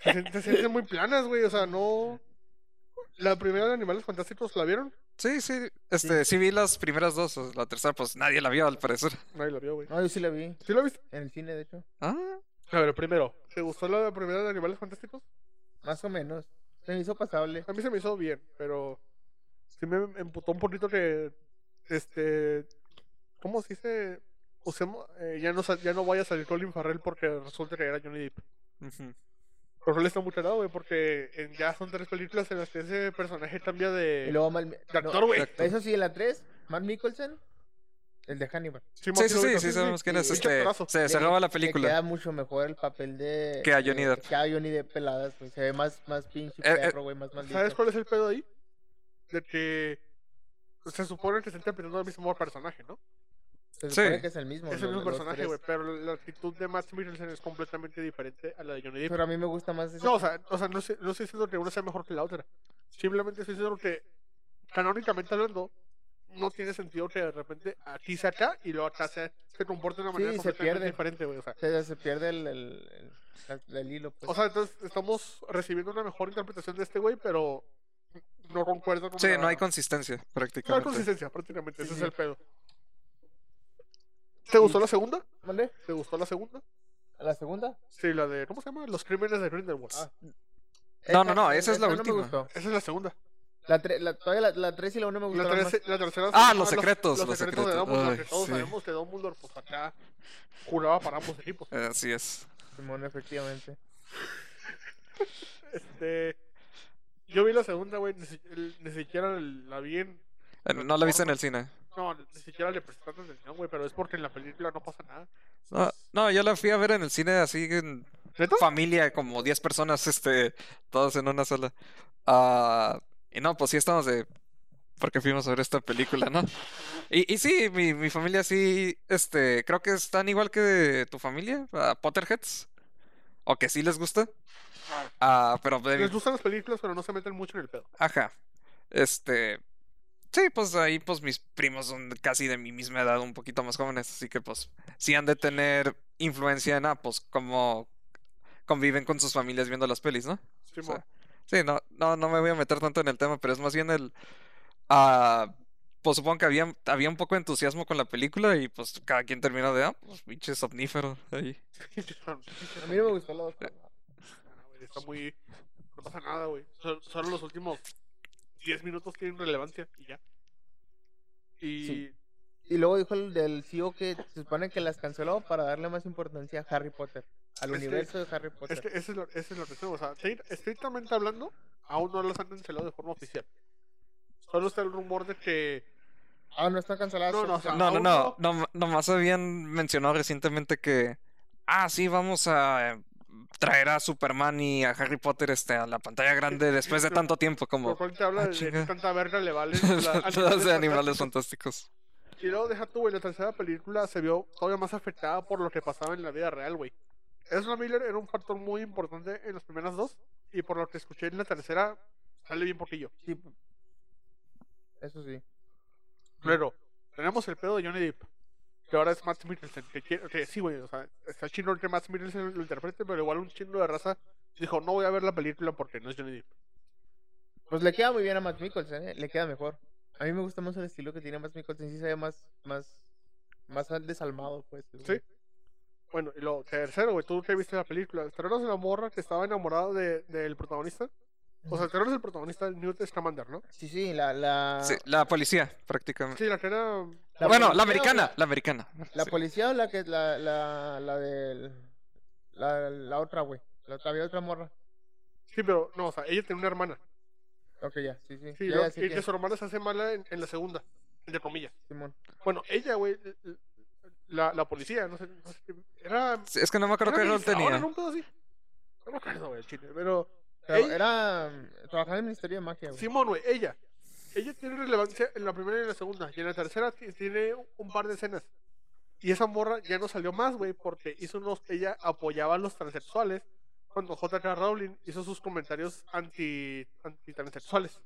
B: Se, sien- se sienten muy planas, güey. O sea, no. La primera de Animales Fantásticos, ¿la vieron?
A: Sí, sí, este, sí vi las primeras dos, o la tercera pues nadie la vio al parecer.
B: Nadie la vio, güey.
C: No, yo sí la vi.
B: ¿Sí la viste?
C: En el cine, de hecho.
A: Ah,
B: A ver, primero. ¿Te gustó la primera de Animales Fantásticos?
C: Más o menos. Se me hizo pasable.
B: A mí se me hizo bien, pero. Sí me emputó un poquito que. Este. ¿Cómo se dice? Usemos, eh, ya, no, sal- ya no vaya a salir Colin Farrell porque resulta que era Johnny Depp.
A: ujú.
B: Pero le está muy cagado, güey, porque en- ya son tres películas en las que ese personaje cambia de,
C: Y luego Mal-
B: de
C: no,
B: actor, güey.
A: exacto.
C: Eso sí, en la 3, Matt Mikkelsen, el de Hannibal.
A: Sí,
B: Simón,
A: sí,
B: lo
A: sí,
B: ubicas,
A: sí, sabemos quién es.
B: sí.
A: Este,
B: Pinche actorazo.
A: se, se
C: Le-
A: roba la
C: Le
A: película.
C: queda mucho mejor el papel de.
A: Que a Johnny
C: de-
A: Depp.
C: Que a Johnny Depp peladas, güey. Se ve más, más pinche
A: Eh, eh,
C: perro, güey. Más maldito.
B: ¿Sabes cuál es el pedo ahí? De que se supone que se está interpretando el mismo personaje, ¿no?
C: Se
A: Sí.
C: supone que es el mismo.
B: es
C: ¿no?
B: el mismo
C: Los
B: personaje,
C: tres.
B: güey, pero la actitud de Matt Mikkelsen es completamente diferente a la de Johnny Depp.
C: Pero a mí me gusta más ese.
B: No, o sea, o sea no, sé- no estoy diciendo que una sea mejor que la otra. Simplemente estoy diciendo que, canónicamente hablando, no tiene sentido que de repente aquí sea acá y luego acá se, se comporte de una
C: Sí,
B: manera
C: se
B: completamente
C: pierde.
B: diferente, güey. O sea,
C: Se, se pierde el, el, el- la- el hilo, pues.
B: O sea, entonces estamos recibiendo una mejor interpretación de este güey, pero no concuerdo con
A: Sí,
B: la-
A: no hay consistencia
B: No hay
A: prácticamente.
B: consistencia, prácticamente. Ese
C: Sí,
B: es
C: sí.
B: el pedo. ¿Te gustó la segunda?
C: ¿Vale?
B: ¿Te gustó la segunda?
C: ¿A la segunda?
B: Sí, la de... ¿Cómo se llama? Los crímenes de Grindelwald.
C: Ah.
A: No, no, no, esa es la
C: no me
A: última.
C: gustó.
B: Esa es la segunda.
C: La, tre- la, todavía la, la 3 y la 1 me
B: La, e-
C: gustaron más.
B: terce- la tercera...
A: Ah,
B: se llama
A: los secretos,
B: Los,
A: los
B: secretos, de
A: secretos.
B: Dumbledore.
A: Ay,
B: que todos
A: sí.
B: sabemos que Dumbledore, pues acá... Juraba para ambos equipos.
A: Así es.
C: Simón, efectivamente.
B: Este... Yo vi la segunda, güey. Ni, si- el- ni siquiera la vi en...
A: Eh, No la viste en el cine.
B: No, ni siquiera le prestaron atención, güey. Pero es porque en la película no pasa nada.
A: No, no, yo la fui a ver en el cine así en
B: ¿Neta?
A: familia, como 10 personas, este, todos en una sala. Ah, Y no, pues sí estamos de... Porque fuimos a ver esta película, ¿no? Y, y sí, mi, mi familia sí, este, creo que están igual que tu familia, a Potterheads, o que sí les gusta. Ah, pero de mi-
B: Les gustan las películas, pero no se meten mucho en el pedo.
A: Ajá. Este. Sí, pues ahí, pues mis primos son casi de mi misma edad, un poquito más jóvenes, así que pues sí han de tener influencia en, ah, pues cómo conviven con sus familias viendo las pelis, ¿no?
B: Simón.
A: Sí, no, no, no me voy a meter tanto en el tema, pero es más bien el... ah, pues supongo que había, había un poco de entusiasmo con la película y pues cada quien terminó de, ah, pues pinche somnífero ahí.
C: A mí no me gustó la dos.
B: Está muy. No pasa nada, güey. So- Solo los últimos 10 minutos tienen relevancia y ya. Y.
C: Sí. Y luego dijo el del CEO que se supone que las canceló para darle más importancia a Harry Potter,
B: Es
C: al
B: que-
C: universo de Harry Potter.
B: Es que esa es, la, esa es la cuestión, o sea, estri- estrictamente hablando, aún no las han cancelado de forma oficial. Solo está el rumor de que...
C: Ah, no están canceladas.
B: No, no,
C: o sea,
A: No, no,
B: aún
A: no,
B: no.
A: nom- nomás habían mencionado recientemente que, ah, sí, vamos a eh, traer a Superman y a Harry Potter este, a la pantalla grande después de
B: pero-
A: tanto tiempo como
B: Por cual te habla
A: ah,
B: de- de,
A: chinga.
B: que tanta verga le valen la-
A: todos de animales
B: fantásticos.
A: fantásticos.
B: Y luego deja tú, güey, la tercera película se vio todavía más afectada por lo que pasaba en la vida real, güey. Ezra Miller era un factor muy importante en las primeras dos, y por lo que escuché en la tercera, sale bien poquillo.
C: sí. Eso sí.
B: Luego, tenemos el pedo de Johnny Depp. Que ahora es Matt Mikkelsen. Que, quiere- que sí, güey. O sea, está chino que Matt Mikkelsen lo interprete, pero igual un chino de raza dijo: No voy a ver la película porque no es Johnny Depp.
C: Pues le queda muy bien a Matt Mikkelsen, ¿eh? le queda mejor. A mí me gusta más el estilo que tiene Matt Mikkelsen, sí se ve más, más, más al- desalmado, pues. el güey.
B: Bueno, y lo tercero, güey, tú que viste la película. ¿Te acuerdas de la morra que estaba enamorada de- del protagonista? O sea, ¿te acuerdas del protagonista, Newt Scamander, no?
C: Sí, sí, la, la,
A: Sí, la policía, prácticamente.
B: Sí, la que era.
C: la
A: bueno, la
C: policía,
A: americana, la americana.
C: La
A: sí.
C: policía o la que la, la, la del, la, la otra, güey. La otra, había otra morra.
B: Sí, pero no, o sea, ella tiene una hermana.
C: Ok, ya, sí, sí.
B: Sí,
C: ya,
B: ¿no?
C: ya
B: y
C: sé quién
B: que
C: es,
B: su hermana se hace mala en, en la segunda, entre comillas.
C: Simón.
B: Bueno, ella, güey, la, la policía, no sé, no sé qué- era
A: Sí, Es que no me acuerdo
B: Era
A: qué rol
B: administradora,
A: tenía.
B: ¿no? Un pedo así. No me acuerdo, güey, el chile, Pero.
C: Pero
B: ella-
C: era mm, trabajar en el Ministerio de Magia, güey.
B: Simón, güey, ella. Ella tiene relevancia en la primera y en la segunda. Y en la tercera ti- tiene un par de escenas. Y esa morra ya no salió más, güey, porque hizo unos. Ella apoyaba a los transexuales cuando J.K. Rowling hizo sus comentarios anti, anti-transexuales.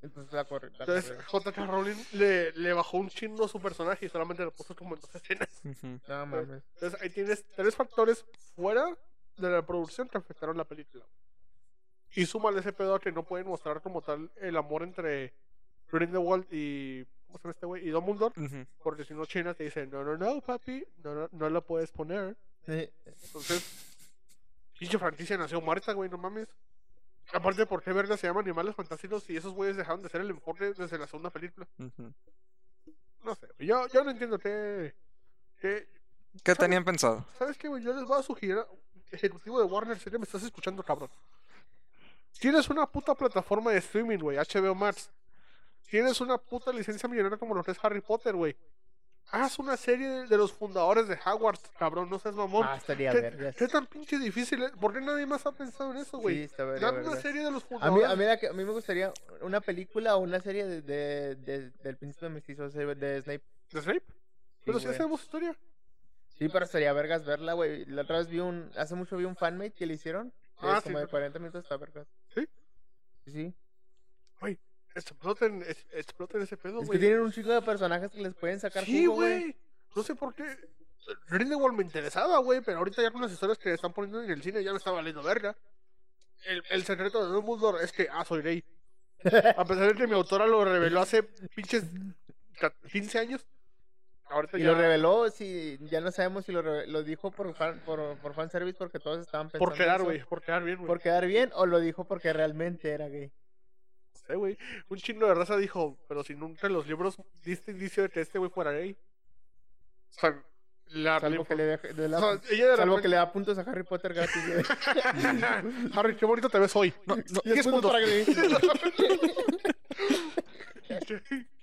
C: Entonces la corre. la
B: Entonces,
C: corrieron.
B: J.K. Rowling le, le bajó un chingo a su personaje y solamente le puso como en dos escenas.
A: Ujú.
B: eh,
C: No mames.
B: Entonces, ahí tienes tres factores fuera de la producción que afectaron la película. Y súmale ese pedo a que no pueden mostrar como tal el amor entre Grindelwald y. ¿Cómo se llama este güey? Y Dumbledore.
A: Ujú.
B: Porque si no, China te dice: No, no, no, papi, no, no, no la puedes poner.
C: Sí,
B: Entonces, pinche franquicia nació muerta, güey, no mames. Aparte, ¿por qué verga se llama Animales Fantásticos si esos güeyes dejaron de ser el enfoque desde la segunda película?
A: Ujú.
B: No sé, güey, yo, yo no entiendo qué. qué
A: ¿Qué tenían pensado?
B: ¿Sabes qué, güey? Yo les voy a sugerir, ejecutivo de Warner, si me estás escuchando, cabrón. Tienes una puta plataforma de streaming, güey, HBO Max. Tienes una puta licencia millonaria como lo que es Harry Potter, güey. Haz una serie de, de los fundadores de Hogwarts, cabrón, no seas mamón.
C: Ah, estaría
B: ¿Qué,
C: vergas.
B: qué tan pinche difícil es? ¿Por qué nadie más ha pensado en eso,
C: Sí,
B: güey?
C: estaría
B: Dame una
C: vergas.
B: serie de los
C: A mí,
B: fundadores.
C: a, mí la que- a mí me gustaría una película o una serie de, de- de- del príncipe mestizo ese de Snape.
B: ¿De Snape? Pero si
C: güey.
B: hacemos historia.
C: Sí, pero estaría vergas verla, güey. La otra vez vi un. Hace mucho vi un fanmate que le hicieron. que
B: Ah,
C: es
B: sí,
C: como de
B: sí.
C: 40 minutos, está vergas.
B: ¿Sí?
C: Sí, sí.
B: Exploten, es- exploten ese pedo,
C: Es que
B: güey.
C: tienen un chico de personajes que les pueden sacar
B: Sí,
C: jugo, güey.
B: güey. No sé por qué. Grindelwald me interesaba, güey, pero ahorita ya con las historias que están poniendo en el cine ya me está valiendo verga. El, el secreto de Dumbledore es que, ah, soy gay. A pesar de que mi autora lo reveló hace pinches ca- 15 años. Ahorita
C: Y
B: ya...
C: lo reveló, si ya no sabemos si lo, reve- lo dijo por fan, por, por fanservice porque todos estaban pensando.
B: Por quedar,
C: eso.
B: güey, por quedar bien, güey.
C: Por quedar bien o lo dijo porque realmente era gay.
B: No sé, güey. Un chino de raza dijo, pero si nunca en los libros diste indicio de que este güey fuera gay. O sea, la...
C: Salvo que le, deje- de la-
B: o sea, ella de
C: salvo
B: repente-
C: que le da puntos a Harry Potter gratis, güey.
B: Harry, qué bonito te ves hoy.
C: Diez
B: 10 puntos.
C: puntos para gay.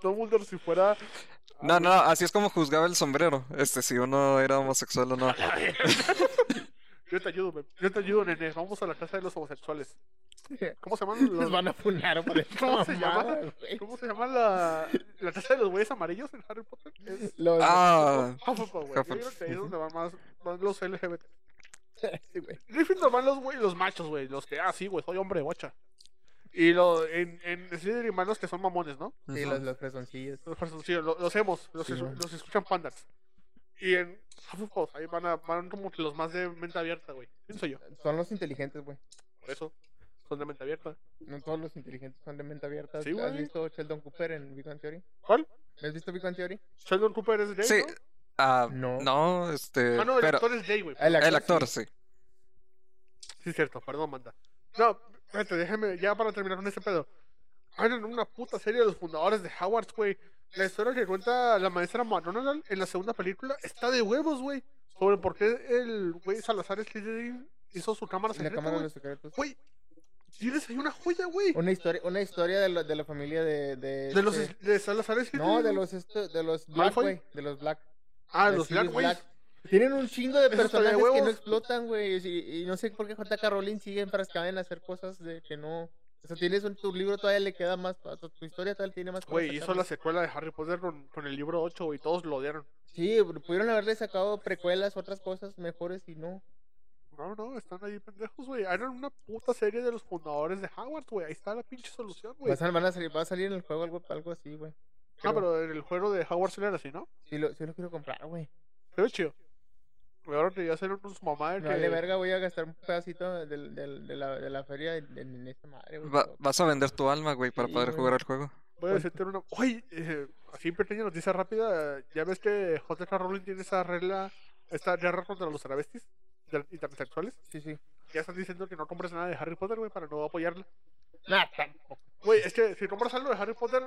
B: Todo el mundo si fuera.
A: No, no, así es como juzgaba el sombrero, este, si uno era homosexual o no.
B: Yo te ayudo, men. yo te ayudo, nene. Vamos a la casa de los homosexuales. ¿Cómo se llaman
C: Nos
B: los-
C: van a funar por esta
B: ¿Cómo se
C: mamada,
B: llama?
C: güey.
B: ¿Cómo se llama la, la taza de los güeyes amarillos en Harry Potter? Es
C: Los-
A: Ah,
B: Hufflepuff, güey. Yo creo que ahí es donde van más van los LGBT.
C: sí, güey.
B: Gryffindor van los güey, los machos, güey. Los que, ah, sí, güey, soy hombre, guacha. Y lo, en, en Slytherin van los que son mamones, ¿no?
C: Sí,
A: ujú.
C: los, los fresoncillos.
B: Los personcillos, lo- los hemos, los,
C: Sí,
B: es-
C: man.
B: los escuchan pandas. Y en Hufflepuff, ahí van, a, van como que los más de mente abierta, güey. Pienso yo,
C: Son los inteligentes, güey.
B: por eso. Son de mente abierta.
C: No todos los inteligentes son de mente abierta.
B: Sí,
C: ¿Has
B: güey.
C: visto Sheldon Cooper en Big Bang Theory?
B: ¿Cuál?
C: ¿Me has visto Big Bang Theory?
B: Sheldon Cooper es gay,
A: Sí,
B: ¿no?
A: ah,
C: No.
A: no, este,
B: Ah, no, el
A: pero
B: actor es gay, güey.
A: el actor, sí.
B: Sí, cierto, perdón, manda. No, espérate, déjame, ya para terminar con este pedo. Hagan una puta serie de los fundadores de Howard, güey. La historia que cuenta la maestra McDonald en la segunda película está de huevos, güey. Sobre por qué el güey Salazar Slytherin hizo su cámara
C: sí. La
B: secreta,
C: cámara de
B: güey.
C: los secretos.
B: Güey, tienes ahí una joya, güey.
C: Una historia, una historia de, lo- de la familia de... De,
B: De los
C: este-
B: de Salazar Slytherin.
C: No, de los, esto- de los Black,
B: ¿Malfoy?
C: güey. De los Black.
B: Ah,
C: de
B: los
C: Sirius
B: Black, güey.
C: Tienen un chingo de
B: Eso está de
C: personajes que
B: huevos.
C: no explotan, güey. Y, y no sé por qué J.K. Rowling sigue enfrascada en hacer cosas de que no... O sea, tienes un, tu libro todavía le queda más... pa- Tu historia todavía tiene más... para
B: Güey, hizo
C: sacarle.
B: la secuela de Harry Potter con, con el libro 8, güey. Todos lo odiaron.
C: Sí, pero pudieron haberle sacado precuelas, otras cosas mejores y no.
B: No, no, están ahí pendejos, güey. Hagan una puta serie de los fundadores de Howard, güey. Ahí está la pinche solución, güey.
C: Vas a- van a salir, va a salir en el juego algo, algo así, güey.
B: Ah, pero en el juego de Howard Seller así, ¿no?
C: Sí lo, sí lo quiero comprar, güey.
B: Se ve chido. Güey, ahora te voy a hacer un su mamá el
C: No,
B: que...
C: vale verga, voy a gastar un pedacito del- del- de, la, de la feria en, en esta madre, güey.
A: Va- vas a vender tu alma, güey, para
C: Sí,
A: poder
C: güey.
A: jugar al juego.
B: Voy a decirte una... Uy, eh, así pequeña noticia rápida. Ya ves que J.K. Rowling tiene esa regla... Esta guerra contra los travestis de- y transexuales.
C: Sí, sí.
B: Ya están diciendo que no compres nada de Harry Potter, güey, para no apoyarla.
C: Nah, tampoco.
B: Güey, es que si compras algo de Harry Potter,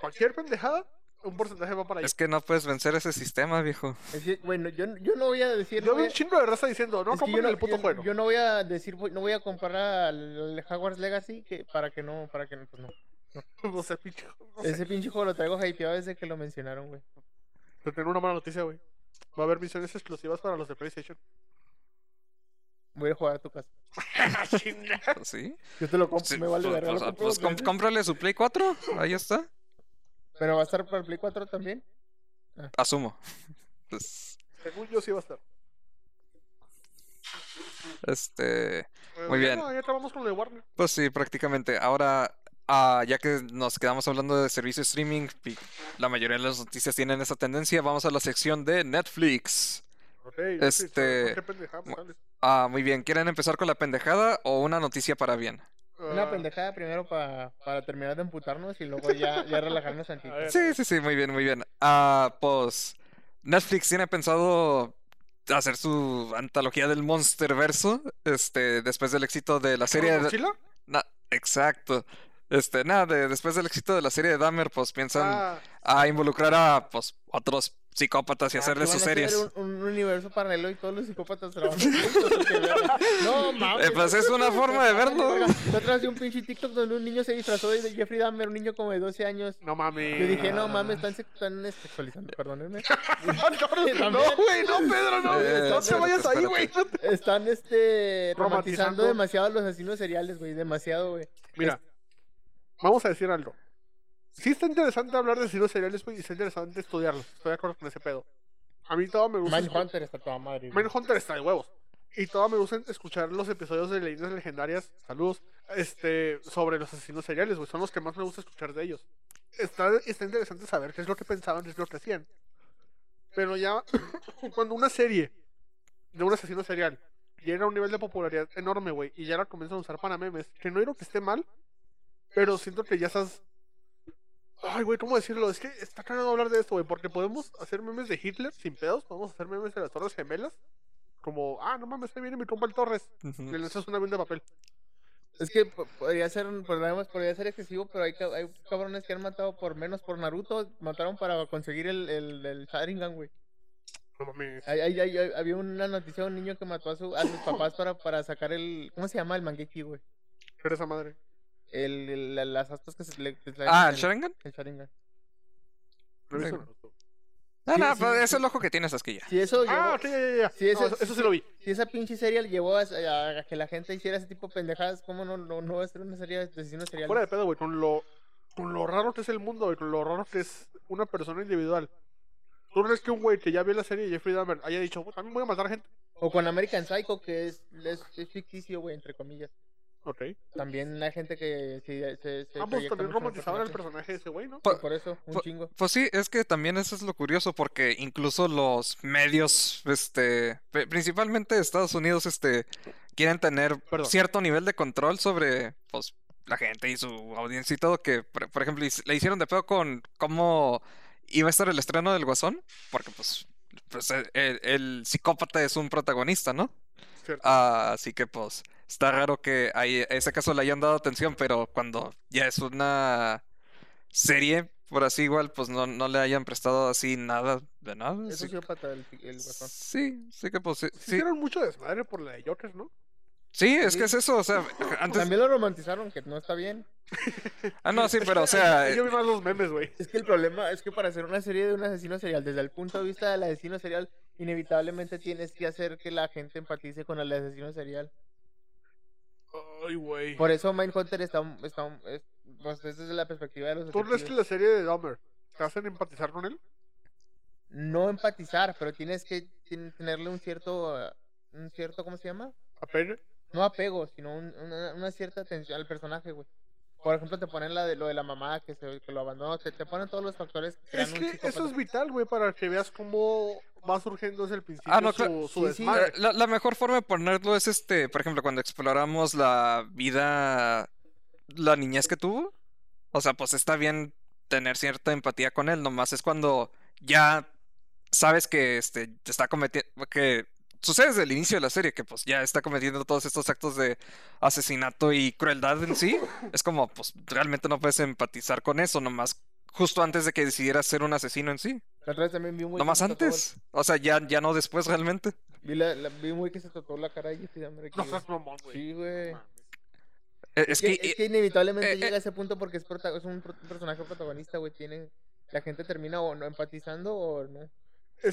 B: cualquier pendejada, un porcentaje va para allá.
A: Es que no puedes vencer ese sistema, viejo.
C: Es que, bueno, yo, yo no voy a decir...
B: Yo
C: no
B: vi
C: voy
B: un
C: a-
B: chingo de raza diciendo, no
C: es que yo
B: compren
C: no,
B: el puto
C: yo-
B: juego.
C: yo no voy a decir, voy- no voy a comparar al Hogwarts Legacy que, para que no, para que no, pues no.
B: O sea, pinche... no sé.
C: Ese pinche juego lo traigo hypeado desde que lo mencionaron, güey.
B: Te tengo una mala noticia, güey. Va a haber misiones exclusivas para los de PlayStation.
C: Voy a jugar a tu casa. Ah,
A: ¿Sí?
C: Yo te lo compro,
A: Sí,
C: me vale
A: pues,
C: verga. lo
A: pues,
C: compro
A: pues,
C: dos
A: com-
C: veces.
A: cómprale su Play 4, ahí está.
C: Pero va a estar para el Play 4 también.
A: Asumo. Pues,
B: Según yo sí va a estar.
A: este,
B: Eh,
A: Muy
B: ya
A: bien.
B: No, ya acabamos con lo de Warner.
A: pues sí, prácticamente. Ahora, ah, ya que nos quedamos hablando de servicio streaming, y la mayoría de las noticias tienen esa tendencia, vamos a la sección de Netflix.
B: Ok, yo sí,
A: Este,
B: ¿por qué pendejada me
A: mu-
B: sales?
A: Ah, muy bien. ¿Quieren empezar con la pendejada o una noticia para bien?
B: Ah,
C: Una pendejada primero pa- para terminar de emputarnos y luego ya, ya relajarnos tantito.
B: A ver.
A: Sí, sí, sí, muy bien, muy bien. Ah, pues Netflix tiene pensado hacer su antología del Monsterverso, este, después del éxito de la serie
C: Ah,
B: ¿una
A: de...
B: mochila?
A: na- exacto. Este, nada, de- después del éxito de la serie de Dahmer, pues piensan
B: Ah,
A: a involucrar a, pues, otros psicópatas y
C: Ah,
A: hacerle
C: que
A: sus
C: van a hacer
A: series.
C: Un, un universo paralelo y todos los psicópatas trabajan juntos, o qué verga. No mames.
A: Eh, pues es una forma de verlo.
C: Detrás de un pinche TikTok donde un niño se disfrazó de Jeffrey Dahmer, un niño como de 12 años.
B: no mames.
C: Yo dije, no mames, están, sex- están sexualizando, perdónenme.
B: no,
C: también.
B: no, güey, no, Pedro, no.
A: Eh,
B: no te
A: espérate,
B: vayas ahí,
A: espérate.
B: güey. no te-
C: Están este
B: Romantizando.
C: romantizando demasiado a los asesinos seriales, güey, demasiado, güey.
B: Mira, vamos a decir algo. Sí está interesante hablar de asesinos seriales, güey, y está interesante estudiarlos. Estoy de acuerdo con ese pedo. A mí todo me gusta. escu-
C: Mindhunter está toda madre. güey.
B: Manhunter está de huevos. Y todo me gusta escuchar los episodios de leyendas legendarias, saludos, este, sobre los asesinos seriales, güey. Son los que más me gusta escuchar de ellos. Está, está interesante saber qué es lo que pensaban, qué es lo que hacían. Pero ya, cuando una serie de un asesino serial llega a un nivel de popularidad enorme, güey, y ya la comienzan a usar para memes, que no digo que esté mal, pero siento que ya estás. Ay, güey, ¿cómo decirlo? Es que está cagado hablar de esto, güey, porque podemos hacer memes de Hitler sin pedos, podemos hacer memes de las Torres Gemelas, como, ah, no mames, ahí viene mi compa el Torres.
A: Ujú.
B: Le lanzas un avión de papel.
C: Es que po- podría ser, un- perdón, podría ser excesivo, pero hay, ca- hay cabrones que han matado por menos por Naruto, mataron para conseguir el, el, el Sharingan, güey.
B: No mames.
C: Hay- hay- hay- hay- había una noticia de un niño que mató a, su, a sus papás para, para sacar el, ¿cómo se llama? El Mangeki, güey.
B: Pero esa madre.
C: El, el-
B: Ah,
C: la- las astas que se le... que se le-
A: Ah, ¿el Sharingan?
C: el Sharingan.
B: No he visto
A: Venga.
B: Naruto.
A: No,
C: Sí,
A: Ah, no,
C: sí,
A: pero
C: sí.
A: ese es el ojo que tienes, Asquilla.
C: Si eso llevó-
B: Ah, sí, ya, ya, ya.
C: Sí,
B: No,
C: ese-
B: eso, eso sí lo vi.
C: si esa pinche serie llevó a, a- a que la gente hiciera ese tipo de pendejadas, ¿cómo no, no, no va a ser una serie de asesinos
B: Fuera de
C: seriales?
B: pedo, güey. Con lo, con lo raro que es el mundo, güey. Con lo raro que es una persona individual. ¿Tú crees que un güey que ya vio la serie de Jeffrey Dahmer haya dicho, "Puta, también voy a matar gente?
C: O con American Psycho, que es, es, es ficticio, güey, entre comillas.
B: Ok.
C: También hay gente que se, se, se
B: Ambos también
C: proyecta mucho en el
B: romantizaban el
C: personaje.
B: personaje de ese güey, ¿no?
A: Por-
C: Por eso, un
A: por-
C: chingo.
A: Pues sí, es que también eso es lo curioso, porque incluso los medios, este, pri- principalmente de Estados Unidos, este, quieren tener
B: Perdón.
A: cierto nivel de control sobre, pues, la gente y su audiencia y todo, que, por, por ejemplo, his- le hicieron de pedo con cómo iba a estar el estreno del Guasón, porque, pues, pues, el- el- el psicópata es un protagonista, ¿no?
B: Cierto.
A: Ah, así que pues está raro que a e- a ese caso le hayan dado atención, pero cuando ya es una serie, por así igual, pues no, no le hayan prestado así nada de nada.
C: Es
A: así-
C: sociópata el, el guasón.
A: Sí, sí que pues sí,
B: Sí
A: sí.
B: hicieron mucho desmadre por la de Jokers, ¿no?
A: Sí, es que
C: Sí.
A: es eso, o sea, antes...
C: También lo romantizaron, que no está bien.
A: Ah, no, sí, pero o sea,
B: Yo vi más los memes, güey.
C: Es que el problema es que para hacer una serie de un asesino serial, desde el punto de vista del asesino serial, inevitablemente tienes que hacer que la gente empatice con el asesino serial.
B: Ay, güey.
C: Por eso Mindhunter está, está es, pues desde la perspectiva de los
B: ¿Tú crees que
C: detectives.
B: la serie de Dahmer te hacen empatizar con él?
C: no empatizar, pero tienes que ten- tenerle un cierto eh, un cierto ¿cómo se llama?
B: ¿A Penn?
C: No apego, sino un- una, una cierta atención al personaje, güey. Por ejemplo, te ponen la de lo de la mamá que se que lo abandonó, te, te ponen todos los factores que crean
B: Es
C: un
B: que eso
C: psicópata.
B: es vital, güey, para que veas cómo va surgiendo desde el principio
A: Ah, no,
B: su,
A: claro.
B: su
C: Sí, eh, sí.
B: desmadre.
A: La, la mejor forma de ponerlo es este, por ejemplo, cuando exploramos la vida, la niñez que tuvo. O sea, pues está bien tener cierta empatía con él, nomás es cuando ya sabes que este te está cometiendo, que sucede desde el inicio de la serie, que pues ya está cometiendo todos estos actos de asesinato y crueldad en sí. Es como, pues realmente no puedes empatizar con eso, nomás justo antes de que decidieras ser un asesino en sí.
C: La otra vez también vi un güey que
A: Nomás
C: se tatuó el-
A: antes. O sea, ya, ya no después realmente.
C: Vi, la, la- vi un güey que se tatuó la cara de Jeffrey Dahmer aquí,
B: No
C: güey.
B: seas mamón, güey.
C: Sí, güey.
A: Eh,
C: Es que, es que inevitablemente
A: eh, eh.
C: llega a ese punto porque es, prota- es un, pro- un personaje protagonista, güey. Tiene, la gente termina o no empatizando o no.
B: Pues,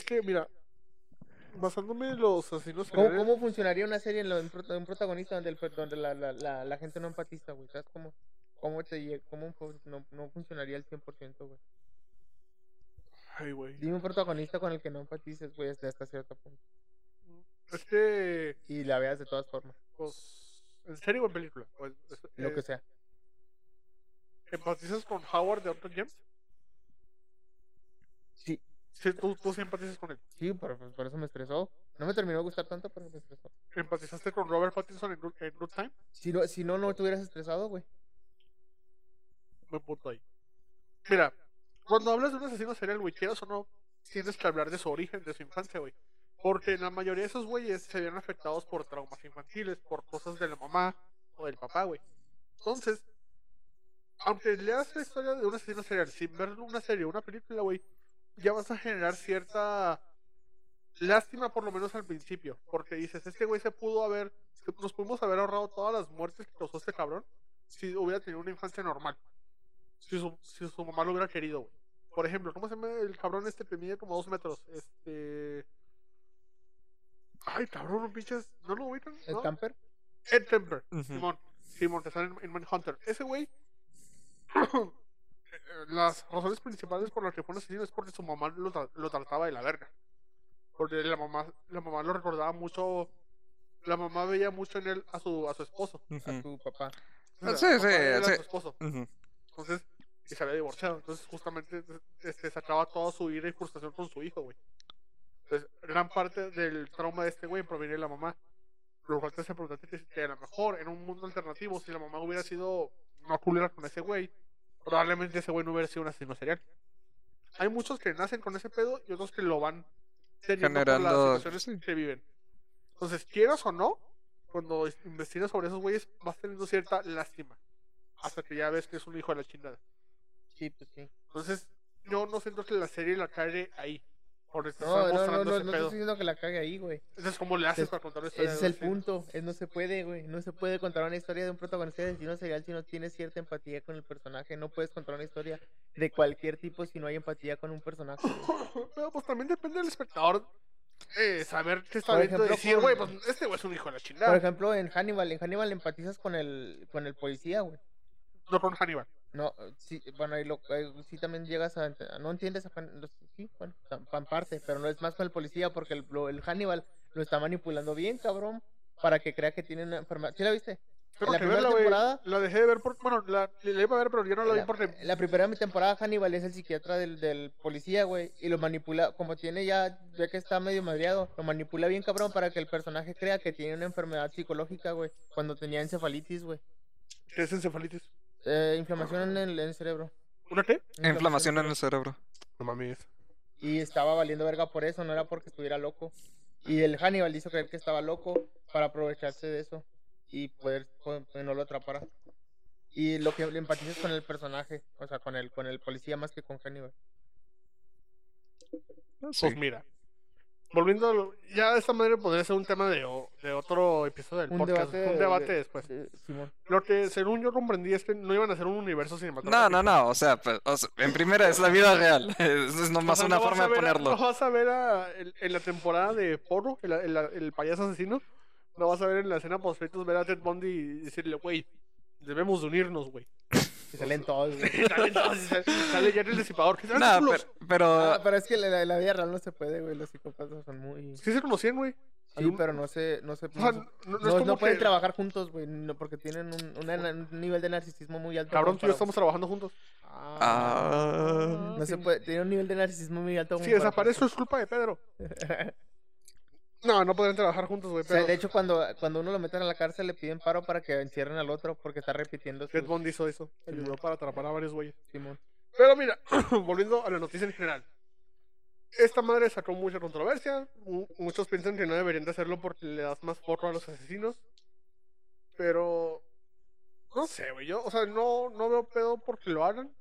B: Es que, mira, basándome en los asesinos
C: ¿Cómo,
B: seriales,
C: cómo funcionaría una serie en lo- en pro- de un protagonista donde, el per- donde la, la, la, la gente no empatiza, güey? ¿Sabes cómo, cómo, te, lle- cómo fu- no, no funcionaría al 100%, güey?
B: Ay, güey.
C: Dime un protagonista con el que no empatices, güey, hasta, hasta cierto punto.
B: Es que,
C: Y la veas de todas formas,
B: pues, en serie o en película. O en- es-
C: lo que
B: eh,
C: sea.
B: ¿Empatizas con Howard de Orton James?
C: Sí,
B: Sí, tú, tú sí empatizas con él.
C: sí, por, por- por eso me estresó. No me terminó de gustar tanto, pero me estresó.
B: ¿Empatizaste con Robert Pattinson en Good, en Good Time?
C: Si no, si no, no te hubieras estresado, güey.
B: Buen punto ahí. Mira, cuando hablas de un asesino serial, güey, quieras o no, tienes que hablar de su origen, de su infancia, güey. Porque la mayoría de esos güeyes se vieron afectados por traumas infantiles, por cosas de la mamá o del papá, güey. Entonces, aunque leas la historia de un asesino serial sin ver una serie o una película, güey, ya vas a generar cierta lástima, por lo menos al principio. Porque dices, este güey se pudo haber, nos pudimos haber ahorrado todas las muertes que causó este cabrón si hubiera tenido una infancia normal. Si su, si su mamá lo hubiera querido, güey. Por ejemplo, ¿cómo se llama el cabrón este que mide como dos metros? Este. Ay, cabrón, un pinche. ¿No lo ubican?
C: El
B: ¿No?
C: camper.
B: Ed Temper.
A: Ujú.
B: Simón. Simón, te sale en, en Manhunter. Ese güey. eh, las razones principales por las que fue un asesino es porque su mamá lo, tra- lo trataba de la verga. Porque la mamá, la mamá lo recordaba mucho. La mamá veía mucho en él a su, a su esposo.
C: a
A: Ujú,
C: tu papá.
A: Ah,
B: O sea,
A: sí,
B: la mamá
A: sí,
B: de él a
A: sí.
B: su esposo.
A: ujú.
B: Entonces, y se había divorciado. Entonces, justamente este, sacaba toda su ira y frustración con su hijo, güey. Entonces, gran parte del trauma de este güey proviene de la mamá. Lo cual te hace preguntarte que, que a lo mejor en un mundo alternativo, si la mamá hubiera sido no culera con ese güey, probablemente ese güey no hubiera sido un asesino serial. Hay muchos que nacen con ese pedo y otros que lo van teniendo por
A: Generando,
B: las situaciones
A: sí.
B: que viven. Entonces, quieras o no, cuando investigas sobre esos güeyes, vas teniendo cierta lástima. Hasta que ya ves que es un hijo de la chingada.
C: Sí, pues sí.
B: Entonces, yo no siento que la serie la cae ahí. Por eso están
C: No, no, no, no,
B: mostrando
C: no,
B: ese
C: estoy
B: pedo.
C: diciendo que la cague ahí, güey.
B: Entonces, ¿cómo le haces
C: Es-
B: para contar una historia
C: Ese es
B: de
C: el
B: así?
C: punto. Es, no se puede, güey. No se puede contar una historia de un protagonista de asesino serial si no tienes cierta empatía con el personaje. No puedes contar una historia de cualquier tipo si no hay empatía con un personaje. güey.
B: Pero pues también depende del espectador eh, saber qué está
C: Por
B: viendo y
C: ejemplo,
B: decir,
C: con-
B: güey, pues este güey es un hijo de la
C: Por
B: chingada.
C: ejemplo, en Hannibal. En Hannibal empatizas con el, con el policía, güey.
B: No con Hannibal.
C: No, eh, sí, bueno, y lo, eh, sí también llegas a... ent- No entiendes a Hann- los- Sí, bueno, tam- pan parte, pero no es más con el policía porque el, lo- el Hannibal lo está manipulando bien, cabrón, para que crea que tiene una enfermedad. ¿Sí la viste?
B: Tengo
C: la
B: que
C: primera
B: verla, güey.
C: temporada-
B: La dejé de ver por. Bueno, la, la iba a ver, pero ya no la vi
C: La,
B: porque.
C: la primera temporada Hannibal es el psiquiatra del, del policía, güey, y lo manipula, como tiene ya, ya que está medio madreado, lo manipula bien, cabrón, para que el personaje crea que tiene una enfermedad psicológica, güey, cuando tenía encefalitis, güey.
B: ¿Qué es encefalitis?
C: Eh, inflamación en el, en el cerebro.
B: ¿Una qué?
A: Inflamación en el cerebro.
B: No mames.
C: y estaba valiendo verga por eso, no era porque estuviera loco. Y el Hannibal hizo creer que estaba loco para aprovecharse de eso y poder po- que no lo atrapara. Y lo que le empatizas con el personaje, o sea, con el con el policía más que con Hannibal.
A: Sí.
B: Pues mira. Volviendo a lo- Ya de esta manera podría ser un tema de, o- de otro episodio del
C: Un
B: podcast.
C: debate
B: un
C: de-
B: debate
C: de-
B: después.
C: Eh, Simón.
B: Lo que según yo comprendí es que no iban a hacer un universo cinematográfico.
A: No, no, no, o sea, pues, o sea, en primera es la vida real, es es
B: O
A: nomás
B: sea,
A: una
B: no vas
A: forma
B: Pues, a
A: de
B: ver a-
A: ponerlo.
B: no vas a ver a- en, en la temporada de Poro, el, el- el payaso asesino. No vas a ver en la escena post ver a Ted Bundy y decirle, güey, debemos de unirnos, güey.
C: Y salen todos. güey.
B: Y sale, entonces, sale, sale Jared el disipador. ¿Qué
A: No, pero, pero-
C: Ah, pero es que la, la- la vida real no se puede, güey. Los psicópatas son muy.
B: Sí se conocían, güey.
C: Sí, pero no se. No, se,
B: O sea,
C: no, se-
B: no, no es
C: no-
B: como
C: no pueden
B: que,
C: trabajar juntos, güey. no, porque tienen un, una- un nivel de narcisismo muy alto.
B: Cabrón,
C: como
B: tú y yo
C: para-
B: estamos trabajando juntos.
C: Ah.
A: Ah,
C: No se puede, tiene un nivel de narcisismo muy alto.
B: Si
C: como para-
B: desaparezco es culpa de Pedro. No, no podrían trabajar juntos, güey.
C: O sea,
B: Pero
C: de hecho, cuando, cuando uno lo meten a la cárcel, le piden paro para que encierren al otro porque está repitiendo
B: Ted
C: su
B: Bundy hizo eso. Ayudó para atrapar a varios güeyes.
C: Simón.
B: Pero mira, volviendo a la noticia en general. Esta madre sacó mucha controversia. mu- Muchos piensan que no deberían de hacerlo porque le das más porro a los asesinos. Pero. No sé, güey. Yo, o sea, no, no veo pedo porque lo hagan.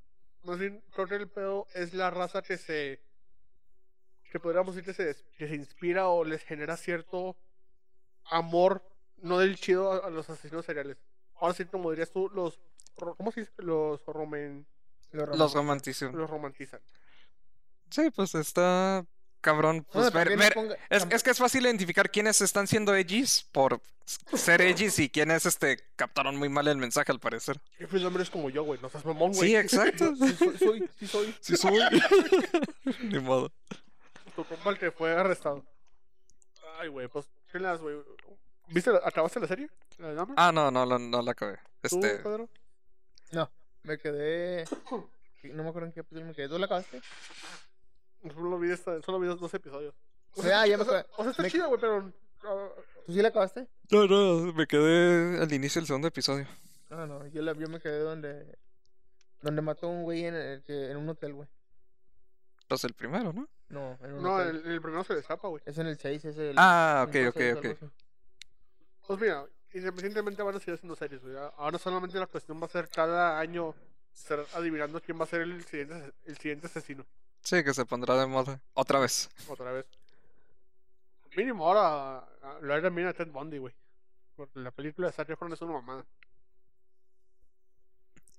B: Más bien, creo que el pedo es la raza que se. que podríamos decir que se, des- que se inspira o les genera cierto amor, no del chido, a, a los asesinos seriales. Ahora sí, como dirías tú, los. ro- ¿Cómo se dice? Los romen
C: Lo roban.
A: los romantizan.
B: los romantizan.
A: Sí, pues está cabrón. pues,
C: Bueno,
A: ver-
C: también
A: ver-
C: ponga-
A: es,
C: tam-
A: es que es fácil identificar quiénes están siendo edgys por ser edgys y quiénes este, captaron muy mal el mensaje, al parecer.
B: Yo fui hombres pues, como yo, güey. No seas mamón, güey.
A: Sí, exacto.
B: Sí, soy, soy, sí soy.
A: Sí, soy. Ni modo.
B: Tu compa el que fue arrestado. Ay, güey, pues, ¿qué le das, güey? ¿Viste, la- acabaste la serie? ¿La de Dahmer?
A: Ah, no, no, no, no la acabé.
B: ¿Tú, pues.
A: Este,
B: Pedro?
C: Me quedé. No me acuerdo en qué episodio me quedé. ¿Tú la acabaste?
B: Solo vi, esta, solo vi dos, dos episodios. O
C: Ah, ya me
B: o sea,
C: acuerdo.
B: o sea, está
C: Me-
B: chida, güey, pero... ah,
C: ¿Tú sí la acabaste?
A: no, no, me quedé al inicio del segundo episodio.
C: No, no, yo, la, yo me quedé donde. Donde mató a un güey en, el que- en un hotel, güey.
A: Pues el primero, ¿no?
C: No, en un
B: no,
C: hotel.
B: el, el primero se le escapa, güey.
C: Es en el 6, es el.
A: Ah, ok,
C: el
A: ok,
C: 12,
A: ok.
C: algo así.
B: Pues mira, independientemente van a seguir haciendo series, güey. Ah, Ahora solamente la cuestión va a ser cada año estar adivinando quién va a ser el siguiente, el siguiente asesino.
A: Sí, que se pondrá de moda. Otra vez.
B: Otra vez. Mínimo ahora ah, lo era bien a Ted Bundy, güey. Porque la película de Zac Efron es una mamada.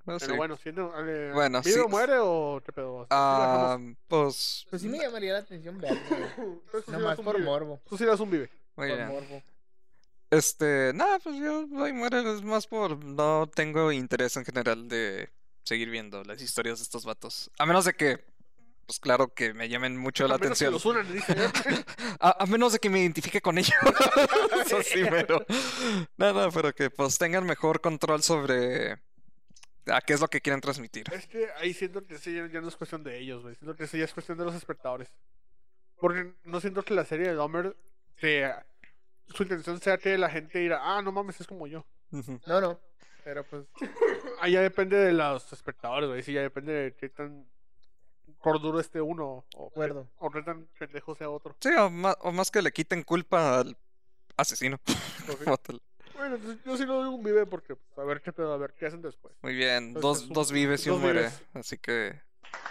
A: No sé.
B: Pero bueno, siendo. Eh,
A: Bueno,
B: ¿Vive
A: sí.
B: o muere o qué pedo? Así
A: Ah,
B: la
A: pues.
C: Pues sí me llamaría la atención, verlo, güey.
B: dejamos. Tú sí
C: Nomás
B: das un
C: por
B: vive.
C: morbo.
B: Tú sí das un vive.
A: Muy
C: Por
A: bien.
C: morbo.
A: Este, nada, pues yo ahí muere, es más por no tengo interés en general de seguir viendo las historias de estos vatos. A menos de que, pues claro que me llamen mucho la
B: A menos que
A: atención.
B: los unan, dice.
A: A, a menos de que me identifique con ellos. Eso sí, pero. Nada, pero que pues tengan mejor control sobre a qué es lo que quieren transmitir.
B: Es que ahí siento que sí, ya ya no es cuestión de ellos, güey. Siento que sí, ya es cuestión de los espectadores. Porque no siento que la serie de Dahmer te- su intención sea que la gente dirá, ah, no mames, es como yo.
A: Ujú.
C: No, no. Pero pues.
B: Ahí Ah, ya depende de los espectadores, güey. Sí, ya depende de qué tan corduro esté uno o, qué-
C: Acuerdo.
B: o qué tan pendejo sea otro.
A: Sí, o ma- o más, que le quiten culpa al asesino.
B: Ok.
A: como tal.
B: Bueno, entonces, yo sí lo doy un vive porque pues, a ver qué pedo, a ver qué hacen después.
A: Muy bien,
B: Entonces,
A: dos,
B: un-
A: dos vives y un
B: dos
A: muere.
B: vives.
A: Así que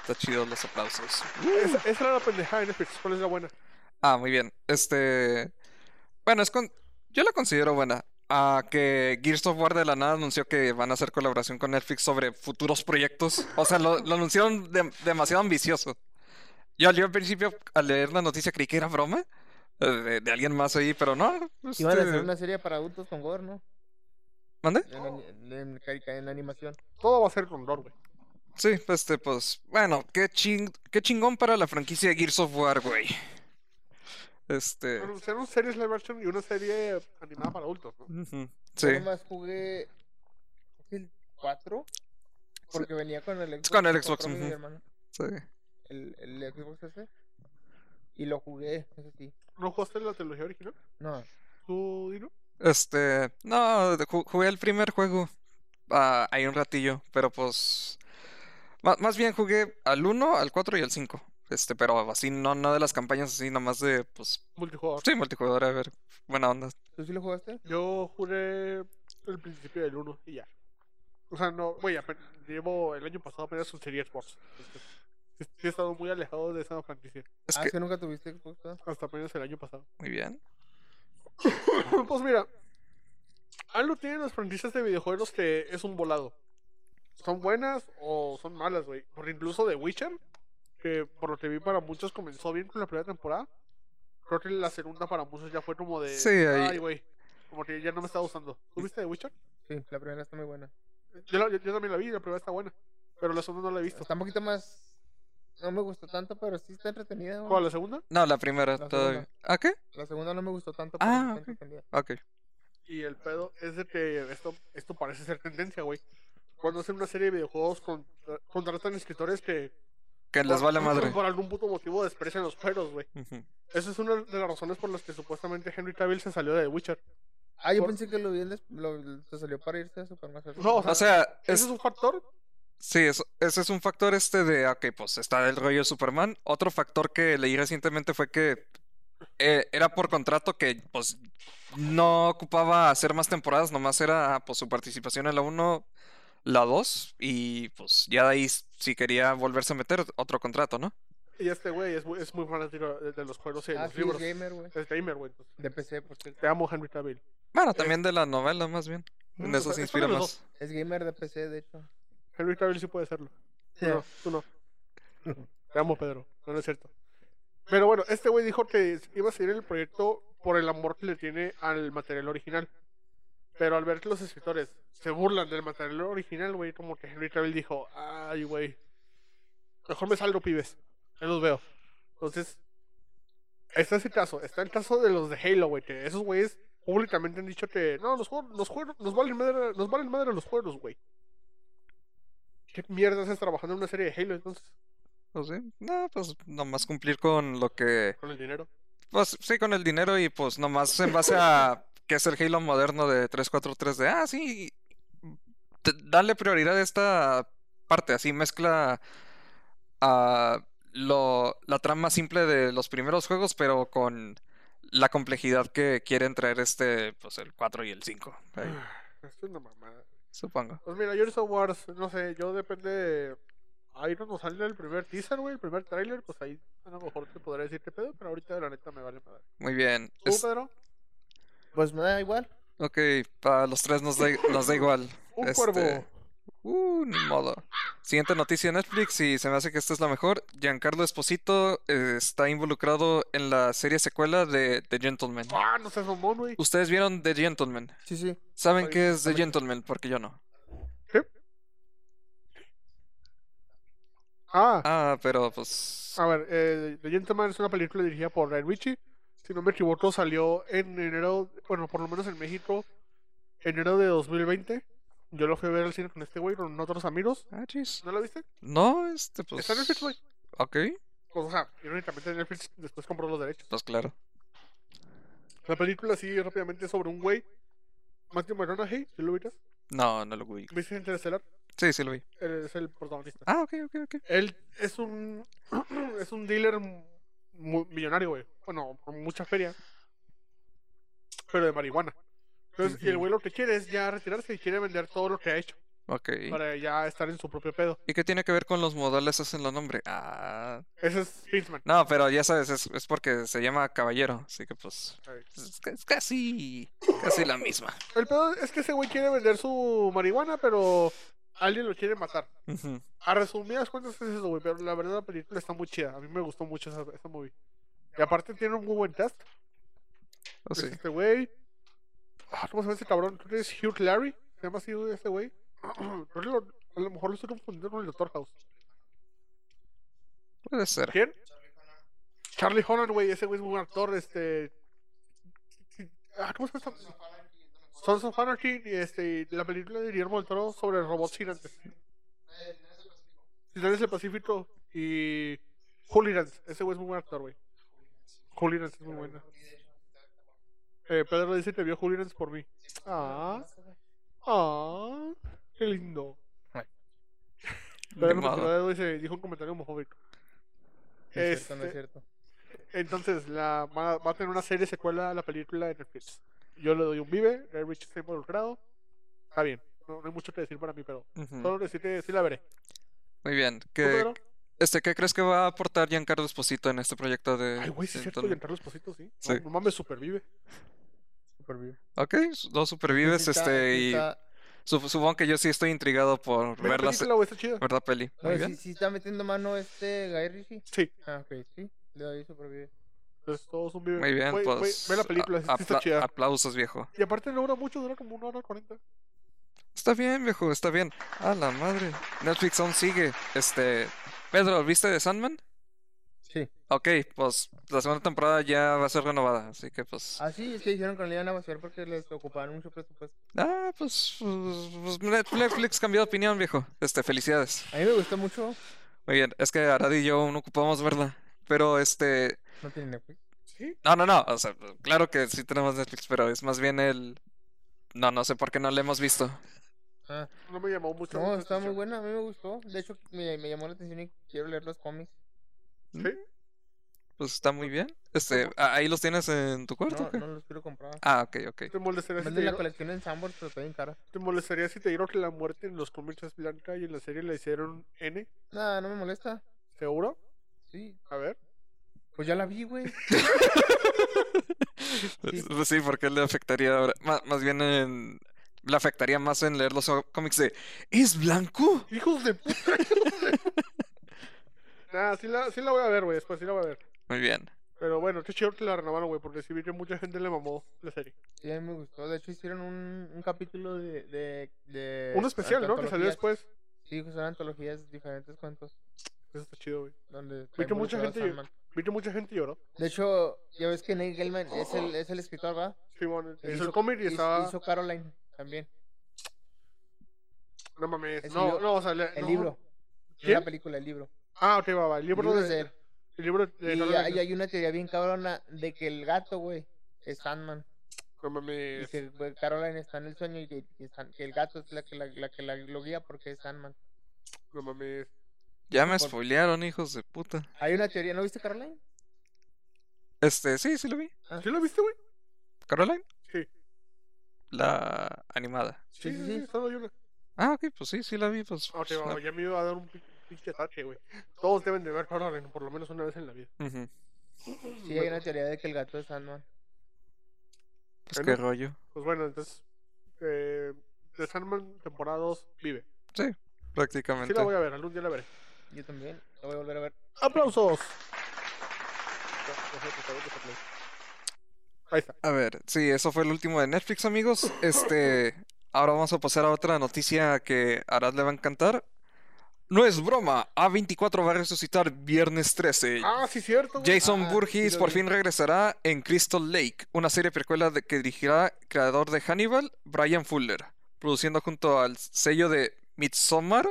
A: Está chido los aplausos.
B: Esa, esa era la pendejada de Netflix. ¿Cuál es la buena?
A: Ah, muy bien. Este. Bueno, es con... yo la considero buena. Ah, que Gears of War de la nada anunció que van a hacer colaboración con Netflix sobre futuros proyectos. O sea, lo, lo anunciaron de- demasiado ambicioso. Yo al, yo al principio, al leer la noticia, creí que era broma eh, de, de alguien más ahí, pero no.
C: Iban a
A: este,
C: hacer una serie para adultos con Gore, ¿no?
A: ¿Mande?
C: En, ani- en carica- en animación.
B: Todo va a ser con Lord, güey.
A: Sí, este, pues, bueno, qué, ching... qué chingón para la franquicia de Gears of War, güey. Este.
B: Anunciaron series live action y una serie animada para adultos, ¿no?
A: ujú,
C: Yo
A: Sí.
C: nomás jugué el 4 porque venía con el Xbox.
A: con el
C: que
A: Xbox,
C: compró mi
A: ujú.
C: hermano,
A: Sí.
C: el, el Xbox ese. Y lo jugué, eso sí.
B: ¿No jugaste la trilogía original?
C: No,
B: ¿Tú, Dino?
A: Este, no, de- ju- jugué el primer juego ah, ahí un ratillo, pero pues ma- más, bien jugué al 1, al 4 y al 5. Este, pero así no no de las campañas así nomás de pues
B: Multijugador.
A: sí, multijugador, a ver, buena onda.
C: ¿tú sí lo jugaste?
B: Yo juré el principio del 1 y ya. O sea, no, güey, apen- llevo el año pasado apenas un serie Xbox. Entonces, sí- sí he estado muy alejado de esa franquicia.
A: Es
C: ah,
A: que
C: es que nunca tuviste Xbox. Ah, ¿verdad?
B: Hasta apenas el año pasado.
A: muy bien.
B: pues mira, algo tienen las franquicias de videojuegos que es un volado. ¿Son buenas o son malas, güey? Porque incluso The Witcher, que por lo que vi para muchos comenzó bien con la primera temporada, creo que la segunda para muchos ya fue como de...
A: Sí, ahí-
B: Ay, güey. Como que ya no me está gustando. ¿Tú viste The Witcher?
C: Sí, la primera está muy buena.
B: Yo, la- yo, yo también la vi, la primera está buena. Pero la segunda no la he visto.
C: Está un poquito más. No me gustó tanto, pero sí está entretenida. güey.
B: ¿Cuál, la segunda?
A: No, la primera
C: La
A: todavía. ¿Ah, qué?
C: La segunda no me gustó tanto, pero
A: Ah,
C: sí está
A: ok.
C: entretenida.
A: Ok.
B: Y el pedo es de que esto, esto parece ser tendencia, güey. Cuando hacen una serie de videojuegos, con- contratan escritores que
A: Que les
B: por-
A: vale madre.
B: Por algún puto motivo desprecian los perros, güey.
A: Ujú.
B: Esa es una de las razones por las que supuestamente Henry Cavill se salió de The Witcher.
C: Ah, yo
B: Por-
C: pensé que lo vi, en des- lo- se salió para irse a Superman.
B: No,
A: O sea,
B: Ese
A: es
B: es un factor.
A: Sí, eso, ese es un factor este de, ok, pues está el rollo de Superman. Otro factor que leí recientemente fue que eh, era por contrato que pues no ocupaba hacer más temporadas, nomás era pues su participación en la 1, la 2 y pues ya de ahí si quería volverse a meter otro contrato, ¿no?
B: Y este güey es muy, es muy fanático de, de los juegos y de
C: ah,
B: los
C: sí, es
B: libros.
C: gamer, güey.
B: Es gamer, güey. entonces,
C: De PC, por cierto.
B: Te amo, Henry Cavill.
A: Bueno, también de la novela más bien. En
B: Mm,
A: eso
B: Eh, pues,
A: se
B: es uno
A: inspira
B: de los
A: más.
C: Es gamer de PC, de hecho.
B: dos. Henry Cavill sí puede hacerlo. Tú
C: Ya.
B: no, tú no. Te amo, Pedro. No, no es cierto. Pero bueno, este güey dijo que iba a seguir el proyecto por el amor que le tiene al material original. Pero al ver que los escritores se burlan del material original, güey, como que Henry Cavill dijo, ay, güey, mejor me salgo, pibes. Ahí los veo. Entonces, está ese caso. Está el caso de los de Halo, güey, que esos güeyes públicamente han dicho que, no, los juegos, los juegos, nos valen madre, nos valen madre los juegos, güey. ¿Qué mierda haces trabajando en una serie de Halo entonces?
A: Pues sí, no, pues nomás cumplir con lo que...
B: Con el dinero.
A: Pues sí, con el dinero y pues nomás en base a que es el Halo moderno de 343 de, ah, sí, d- dale prioridad a esta parte, así mezcla ah, lo, la trama simple de los primeros juegos, pero con la complejidad que quieren traer este, pues el 4 y el 5, ahí,
B: Es una mamada.
A: supongo.
B: Pues mira, Gears of Wars, no sé, yo depende de... Ahí no nos sale el primer teaser, güey, el primer tráiler, pues ahí a lo mejor te podré decir qué pedo, pero ahorita la neta me vale madre.
A: Muy bien.
B: ¿Tú,
A: es-
B: Pedro?
C: Pues me da igual.
A: ok, para los tres nos da, nos da igual.
B: Un
A: este,
B: cuervo.
A: Uh, ni modo. Siguiente noticia de Netflix y se me hace que esta es la mejor. Giancarlo Esposito eh, está involucrado en la serie secuela de The Gentleman.
B: Ah, no seas mamón, güey.
A: Ustedes vieron The Gentleman.
C: Sí, sí.
A: ¿Saben
B: Oye,
A: qué es The
B: también-
A: Gentleman? Porque yo no.
B: Ah,
A: Ah, pero pues...
B: a ver, eh, The Gentleman es una película dirigida por Ryan Ritchie. Si no me equivoco, salió en enero, bueno, por lo menos en México, enero de 2020. Yo lo fui a ver al cine con este güey, con otros amigos.
A: Ah, chis.
B: ¿No lo viste?
A: No, este pues...
B: Está en Netflix, güey.
A: Ok,
B: Pues, o sea, irónicamente Netflix después compró los derechos.
A: pues claro.
B: La película sigue rápidamente es sobre un güey, Matthew McConaughey, si lo ubicas,
A: No, no lo vi.
B: ¿viste Interestelar?
A: Sí, sí lo vi.
B: Él es el protagonista.
A: Ah, ok, ok, ok.
B: Él es un es un dealer mu- millonario, güey. Bueno, con mucha feria, pero de marihuana. Entonces, y el güey lo que quiere es ya retirarse y quiere vender todo lo que ha hecho.
A: Ok.
B: para ya estar en su propio pedo.
A: ¿Y qué tiene que ver con los modales esos en los nombres? Ah,
B: Ese es Pinsman.
A: no, pero ya sabes, es, es porque se llama caballero, así que pues
B: Ahí.
A: es, ca- es casi, casi la misma.
B: El pedo es que ese güey quiere vender su marihuana, pero alguien lo quiere matar.
A: Ujú.
B: A resumidas cuentas es eso, güey, pero la verdad la película está muy chida. A mí me gustó mucho esa, esa movie. Y aparte tiene un muy buen cast.
A: Oh,
B: Es
A: sí.
B: Este güey. Ah, ¿Cómo se llama ese cabrón? Creo que es Hugh Larry. Se llama así güey, ese güey. Creo que lo- a lo mejor lo estoy confundiendo con el Doctor House.
A: Puede ser.
B: ¿Quién? Charlie Holland, güey. Ese güey es un actor, este... Ah, ¿Cómo se llama? esta- Sons of Anarchy y este, y la película de Guillermo del Toro sobre robots gigantes. Titanes del Pacífico y Hooligans. Ese güey es muy buen actor, güey. Hooligans es muy buena. Eh, Pedro dice que vio Hooligans por mí. Ah, ah, qué lindo.
A: Ni
B: Pedro
A: modo.
B: Maldonado dice, dijo un comentario homofóbico.
C: No es cierto, no es
B: Este,
C: cierto.
B: entonces, la, va, va a tener una serie secuela a la película de Netflix. Yo le doy un vive, Guy Ritchie está involucrado. Está bien, no, no hay mucho que decir para mí, pero
A: Ujú.
B: solo decir que sí la veré. ¿Tú,
A: Muy bien. ¿Qué,
B: Pedro?
A: este, ¿Qué crees que va a aportar Giancarlo Esposito en este proyecto de...
B: Ay, güey, sí es
A: de
B: cierto,
A: Tolman?
B: Giancarlo Esposito, sí.
A: Sí.
B: No, no mames, supervive.
C: Supervive.
A: Ok, dos supervives,
C: Sí está-
A: este,
C: sí
A: y
C: está-
A: sup- supongo que yo sí estoy intrigado por
B: Ve la
A: ver la, se-
B: película, güey, está chida.
A: ver la peli.
C: no,
A: Muy
C: sí-
A: bien.
C: sí está metiendo mano este Guy Ritchie.
B: Sí,
C: Ah, ok, sí. Le doy supervive.
B: entonces todos un vive.
A: Muy bien,
B: Güey, güey,
A: pues.
B: ve la
A: a-
B: película, sí está
A: apla-
B: chida.
A: Aplausos, viejo.
B: Y aparte no dura mucho, dura como una hora cuarenta.
A: Está bien, viejo, está bien. A la madre. Netflix aún sigue. Este. Pedro, ¿viste de Sandman?
C: Sí.
A: Ok, pues la segunda temporada ya va a ser renovada, así que pues.
C: Ah, sí, es que dijeron que no le iban a vaciar porque les ocupaban mucho presupuesto.
A: Ah, pues. pues, pues, Net- Netflix cambió de opinión, viejo. Este, felicidades.
C: A mí me gustó mucho.
A: Muy bien, es que Arad y yo aún ocupamos verla. Pero este.
C: No tiene Netflix.
B: Sí,
A: No, no, no. O sea, claro que sí tenemos Netflix, pero es más bien el. No, no sé por qué no la hemos visto.
C: Ah,
B: no me llamó mucho.
C: no,
B: la
C: está muy
B: atención.
C: buena. A mí me gustó. De hecho, me, me llamó la atención y quiero leer los cómics.
A: Pues está muy bien. Este, ¿ah, ¿ahí los tienes en tu cuarto? o
C: No,
A: qué?
C: no los quiero comprar.
A: Ah, ok, ok.
B: ¿Te molestaría, si te,
C: Venden la
B: digo-
C: colección en Sanborns, pero está bien cara.
B: te molestaría si te digo que la muerte en los cómics es blanca y en la serie la hicieron N?
C: Nada, no me molesta.
B: ¿Seguro?
C: Sí.
B: A ver.
C: Pues ya la vi, güey.
A: Pues, pues Sí, porque le afectaría ahora. Má- más bien en- le afectaría más en leer los o- cómics de ¿Es blanco?
B: ¡Hijos de puta! Nada, sí la, sí la voy a ver, güey. Después sí la voy a ver.
A: Muy bien.
B: Pero bueno, qué chido que la renovaron, güey. Porque sí vi que mucha gente le mamó la serie.
C: Sí, a mí me gustó. De hecho, hicieron un, un capítulo de, de, de
B: Uno especial, ¿no? Que salió
C: Eh, antologías.
B: después.
C: Sí, pues, son antologías diferentes cuentos.
B: Eso está chido, güey.
C: Donde está
B: Vi que mucha
C: involucrado
B: gente llo-
C: Sandman.
B: Vi que mucha gente lloró.
C: De hecho, ya ves que Neil Gaiman es el, es el escritor, ¿verdad?
B: Simón,
C: Él
B: hizo el cómic y
C: hizo-
B: estaba.
C: hizo Caroline también.
B: No mames.
C: el
B: No,
C: libro-
B: no, o sea, le-
C: El
B: no.
C: libro. No
B: ¿Quién?
C: la película, el libro.
B: Ah, ok, va, va. El
C: El
B: libro
C: libro es de
B: de.
C: él.
B: El libro de.
C: Y
B: Harold
C: hay,
B: Ramis.
C: hay una teoría bien cabrona de que el gato, güey, es Sandman.
B: No
C: Y
B: mames.
C: que güey, Caroline está en el sueño y que, que San- que el gato es la que, la, la que la, lo guía porque es Sandman.
B: No mames.
A: Ya me
C: Por-
A: spoilearon, hijos de puta.
C: Hay una teoría, ¿no viste Caroline?
A: Este, sí, sí lo vi.
B: ¿Sí lo viste, güey?
A: ¿Caroline?
B: Sí.
A: La animada.
B: Sí,
C: Sí,
B: sí,
C: sí,
B: sí.
C: sí.
B: Solo hay una.
A: Ah, ok, pues sí, sí la vi. Pues,
B: Ah, Ok,
A: pues,
B: va,
A: la-
B: va. Ya me iba a dar un pin- pinche ataque, güey. Todos deben de ver Caroline por lo menos una vez en la vida.
A: Ujú.
C: Sí, hay una teoría de que el gato es Sandman.
A: Pues qué
B: Bueno.
A: rollo.
B: Pues bueno, entonces. Eh, The Sandman, temporada 2, vive. Sí
A: Prácticamente.
B: la voy a ver, algún día la veré.
C: Yo también, lo voy a volver a ver.
B: ¡Aplausos! Ya, ya sé, por favor, los aplausos. Ahí está.
A: A ver, sí, eso fue el último de Netflix, amigos. Este, ahora vamos a pasar a otra noticia que a Arad le va a encantar. No es broma, A24 va a resucitar viernes 13.
B: Ah, sí, cierto. güey.
A: Jason
C: Ah, sí
A: Burgess
C: lo
A: por
C: vi.
A: fin regresará en Crystal Lake, una serie precuela de- que dirigirá el creador de Hannibal, Brian Fuller, produciendo junto al sello de Midsommar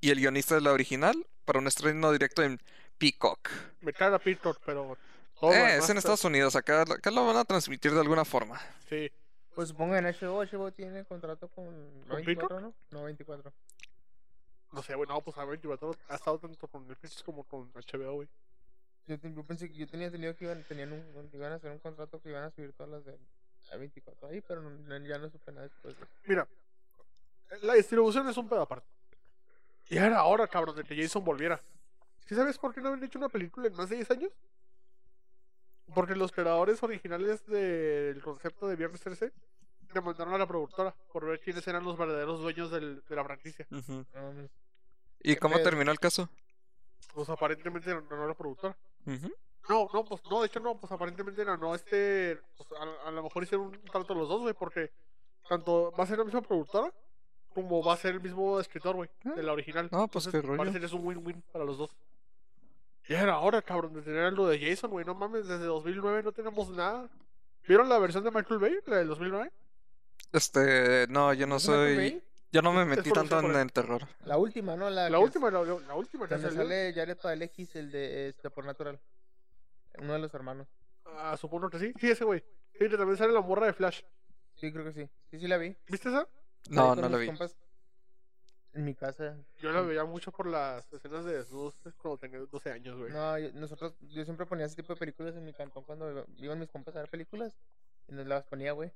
A: y el guionista de la original para un estreno directo en Peacock.
B: Me cae la Peacock, pero.
C: Oh,
B: todo
A: Eh,
B: lo demás
A: es en
B: está-
A: Estados Unidos, acá, acá lo van a transmitir de alguna forma.
B: Sí.
C: Pues supongo en HBO, HBO tiene contrato con... ¿no,
B: ¿Con
C: 24, ¿no? No, 24.
B: No sé, bueno, pues a ver, yo ha estado tanto con Netflix como con HBO, güey.
C: Yo, te- yo pensé que yo tenía entendido que iban, tenían un, que iban a hacer un contrato que iban a subir todas las de a 24 ahí, pero no- no- ya no supe nada después.
B: Mira, La distribución es un pedo aparte. Y era ahora, cabrón, de que Jason volviera. ¿Sí sabes por qué no habían hecho una película en más de 10 años? Porque los creadores originales del concepto de Viernes 13 demandaron a la productora por ver quiénes eran los verdaderos dueños del- de la franquicia.
A: Ujú.
C: No mames.
A: ¿Y
C: Qué
A: cómo
C: pedo.
A: terminó el caso?
B: Pues aparentemente no no era la productora.
A: Ujú.
B: No, no, pues no, de hecho no, pues aparentemente no, no, este, pues, a, a lo mejor hicieron un trato los dos, güey, porque tanto va a ser la misma productora como va a ser el mismo escritor, güey, de la original.
A: No, pues, qué rollo.
B: Parece que es un win-win para los dos. Ya era hora, cabrón, de tener algo de Jason, güey, no mames, desde 2009 no tenemos nada. ¿Vieron la versión de Michael Bay, la del 2009?
A: Este, no, yo no
C: ¿Es Michael
A: soy.
C: Bay?
A: Yo no me
B: Es- es
A: metí
B: por-
A: tanto
B: es por
A: en
B: el-
A: el terror.
C: La última, ¿no? La,
B: La
C: Ah, que-
B: última, la, la- la última que
C: Donde
B: salió.
C: sale Jared Padalecki, el de este, por natural. Uno de los hermanos.
B: Ah, supongo que sí, sí, ese güey. Sí, que también sale la morra de Flash.
C: Sí, creo que sí. Sí, sí la vi.
B: ¿Viste esa?
C: La
A: No,
C: con
A: no lo
C: mis
A: vi.
C: compas En mi casa.
B: Yo la veía mucho por las escenas de desnudos pues, cuando tenía 12 años, güey.
C: No, yo- nosotros, yo siempre ponía ese tipo de películas en mi cantón cuando iba- iban mis compas a ver películas. Y nos las ponía, güey.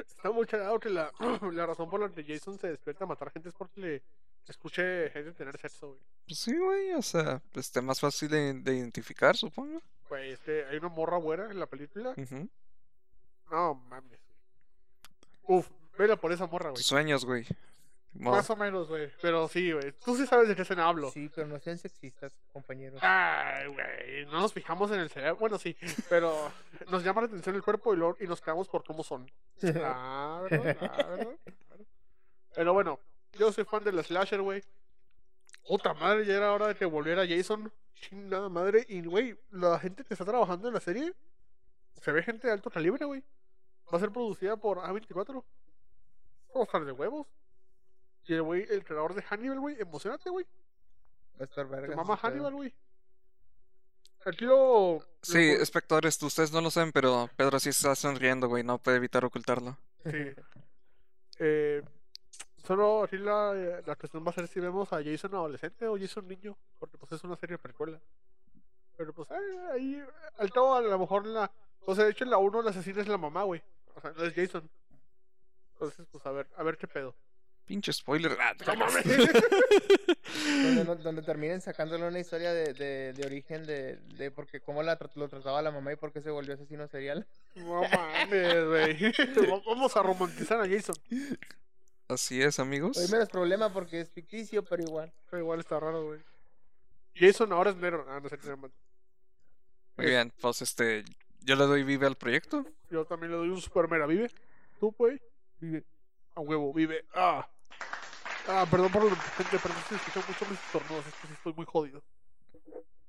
B: Está muy cagado que la, la razón por la que Jason se despierta a matar gente es porque le escuche gente tener sexo, güey.
A: Pues sí, güey, o sea, este, más fácil de, de identificar, supongo.
B: Güey, este, hay una morra buena en la película.
A: Ujú.
B: No mames, güey. Uf, vela por esa morra,
A: Tus
B: güey.
A: sueños, güey. Mo-
B: Más o menos, güey. Pero sí, güey. Tú sí sabes de qué escena hablo.
C: Sí, pero no sean sexistas, compañeros.
B: Ah, Ay, güey. No nos fijamos en el cerebro. Bueno, sí. Pero nos llama la atención el cuerpo y, lo- y nos quedamos por cómo son. Ah, ¿verdad? Ah, ¿verdad? Pero bueno, yo soy fan del slasher, güey. Puta madre, ya era hora de que volviera Jason. Chingada madre. Y, güey, la gente que está trabajando en la serie se ve gente de alto calibre, güey. Va a ser producida por A24. Vamos a estar de huevos. Y el güey, el creador de Hannibal, güey, emocionate, güey.
C: Va a estar verga.
B: Te mama Hannibal, güey. Aquí lo.
A: Sí, espectadores, ustedes no lo saben, pero Pedro sí está sonriendo, güey, no puede evitar ocultarlo.
B: Sí. Eh, solo aquí la, eh, la cuestión va a ser si vemos a Jason adolescente o Jason niño, porque pues es una serie precuela. Pero pues eh, ahí, eh, al cabo a lo mejor la... O sea, de hecho en la 1 la asesina es la mamá, güey. O sea, no es Jason. Entonces, pues a ver, a ver qué pedo.
A: Pinche spoiler. Ah, te cagas.
C: Donde, no- donde terminen sacándole una historia de, de, de origen de, de porque cómo la, trat- lo trataba la mamá y por qué se volvió asesino serial.
B: No mames, güey. Vamos a romantizar a Jason.
A: Así es, amigos.
C: Hoy menos problema porque es ficticio, pero igual.
B: Pero igual está raro, güey. Jason ahora es negro. Ah, no sé qué se llama.
A: Muy bien, pues este, yo le doy vive al proyecto.
B: Yo también le doy un super mera. ¿Vive? ¿Tú, güey? Vive. A huevo, vive. Ah. Ah, perdón por lo gente, perdón si escuchan mucho mis tornos, es que sí estoy muy jodido.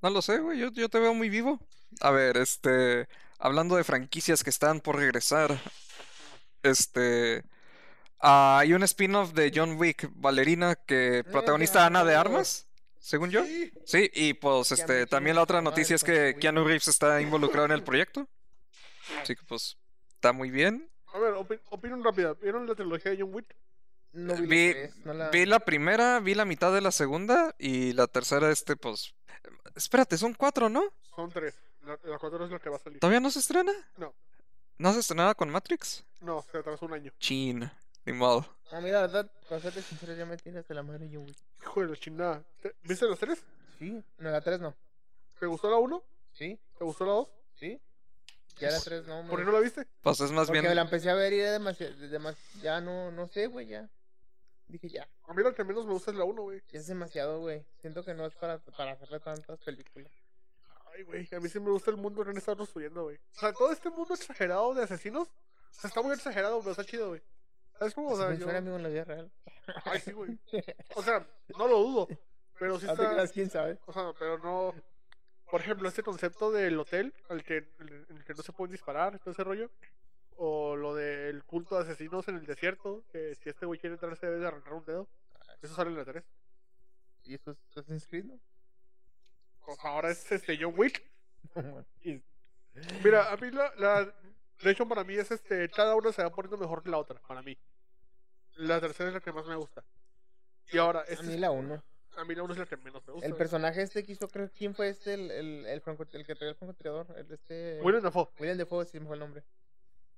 A: No lo sé, güey, yo, yo te veo muy vivo. A ver, este, hablando de franquicias que están por regresar, este, ah, hay un spin-off de John Wick, Valerina, que protagoniza Ana de Armas, según yo.
B: Sí.
A: Sí, y pues
C: Keanu
A: este, también la
C: Reeves,
A: otra
C: mamá,
A: noticia es
C: entonces,
A: que
C: güey.
A: Keanu Reeves está involucrado en el proyecto. Así que pues está muy bien.
B: A ver, opi- opinión rápida. ¿Vieron la trilogía de John Wick?
C: No vi,
A: Vi-
C: los tres, no
B: Ah.
C: la...
A: Vi la primera, vi la mitad de la segunda y la tercera, este, pues... Espérate, son cuatro, ¿no?
B: Son tres. La, la cuatro es la que va a salir.
A: ¿Todavía no se estrena?
B: No.
A: ¿No se estrenaba con Matrix?
B: No, se atrasó un año.
A: Chin, ni modo.
C: A mí Ah, la verdad, para serte sincero, ya me tiras de la madre yo, güey.
B: Hijo de la chingada. ¿Te- ¿Viste las tres?
C: Sí. No, la tres no.
B: ¿Te gustó la uno?
C: Sí,
B: ¿Te gustó la dos?
C: sí. Ya la tres no,
B: ¿Por
C: me-
B: qué no la viste?
A: Pues es más
C: Porque
A: bien...
C: me la empecé a ver y era demasiado, ya no, no sé, güey, ya. Dije, ya,
B: A mí la que menos me gusta es la uno, güey.
C: ya es demasiado, güey. Siento que no es para, para hacerle tantas películas.
B: Ay, güey, a mí sí me gusta el mundo que han estado construyendo, güey. O sea, todo este mundo exagerado de asesinos, o sea, está muy exagerado, pero está chido, güey. ¿Sabes cómo? O
C: Así
B: sea, yo...
C: funciona, amigo, en la vida real.
B: Ay, sí, güey. O sea, no lo dudo, pero sí
C: No te
B: está...
C: creas, quién sabe.
B: O sea, pero no... Por ejemplo, este concepto del hotel, al que, en el que no se pueden disparar, todo ese rollo. O lo del culto de asesinos en el desierto, que si este güey quiere entrar se debe de arrancar un dedo. Eso sale en la 3.
C: ¿Y eso es Assassin's Creed, no?
B: Ahora es este John Wick,
C: No, man.
B: Mira, a mí la, la de hecho para mí es este, cada una se va poniendo mejor que la otra, para mí. La tercera es la que más me gusta. Y ahora,
C: A
B: este
C: mí
B: es-
C: la uno.
B: a mí la una es la que menos me gusta.
C: El personaje este que hizo, creo, ¿quién fue este? El, el, el, franco- el que traía el francotirador. El este...
B: Willem Dafoe.
C: William Defoe, sí me fue el nombre.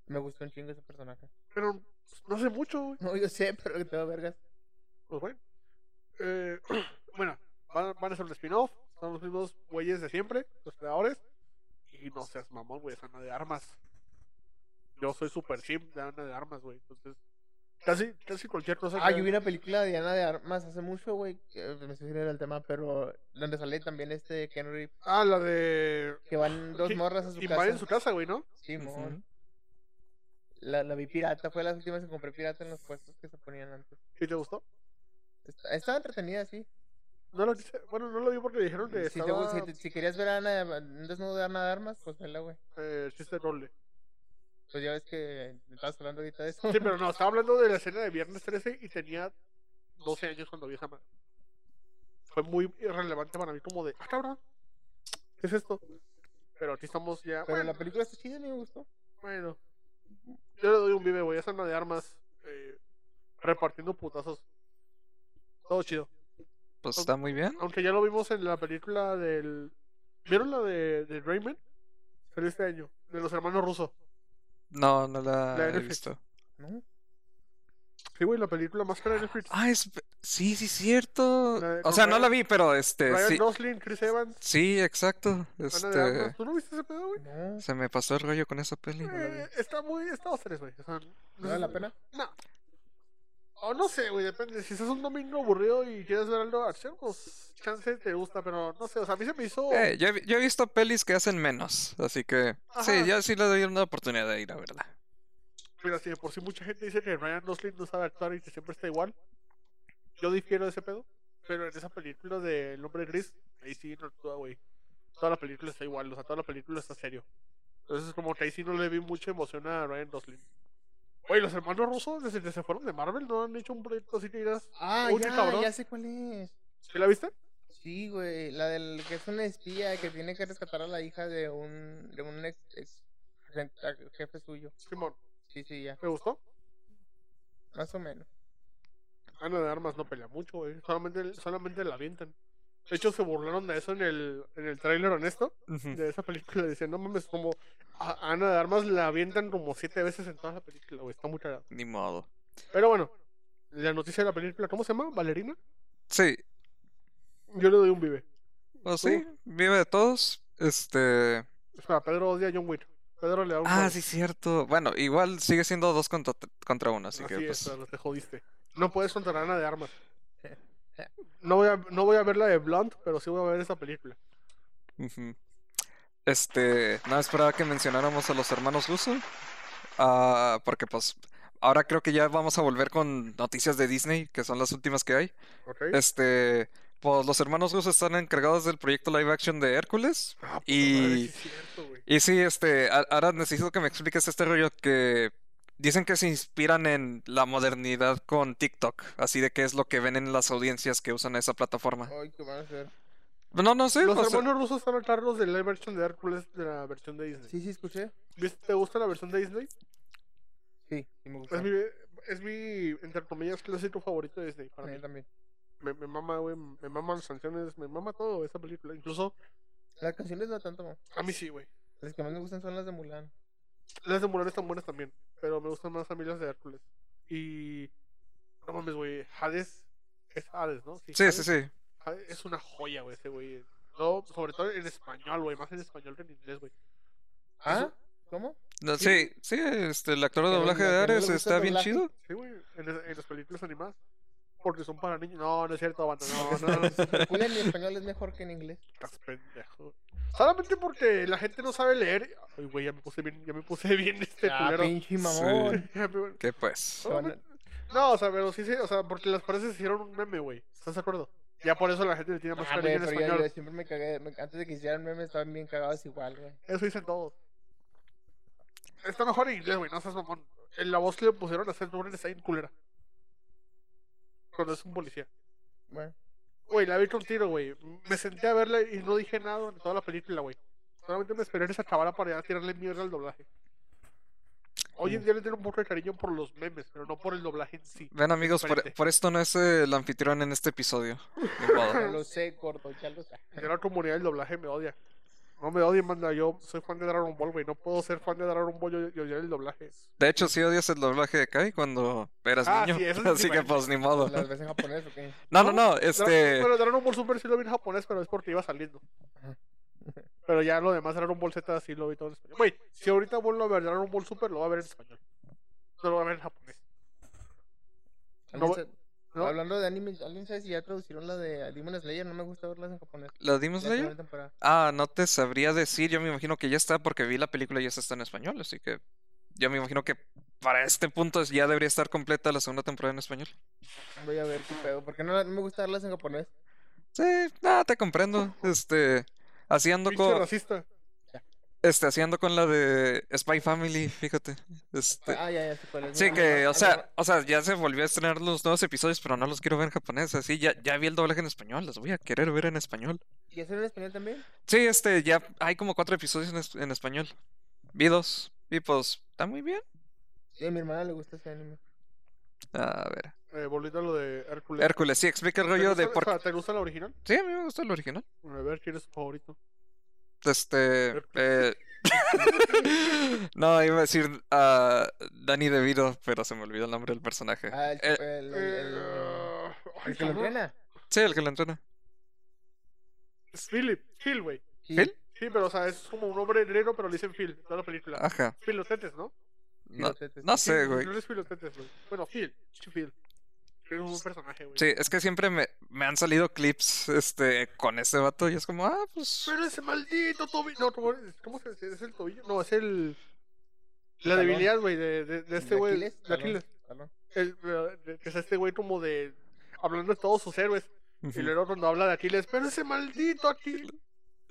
C: Me gustó un chingo ese personaje.
B: Pero Pues, no sé mucho, güey.
C: No, yo sé, pero que te va vergas.
B: Pues bueno. Eh, bueno, van, van a ser un spin-off. Son los mismos güeyes de siempre, los creadores. Y no seas mamón, güey, es Ana de Armas. Yo soy super chip de Ana de Armas, güey. Entonces, casi, casi cualquier cosa.
C: Ah,
B: que-
C: yo vi una película de Diana de Armas hace mucho, güey. que, eh, Me estoy saliendo del tema, pero donde sale también este Keanu Reeves.
B: Ah, la de.
C: Que van dos
B: Sí,
C: morras a su casa.
B: Invaden su casa, güey, ¿no?
C: Sí, mon.
A: Ujú.
C: la, la vi pirata. Fue de las últimas que compré pirata en los puestos que se ponían antes.
B: ¿Y te gustó?
C: Está- estaba entretenida, sí.
B: No lo quise- Bueno, no lo vi porque dijeron que
C: Si, te-
B: estaba
C: si te- si querías ver a Ana, de- un desnudo de Ana de Armas, pues vela, güey.
B: eh, chiste doble.
C: Pues ya ves que me estabas hablando ahorita de eso.
B: Sí, pero no, estaba hablando de la escena de Viernes 13 y tenía 12 años cuando vi esa madre. Fue muy irrelevante para mí, como de, ah, cabrón, ¿qué es esto? Pero aquí estamos ya.
C: Pero
B: bueno,
C: la película está chida, a mí me gustó.
B: bueno. Yo le doy un vive, güey, esa anda de armas eh, repartiendo putazos. Todo chido.
A: Pues está muy bien.
B: Aunque ya lo vimos en la película del. ¿Vieron la de, de Rayman? Salió este año, de los hermanos rusos.
A: No, no
B: La de
A: la he
B: Netflix.
A: visto.
C: ¿No?
B: Sí, güey, la película más cara de Netflix.
A: Ah, es... Sí, sí, cierto.
B: La de-
A: O
B: con
A: sea, no
B: Ryan-
A: la vi, pero este...
B: Ryan
A: Sí,
B: Gosling, Chris Evans,
A: sí, exacto.
B: Ana de
A: Este...
B: Armas. ¿Tú no viste ese pedo, güey?
C: No.
A: Se me pasó el rollo con esa peli.
C: no la vi.
B: Eh, está muy. Está tres, güey. O sea, no
C: ¿No
B: sé-
C: vale la pena?
B: No. O no sé, güey, depende. Si estás un domingo aburrido y quieres ver algo de acción, pues chance te gusta, pero no sé. O sea, a mí se me hizo.
A: Eh, yo, he vi- yo he visto pelis que hacen menos, así que
B: Ajá.
A: sí, yo sí le doy una oportunidad de ir, la verdad.
B: Mira, si de por sí mucha gente dice que Ryan Gosling no sabe actuar y que siempre está igual, yo difiero de ese pedo. Pero en esa película de El Hombre Gris, ahí sí no actúa, güey. Toda la película está igual, o sea, toda la película está serio. Entonces, como que ahí sí no le vi mucha emoción a Ryan Gosling. Güey, los hermanos rusos, desde que se fueron de Marvel, no han hecho un proyecto así que dirás.
C: Ah,
B: Oye,
C: ya,
B: cabrón.
C: ya sé cuál es.
B: ¿Sí la viste?
C: Sí, güey, la del que es una espía que tiene que rescatar a la hija de un, de un ex, ex gen- a- jefe suyo.
B: Simón,
C: Sí, sí, ya,
B: ¿me gustó?
C: más o menos.
B: Ana de Armas no pelea mucho, güey. Solamente, solamente la avientan. De hecho, se burlaron de eso en el, en el tráiler honesto.
A: Ujú.
B: de esa película decían, no mames, como a Ana de Armas la avientan como siete veces en toda la película, güey, está muy cagado.
A: Ni modo.
B: Pero bueno, la noticia de la película, ¿cómo se llama? ¿Valerina?
A: Sí,
B: Yo le doy un vive.
A: pues sí, vive de todos. Este.
B: Espera, Pedro odia a John Wick. Pedro le da un
A: Ah,
B: nueve.
A: sí, cierón. Bueno, igual sigue siendo dos contra, contra uno, así
B: Así
A: que
B: es,
A: pues.
B: Pedro, te jodiste. No puedes contra Ana de Armas. No voy, a, no voy a ver la de Blunt, pero sí voy a ver esa película.
A: ujú. Este. No esperaba que mencionáramos a los hermanos Russo. ah, porque pues. Ahora creo que ya vamos a volver con noticias de Disney, que son las últimas que hay.
B: ¿Ok?
A: Este, pues los hermanos Gus están encargados del proyecto live action de Hércules.
B: Ah, puta
A: y-
B: madre, sí es cierto, güey.
A: Y sí, este, a- ahora necesito que me expliques este rollo que dicen que se inspiran en la modernidad con TikTok, así de qué es lo que ven en las audiencias que usan esa plataforma.
C: Ay, ¿qué van a hacer?
A: No, no sé,
B: Los
A: o sea,
B: hermanos rusos están a cargo de la versión de Hércules de la versión de Disney.
C: Sí, sí, escuché.
B: ¿Viste- ¿Te gusta la versión de Disney?
C: Sí, sí me gustó.
B: Es mi, es mi, entre comillas, clásico favorito de Disney. Para
C: A mí
B: mí.
C: también.
B: Me, me mama, güey. Me maman las canciones. Me mama todo esa película. Incluso
C: Las canciones no tanto, mo.
B: a mí sí, güey.
C: las que más me gustan son las de Mulan.
B: Las de Mulan están buenas también. Pero me gustan más a mí las de Hércules. Y. No mames, güey. Hades. Es Hades, ¿no?
A: sí,
B: Hades-
A: sí, sí.
B: Hades es una joya, güey, ese güey. No, sobre todo en español, güey. Más en español que en inglés, güey.
C: ¿Ah? ¿Cómo?
A: No,
B: Sí.
A: sí, sí, este, el actor de
C: Que no-
A: doblaje de
C: que no le
A: Ares
C: gusta el
A: está bien
C: doblaje.
A: chido.
B: Sí, güey. En, es- en las películas animadas. Porque son para niños. No, no es cierto, banda. No, no, no.
C: Julián en español es mejor que en inglés.
B: Estás pendejo. Solamente porque la gente no sabe leer. Ay, güey, ya me puse bien, ya me puse bien este
C: Ah,
B: culero.
C: pinche mamón.
B: Ya me-
A: Que pues,
C: Se van a-
B: No, o sea, pero sí, sí, o sea, porque las frases hicieron un meme, güey. ¿Estás de acuerdo? Ya por eso la gente le tiene más
C: Ah, güey,
B: cariño en
C: pero yo- yo
B: español.
C: siempre me cagué. me- Antes de que hicieran memes estaban bien cagados igual, güey.
B: Eso dicen todos. Está mejor en inglés, güey, no seas mamón. En la voz que le pusieron a hacer nombre está bien culera. Cuando es un policía.
C: Bueno.
B: Güey, la vi con tiro, güey. Me senté a verla y no dije nada en toda la película, güey. Solamente me esperé en esa chavala para ya tirarle mierda al doblaje. Hoy en día le tengo un poco de cariño por los memes, pero no por el doblaje en sí.
A: ven amigos, por,
B: Diferente.
A: por esto no es el anfitrión en este episodio. Ni modo.
C: Ya lo sé, gordo, ya lo sé.
B: Ya la comunidad del doblaje me odia. No me odien, banda. Yo soy fan de Dragon Ball, güey. No puedo ser fan de Dragon Ball y odiar el doblaje.
A: De hecho, sí odias el doblaje de Kai cuando eras
B: Ah,
A: niño.
B: sí, eso es
A: así que
B: diferente.
A: pues ni modo.
C: ¿Las ves en japonés o qué?
A: No, no, no.
B: Dragon,
A: Este.
B: bueno, Dragon Ball Super sí lo vi en japonés, pero es porque iba saliendo.
C: Ajá.
B: Pero ya lo demás, Dragon Ball Z sí lo vi todo en español. Güey, si ahorita vuelvo a ver Dragon Ball Super, lo voy a ver en español. No lo voy a ver en japonés. No,
C: ¿Alguien sa-
B: ¿no?
C: Hablando de anime, ¿alguien sabe si ya traducieron la de Demon Slayer? No me gusta verlas en japonés.
A: ¿La dimos
C: La
A: Slayer?
C: primera temporada.
A: Ah, no te sabría decir. Yo me imagino que ya está porque vi la película y ya está en español. Así que yo me imagino que para este punto ya debería estar completa la segunda temporada en español.
C: Voy a ver qué pedo. Porque no, no me gusta verlas en japonés.
A: Sí, nada, te comprendo. Este. Haciendo
B: Pinche
A: con,
B: racista.
A: este, haciendo con la de Spy Family, fíjate. Este.
C: Ah, ya, ya sé cuál es.
A: Sí,
C: No,
A: que,
C: no,
A: o
C: no, no,
A: sea, o sea, ya se volvió a estrenar los nuevos episodios, pero no los quiero ver en japonés. Así, ya, ya vi el doblaje en español, los voy a querer ver en español.
C: ¿Y eso en español también?
A: Sí, este, ya hay como cuatro episodios en, es- en español. Vi dos, y pues, está muy bien.
C: Sí, a mi hermana le gusta ese anime.
A: A ver.
B: Eh, volviendo a lo de Hércules.
A: Hércules, sí, explica el
B: ¿Te
A: rollo
B: gusta-
A: de por qué.
B: espera, ¿Te gusta la original?
A: Sí, a mí me gusta el original.
B: A ver, ¿quién es tu favorito?
A: Este. eh, No, iba a decir a Danny DeVito, pero se me olvidó el nombre del personaje.
C: Ah, el,
A: Eh,
C: el, el, el-
B: Eh, ay,
C: el que lo
B: cabrón.
C: entrena.
A: Sí, el que lo entrena.
B: Es Philip, Phil, güey.
C: Sí.
A: ¿Phil?
B: Sí, pero o sea, es como un hombre negro, pero le dicen Phil, en toda la película.
A: Ajá.
B: Filotetes, ¿no?
A: No,
C: Filotetes.
A: no sé,
B: Phil,
A: Ah. güey.
B: No es Filotetes, güey. Bueno, Phil, sí, Phil. Es un personaje, güey.
A: Sí, es que siempre me, me han salido clips este, con ese vato y es como, ah, pues.
B: Pero ese maldito tobillo. No, ¿cómo es? ¿Cómo se dice? ¿Es el tobillo? No, es el. La
C: Talón.
B: debilidad, güey, de, de, de este
C: ¿De
B: güey.
C: Aquiles?
B: De
C: Talón,
B: Aquiles.
C: talón.
B: El- eh, de- Que es este güey como de. Hablando de todos sus héroes. Pues, Y
A: ujú.
B: luego cuando habla de Aquiles, pero ese maldito Aquiles.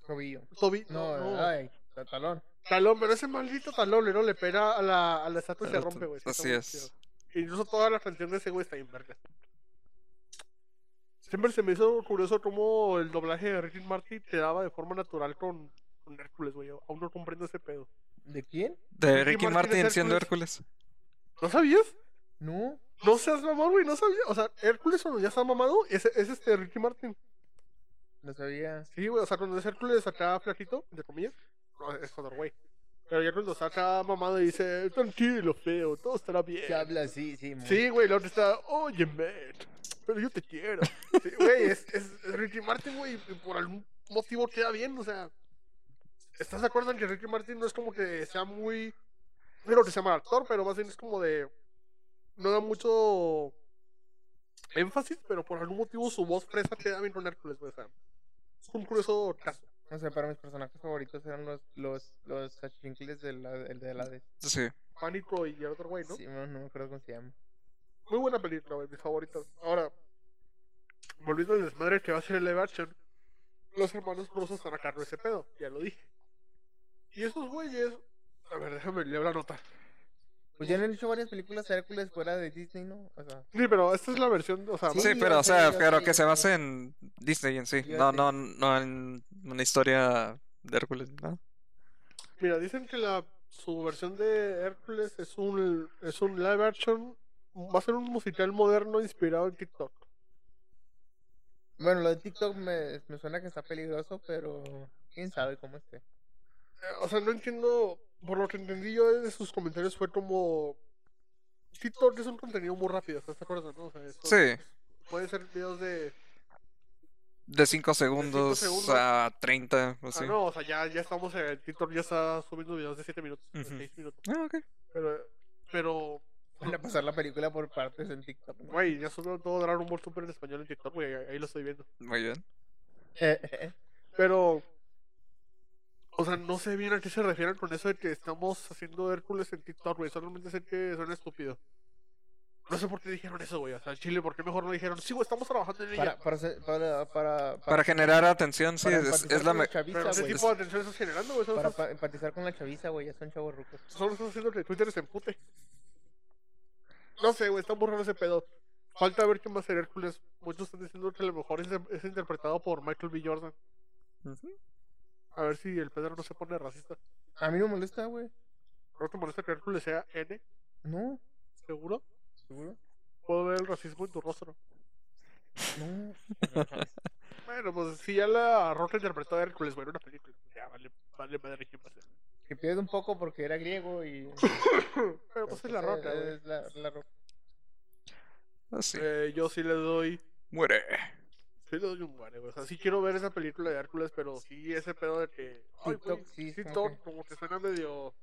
C: Tobillo.
B: Tobillo.
C: No,
B: No, no.
C: ay, ta- talón.
B: Talón, pero ese maldito talón, luego le pega a la, a la estatua y se
A: Pero tú-
B: rompe, güey. Sí, está
A: Así
B: muy
A: es.
B: chido. Incluso toda la canción de ese güey está bien verga. Siempre se me hizo curioso cómo el doblaje de Ricky Martin te daba de forma natural con, con Hércules, güey. Yo Aún no comprendo ese pedo.
C: ¿De quién?
A: De
B: Ricky
A: Ricky
B: Martin es
A: Martin siendo Hércules.
B: ¿No sabías?
C: No.
B: No seas mamón, güey, no sabía. O sea, Hércules cuando ya está mamado es, es este Ricky Martin.
C: No sabía.
B: Sí, güey, o sea, cuando es Hércules acá flaquito, entre comillas, no, es otro güey. Pero ya cuando está acá mamado y dice, tranquilo, feo, todo estará bien.
C: Se habla así, sí. muy-
B: Eh, Sí, güey, la otra está, oye, man, pero yo te quiero. Sí, güey, es, es Ricky Martin, güey, y por algún motivo queda bien, o sea. ¿Estás de acuerdo en que Ricky Martin no es como que sea muy. No creo que sea mal actor, pero más bien es como de. No da mucho énfasis, pero por algún motivo su voz fresa queda bien con Hércules, güey, o sea. Es un curioso caso.
C: No sé, pero mis personajes favoritos eran los los los achichincles de la el de la de.
A: Sí.
B: Pánico y el otro güey, ¿no?
C: Sí, no, no me acuerdo cómo se llama.
B: Muy buena película, güey, mis favoritas. Ahora, volviendo al desmadre que va a ser el live action, los hermanos rusos están a cargo de ese pedo, ya lo dije. Y esos güeyes. A ver, déjame leer la nota.
C: Pues ya han hecho varias películas de Hércules fuera de Disney, ¿no? O sea,
B: Sí, pero esta es la versión, o sea,
C: Sí,
A: Sí,
C: yo
A: pero, o
C: sé,
A: sea,
C: yo
A: pero
C: sé,
A: que
C: yo
A: se base
C: sé.
A: en Disney en sí.
C: Yo
A: No,
C: sé.
A: no, no en una historia de Hércules, ¿no?
B: mira, dicen que la su versión de Hércules es un es un live action, va a ser un musical moderno inspirado en TikTok.
C: bueno, lo de TikTok me, me suena que está peligroso, pero quién sabe cómo esté.
B: Eh, O sea, no entiendo. Por lo que entendí yo de sus comentarios fue como. TikTok es un contenido muy rápido, ¿estás de acuerdo? No? O sea, eso-
A: Sí.
B: Pueden ser videos de.
A: De 5 segundos
B: segundos.
A: a 30, o
B: Ah,
A: así.
B: no, o sea, ya, ya estamos. En, TikTok ya está subiendo videos de 7 minutos, de
A: Ujú.
B: 6 minutos.
A: Ah, ok.
B: Pero. Pero.
C: Van a pasar la película por partes en TikTok. ¿no?
B: Güey, ya subió todo Dragon Ball Super en español en TikTok, güey. Ahí ahí lo estoy viendo.
A: Muy bien.
C: Eh, eh, eh.
B: Pero. O sea, no sé bien a qué se refieren con eso de que estamos haciendo Hércules en TikTok, güey. Solamente sé que suena estúpido. No sé por qué dijeron eso, güey. O sea, Chile, ¿por qué mejor no dijeron? Sí, güey, estamos trabajando en ella.
C: Para, para, ser- para, para,
A: Para generar atención, sí,
C: para
A: es,
C: empatizar
A: es la
C: con la
A: me-
C: chaviza,
B: Pero ese
C: güey. pues,
B: tipo de atención estás generando, güey. Solo,
C: Para,
B: estás,
C: pa- empatizar con la chaviza, güey, ya son chavos rucos.
B: solo estás haciendo que Twitter se empute. No sé, güey, está borrando ese pedo. Falta ver qué más hacer Hércules. Muchos están diciendo que a lo mejor es, es interpretado por Michael B. Jordan.
A: Ujú.
B: A ver si el Pedro no se pone racista.
C: A mí no me molesta, güey.
B: ¿No te molesta que Hércules sea N?
C: No,
B: ¿Seguro?
C: seguro.
B: Puedo ver el racismo en tu rostro.
C: No.
B: Bueno, pues si ya la Roca interpretó a Hércules, güey, en una película. Ya vale, vale madre quién va a ser.
C: Que pierde un poco porque era griego y.
B: Pero pues es la Roca, güey.
C: Es la, la roca.
A: Así.
B: Eh, yo sí le doy.
A: Ah, Muere.
B: Sí le doy un guare, güey. O sea, sí quiero ver esa película de Hércules, pero sí ese pedo de que. Ay, güey,
C: TikTok, sí,
B: sí,
C: como
B: todo
C: que-
B: como que suena medio.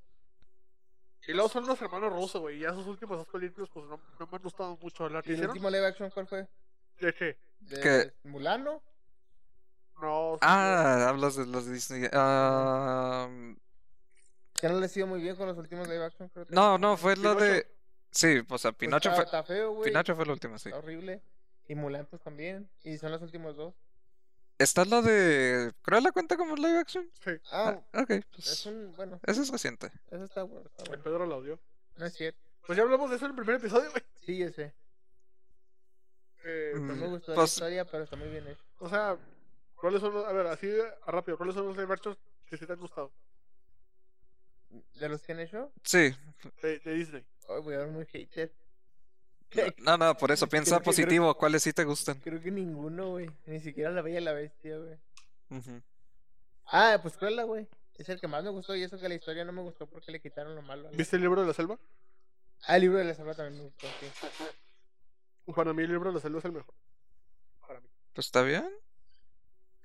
B: Y luego son los hermanos rusos, güey. Y ya sus últimas dos películas, pues no, no me han gustado mucho hablar.
C: ¿Y
B: ¿Qué
C: el
B: hicieron?
C: último live action cuál fue?
B: ¿De qué?
C: ¿De
A: ¿Qué?
C: Mulano?
B: No. sí,
A: Ah, hablas de los de Disney. Ah,
C: Ya no le ha sido muy bien con los últimos live action, creo. que-
A: no, no, fue la
B: Pinocho.
A: de. Sí, o sea,
C: Pues
A: Pinocho
C: está,
A: fue,
C: está feo, güey. Ah.
A: Pinocho fue la última, sí.
C: Está horrible. Y Mulan, pues también. Y son los últimos dos.
A: Está la de. ¿Creo la cuenta como live action?
B: güey. Sí.
C: Ah,
A: Ah, ok,
C: es
A: pues.
C: un. Bueno,
A: Eso es reciente.
C: eso está bueno. Está
B: El
C: bueno.
B: Pedro la odió.
C: No es cierto.
B: Pues ya hablamos de eso en el primer episodio, güey.
C: Sí, yo sé.
B: Eh,
A: Mm.
C: No me gustó la
A: Pues-
C: historia, pero está muy bien hecho.
B: O sea, ¿cuáles son los. A ver, así a rápido, ¿cuáles son los live actions que sí te han gustado?
C: ¿De los que han hecho?
A: Sí,
B: De, de Disney.
C: Ay, güey, eran muy hater.
A: no, no, por eso
C: Creo
A: piensa
C: que- creo-
A: positivo, cuáles sí te gustan.
C: Creo que ninguno, güey. Ni siquiera la Bella y la Bestia, güey.
A: Ujú.
C: Ah, pues Cruella, güey. Es el que más me gustó y eso que la historia no me gustó porque le quitaron lo malo. a la-
B: ¿Viste el libro de la selva?
C: Ah, el libro de la selva también me gustó, sí.
B: Para mí, el libro de la selva es el mejor. Para mí.
A: Pues está bien.
B: Libro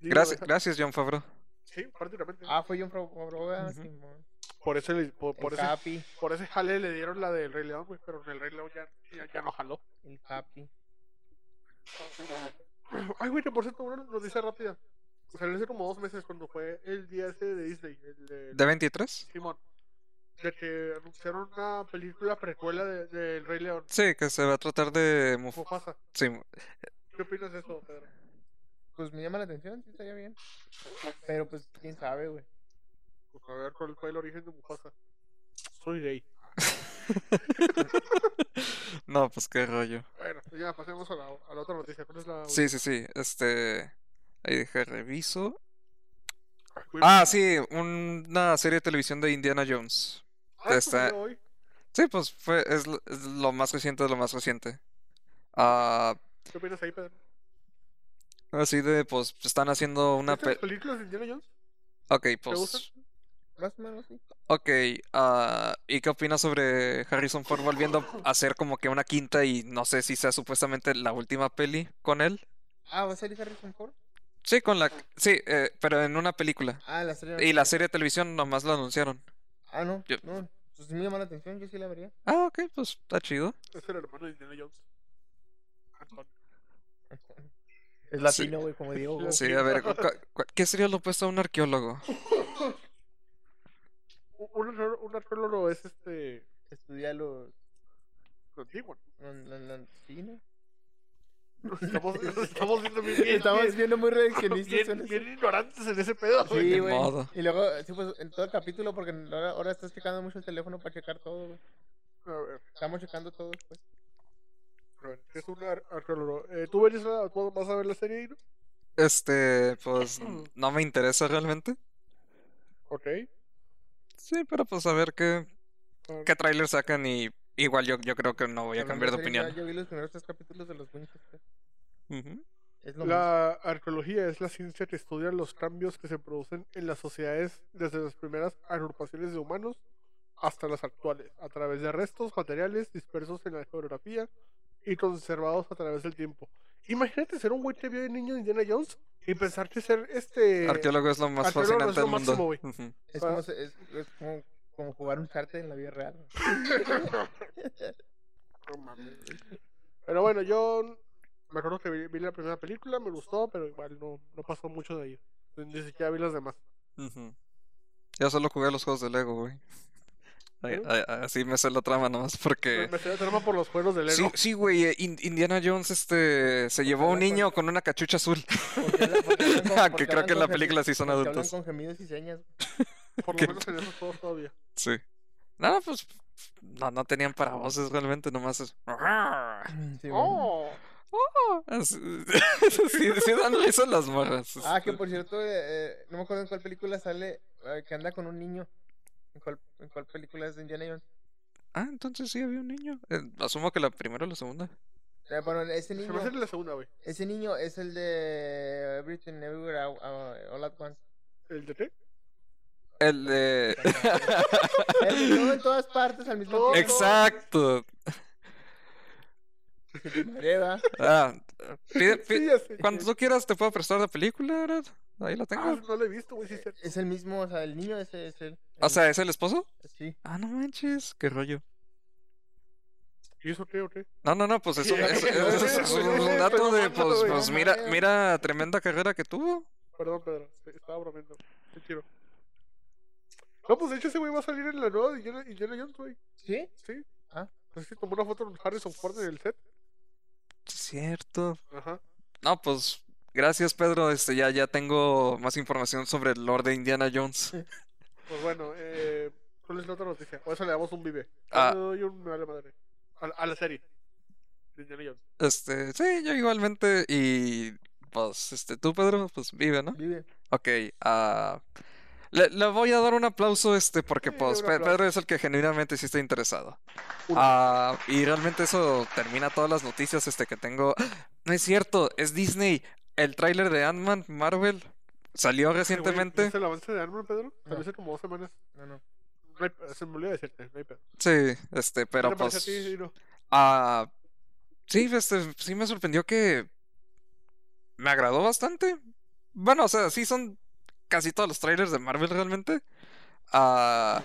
B: de
A: Gracias,
B: la-
A: gracias, John Favreau.
B: Sí, prácticamente.
C: Ah, fue John Favreau, ah,
A: Ujú.
C: Simón.
B: Por eso, le- por, por
C: El
B: ese,
C: Capi,
B: por ese jale le dieron la del Rey León, güey, pero el Rey León ya, ya, ya no jaló.
C: el Capi.
B: Ay, güey, que por cierto, uno nos dice rápida. O sea, hace como dos meses cuando fue el día ese de Disney, el de
A: ¿De 23?
B: Simón. De que anunciaron una película precuela de- del Rey León.
A: Sí, que se va a tratar de. Muf-
B: Mufasa.
A: Sí,
B: ¿Qué opinas de eso, Pedro?
C: Pues me llama la atención, sí, estaría bien. Pero pues, quién sabe, güey.
B: Pues a ver cuál fue el origen de Mufasa. Soy gay.
A: no, pues qué rollo.
B: Bueno, pues ya pasemos a la, a la otra noticia. ¿Cuál es la.?
A: Sí, sí, sí. Este. Ahí dije, reviso.
B: Güey,
A: Ah, sí, una serie de televisión de Indiana Jones.
B: ah, esto
A: está-
B: salió hoy.
A: Sí, pues fue, es, lo- es lo más reciente de lo más reciente. Ah,
B: ¿Qué opinas ahí, Pedro?
A: así de, pues, están haciendo una...
B: ¿Viste las
A: Pe
B: películas de Indiana Jones?
A: ok,
B: gustan?
A: pues...
C: Más o menos, sí.
A: Ok, ah, ¿y qué opinas sobre Harrison Ford volviendo a hacer como que una quinta y no sé si sea supuestamente la última peli con él?
C: Ah, ¿va a salir Harrison Ford?
A: Sí, con la... Sí, eh, pero en una película.
C: Ah, la serie. no
A: Y la
C: salió.
A: serie de televisión nomás la anunciaron.
C: Ah, no,
A: Yo-
C: no. Pues sí me llama la atención, yo sí la vería.
A: Ah, ok, pues está chido.
B: Es el hermano de Indiana Jones. Anton.
C: Es
A: Sí.
C: latino, güey, como digo. güey.
A: Sí, a ver, cu- cu- cu- ¿qué sería lo opuesto a un arqueólogo?
B: Un- Un, arqueólogo- un arqueólogo es este.
C: Estudia los.
B: antiguo, ¿no?
C: los- los- los- sí, ¿no?
B: Nos estamos, nos estamos viendo bien. bien-
C: Estamos viendo muy
B: bien,
C: reaccionistas en
B: bien,
C: eso.
B: bien ignorantes en ese pedo, güey.
C: Sí,
A: Ni
C: güey.
A: modo.
C: Y luego, sí, pues en todo el capítulo, porque ahora, ahora estás checando mucho el teléfono para checar todo, güey.
B: A ver,
C: Estamos checando todo, pues.
B: a ver, es un ar- arqueólogo. Eh, ¿Tú verías la- tú vas a ver la serie, no?
A: Este, pues no me interesa realmente.
B: Ok.
A: Sí, pero pues a ver qué,
B: Claro.
A: qué tráiler sacan y igual yo, yo creo que no voy a
C: Hablando
A: cambiar de
C: serie, ya-
A: opinión.
C: Yo vi los primeros tres capítulos de los Winchester.
A: Ujú.
C: Es lo mismo.
B: La arqueología es la ciencia que estudia los cambios que se producen en las sociedades desde las primeras agrupaciones de humanos hasta las actuales, a través de restos materiales dispersos en la geografía y conservados a través del tiempo. Imagínate ser un güey que vio de niño Indiana Jones y pensar que ser este...
A: Arqueólogo es lo más
B: arqueólogo es
A: fascinante
B: lo
A: del mundo.
B: máximo, güey.
A: Ujú.
C: Es como, se- es, es como, como jugar un charter en la vida real.
B: No mames. Pero bueno, yo me acuerdo que vi, vi la primera película, me gustó, pero igual no, no pasó mucho de ahí. Ni siquiera vi las demás.
A: Ujú. Yo solo jugué a los juegos de Lego, güey. Ay,
B: ¿Sí?
A: ay, ay, Así me sé la trama nomás
B: Me,
A: porque...
B: me estoy trama por los juegos de Lego.
A: Sí, sí, güey, eh, In- Indiana Jones este se llevó a un
C: hablan con-
A: niño con una cachucha azul.
C: Porque hablan- porque hablan con-
A: Ah,
C: porque
A: que creo
C: hablan
A: que en
C: con
A: la
C: gemi-
A: película sí son
C: porque Hablan
A: adultos.
C: con gemidos y señas.
B: Por
A: ¿Qué?
B: lo menos en esos juegos todavía.
A: Sí. No, pues no, no tenían para voces realmente, nomás es...
C: Sí, güey.
B: ¡Oh!
A: Así, sí, sí dan risa las morras.
C: Ah, que
A: este.
C: por cierto, eh, eh, no me acuerdo en cuál película sale eh, que anda con un niño. ¿En cuál, en cuál película es de Indiana Jones?
A: Ah, entonces sí había un niño. Eh, asumo que la primera o la segunda.
C: Eh, Bueno, ese
B: Se
C: niño,
B: me hace la segunda, güey.
C: ese niño es el de Everything Everywhere All- uh, All All at Once.
B: ¿El de qué?
A: El de...
C: El de todo en todas partes al mismo
B: Todo.
C: tiempo.
A: Exacto.
C: Madre, ¿verdad?
A: Ah, pide-
B: Sí,
A: pide-
B: ya sé.
A: cuando tú quieras te puedo prestar la película, ¿verdad? Ahí la
B: Ah,
A: tengo.
B: no lo he visto, güey. Sí, es cierto.
C: Es el mismo, o sea, el niño ese es él.
A: O sea, ¿es el esposo?
C: sí.
A: Ah, no manches, qué rollo.
B: ¿Y eso qué o qué?
A: No, no, no, pues es un, es- es- es- es un-
B: Pero
A: un dato de,
B: mamá,
A: pues,
B: güey,
A: pues
C: no
A: mira,
C: mames.
A: mira, tremenda carrera que tuvo.
B: Perdón, Pedro. te- Estaba bromeando. Te quiero. No, pues de hecho ese güey va a salir en la nueva de Indiana Indiana Jones, güey.
C: ¿Sí?
B: Sí.
C: Ah.
B: Pues sí, tomó una foto con Harrison Ford en el set.
A: Cierto.
B: Ajá.
A: No, pues gracias, Pedro. Este, ya, ya tengo más información sobre el Lord de Indiana Jones.
B: Pues bueno, eh, ¿cuál es la otra noticia? O eso le damos un vive.
A: Ah.
B: Yo le doy un me vale madre. A, la- a la serie. De Indiana Jones.
A: Este, sí, yo igualmente. Y pues, este, tú, Pedro, pues vive, ¿no?
C: Vive.
A: Ok, ah, le, le voy a dar un aplauso, este, porque
B: Sí,
A: pues
B: un
A: Pe-
B: aplauso.
A: Pedro es el que genuinamente sí está interesado.
B: Un-
A: Ah, y realmente eso termina todas las noticias, este, que tengo. No es cierto, es Disney. El tráiler de Ant-Man Marvel salió
B: Ay, güey,
A: recientemente.
B: ¿viste el avance de Armor, Pedro? Salió
C: No.
B: hace como dos semanas.
C: No, no.
B: No hay, se me olvidó decirte, no hay pedo.
A: Sí, este, pero
B: ¿Qué te pareció a
A: pues,
B: ti, Dino?
A: ah, sí, este, sí me sorprendió que me agradó bastante. Bueno, o sea, sí son casi todos los trailers de Marvel realmente. Ah,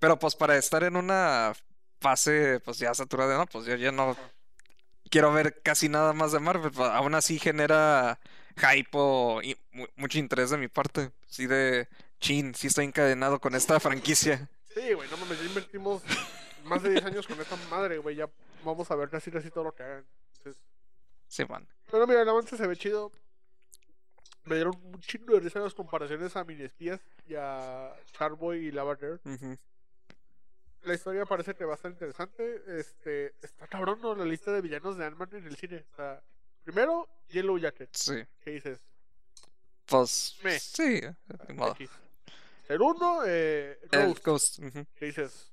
A: pero pues para estar en una fase pues ya saturada, no, pues yo ya no quiero ver casi nada más de Marvel. pa- Aún así genera hype o y mu- mucho interés de mi parte. Sí de chin, sí estoy encadenado con esta franquicia.
B: Sí, güey, no mames, ya invertimos más de 10 años con esta madre, güey. Ya vamos a ver casi casi todo lo que hagan. Entonces,
A: Sí, man.
B: Pero mira, el avance se ve chido. Me dieron un chingo de risa las comparaciones a Minespías y a Charboy y Lavander.
A: Ujú.
B: La historia parece que va a estar interesante. Este, está cabrón ¿no? la lista de villanos de Ant-Man en el cine. O sea, primero, Yellow Jacket.
A: Sí.
B: ¿Qué dices?
A: Pues
B: Meh.
A: sí, ni modo.
B: X. Segundo, eh,
A: El
B: Ghost.
A: Ghost, ujú.
B: ¿Qué dices?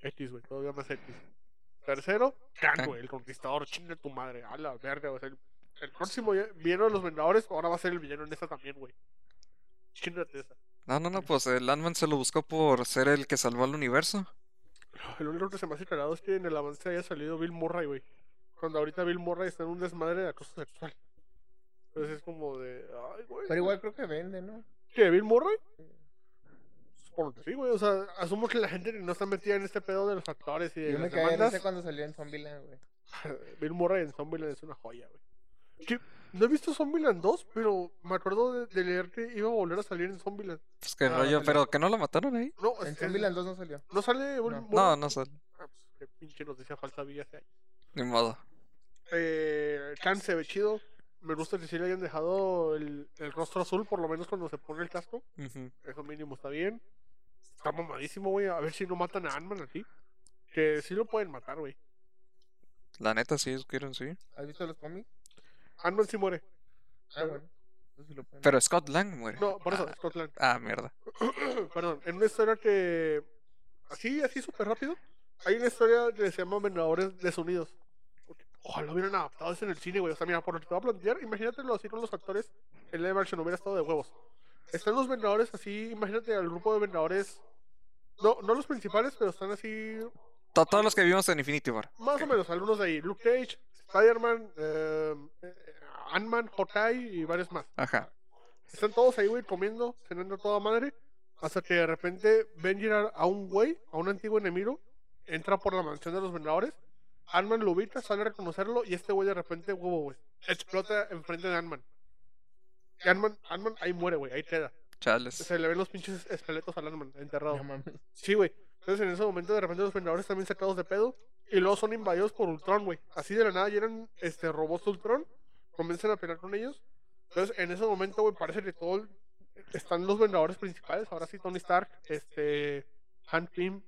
B: X, güey, todavía más X. Tercero, Kang,
A: Kang.
B: güey, el conquistador, chinga tu madre, a la verga, güey. El, el próximo ya- villano de los Vengadores, ahora va a ser el villano en esta también, güey. Chingate esa.
A: No, no, no, pues el Landman se lo buscó por ser el que salvó al universo.
B: El único que se me hace cagado es que en el avance haya salido Bill Murray, güey. Cuando ahorita Bill Murray está en un desmadre de acoso sexual. Entonces es como de. Ay, güey.
C: Pero igual creo que vende, ¿no?
B: ¿Qué, Bill Murray? Supongo que sí, güey. O sea, asumo que la gente no está metida en este pedo de los actores y de
C: Yo me
B: las
C: caí en
B: demandas.
C: ese cuando salió en Zombieland, güey.
B: Bill Murray en Zombieland es una joya, güey. Que No he visto Zombieland 2, pero me acuerdo de, de leer que iba a volver a salir en Zombieland.
A: Pues qué
C: Ah, no
A: rollo,
C: salió.
A: pero que no lo mataron ahí.
B: No, Pues es-
C: En
B: es-
C: Zombieland 2 no salió.
B: no sale Bill
C: No.
B: Murray.
A: No, no sale.
B: Ah, pues, qué pinche noticia falsa había hace años.
A: Ni modo.
B: Eh, Khan se ve chido. Me gusta que sí le hayan dejado el, el rostro azul, por lo menos cuando se pone el casco.
A: Ujú.
B: Eso mínimo está bien. Está mamadísimo, güey. A ver si no matan a Ant-Man aquí. Que sí lo pueden matar, güey.
A: La neta, sí, quieren, sí.
C: ¿Has visto los cómics?
B: Ant-Man sí muere.
C: Ah,
B: Pero-
C: bueno. Entonces sí lo pueden-
A: Pero Scott Lang muere.
B: No, por eso,
A: Ah,
B: Scotland.
A: ah, mierda.
B: Perdón, en una historia que. Así, así súper rápido. Hay una historia que se llama Vengadores Desunidos. Ojalá hubieran adaptado eso en el cine, güey. O sea, mira, por lo que te voy a plantear, imagínatelo así con los actores. El live action hubiera estado de huevos. Están los Vengadores así, imagínate al grupo de Vengadores. No, no los principales, pero están así,
A: To- todos los que vimos en Infinity War.
B: más o menos, algunos de ahí. Luke Cage, Spider-Man, eh, eh, Ant-Man, Hawkeye y varios más.
A: Ajá.
B: Están todos ahí, güey, comiendo, cenando toda madre. Hasta que de repente ven llegar a un güey, a un antiguo enemigo. Entra por la mansión de los Vengadores. Ant-Man lo ubica, sale a reconocerlo. Y este güey de repente, huevo, güey, explota enfrente de Ant-Man. Y Ant-Man, Ant-Man ahí muere, güey, ahí queda.
A: Chales.
B: Se le ven los pinches esqueletos al Ant-Man enterrado.
C: No mames.
B: Sí, güey. Entonces en ese momento de repente los Vengadores también sacados de pedo. Y luego son invadidos por Ultron, güey. Así de la nada llegan este, robots de Ultron. Comienzan a pelear con ellos. Entonces en ese momento, güey, parece que todo el- están los Vengadores principales. Ahora sí, Tony Stark, este, Han Pym,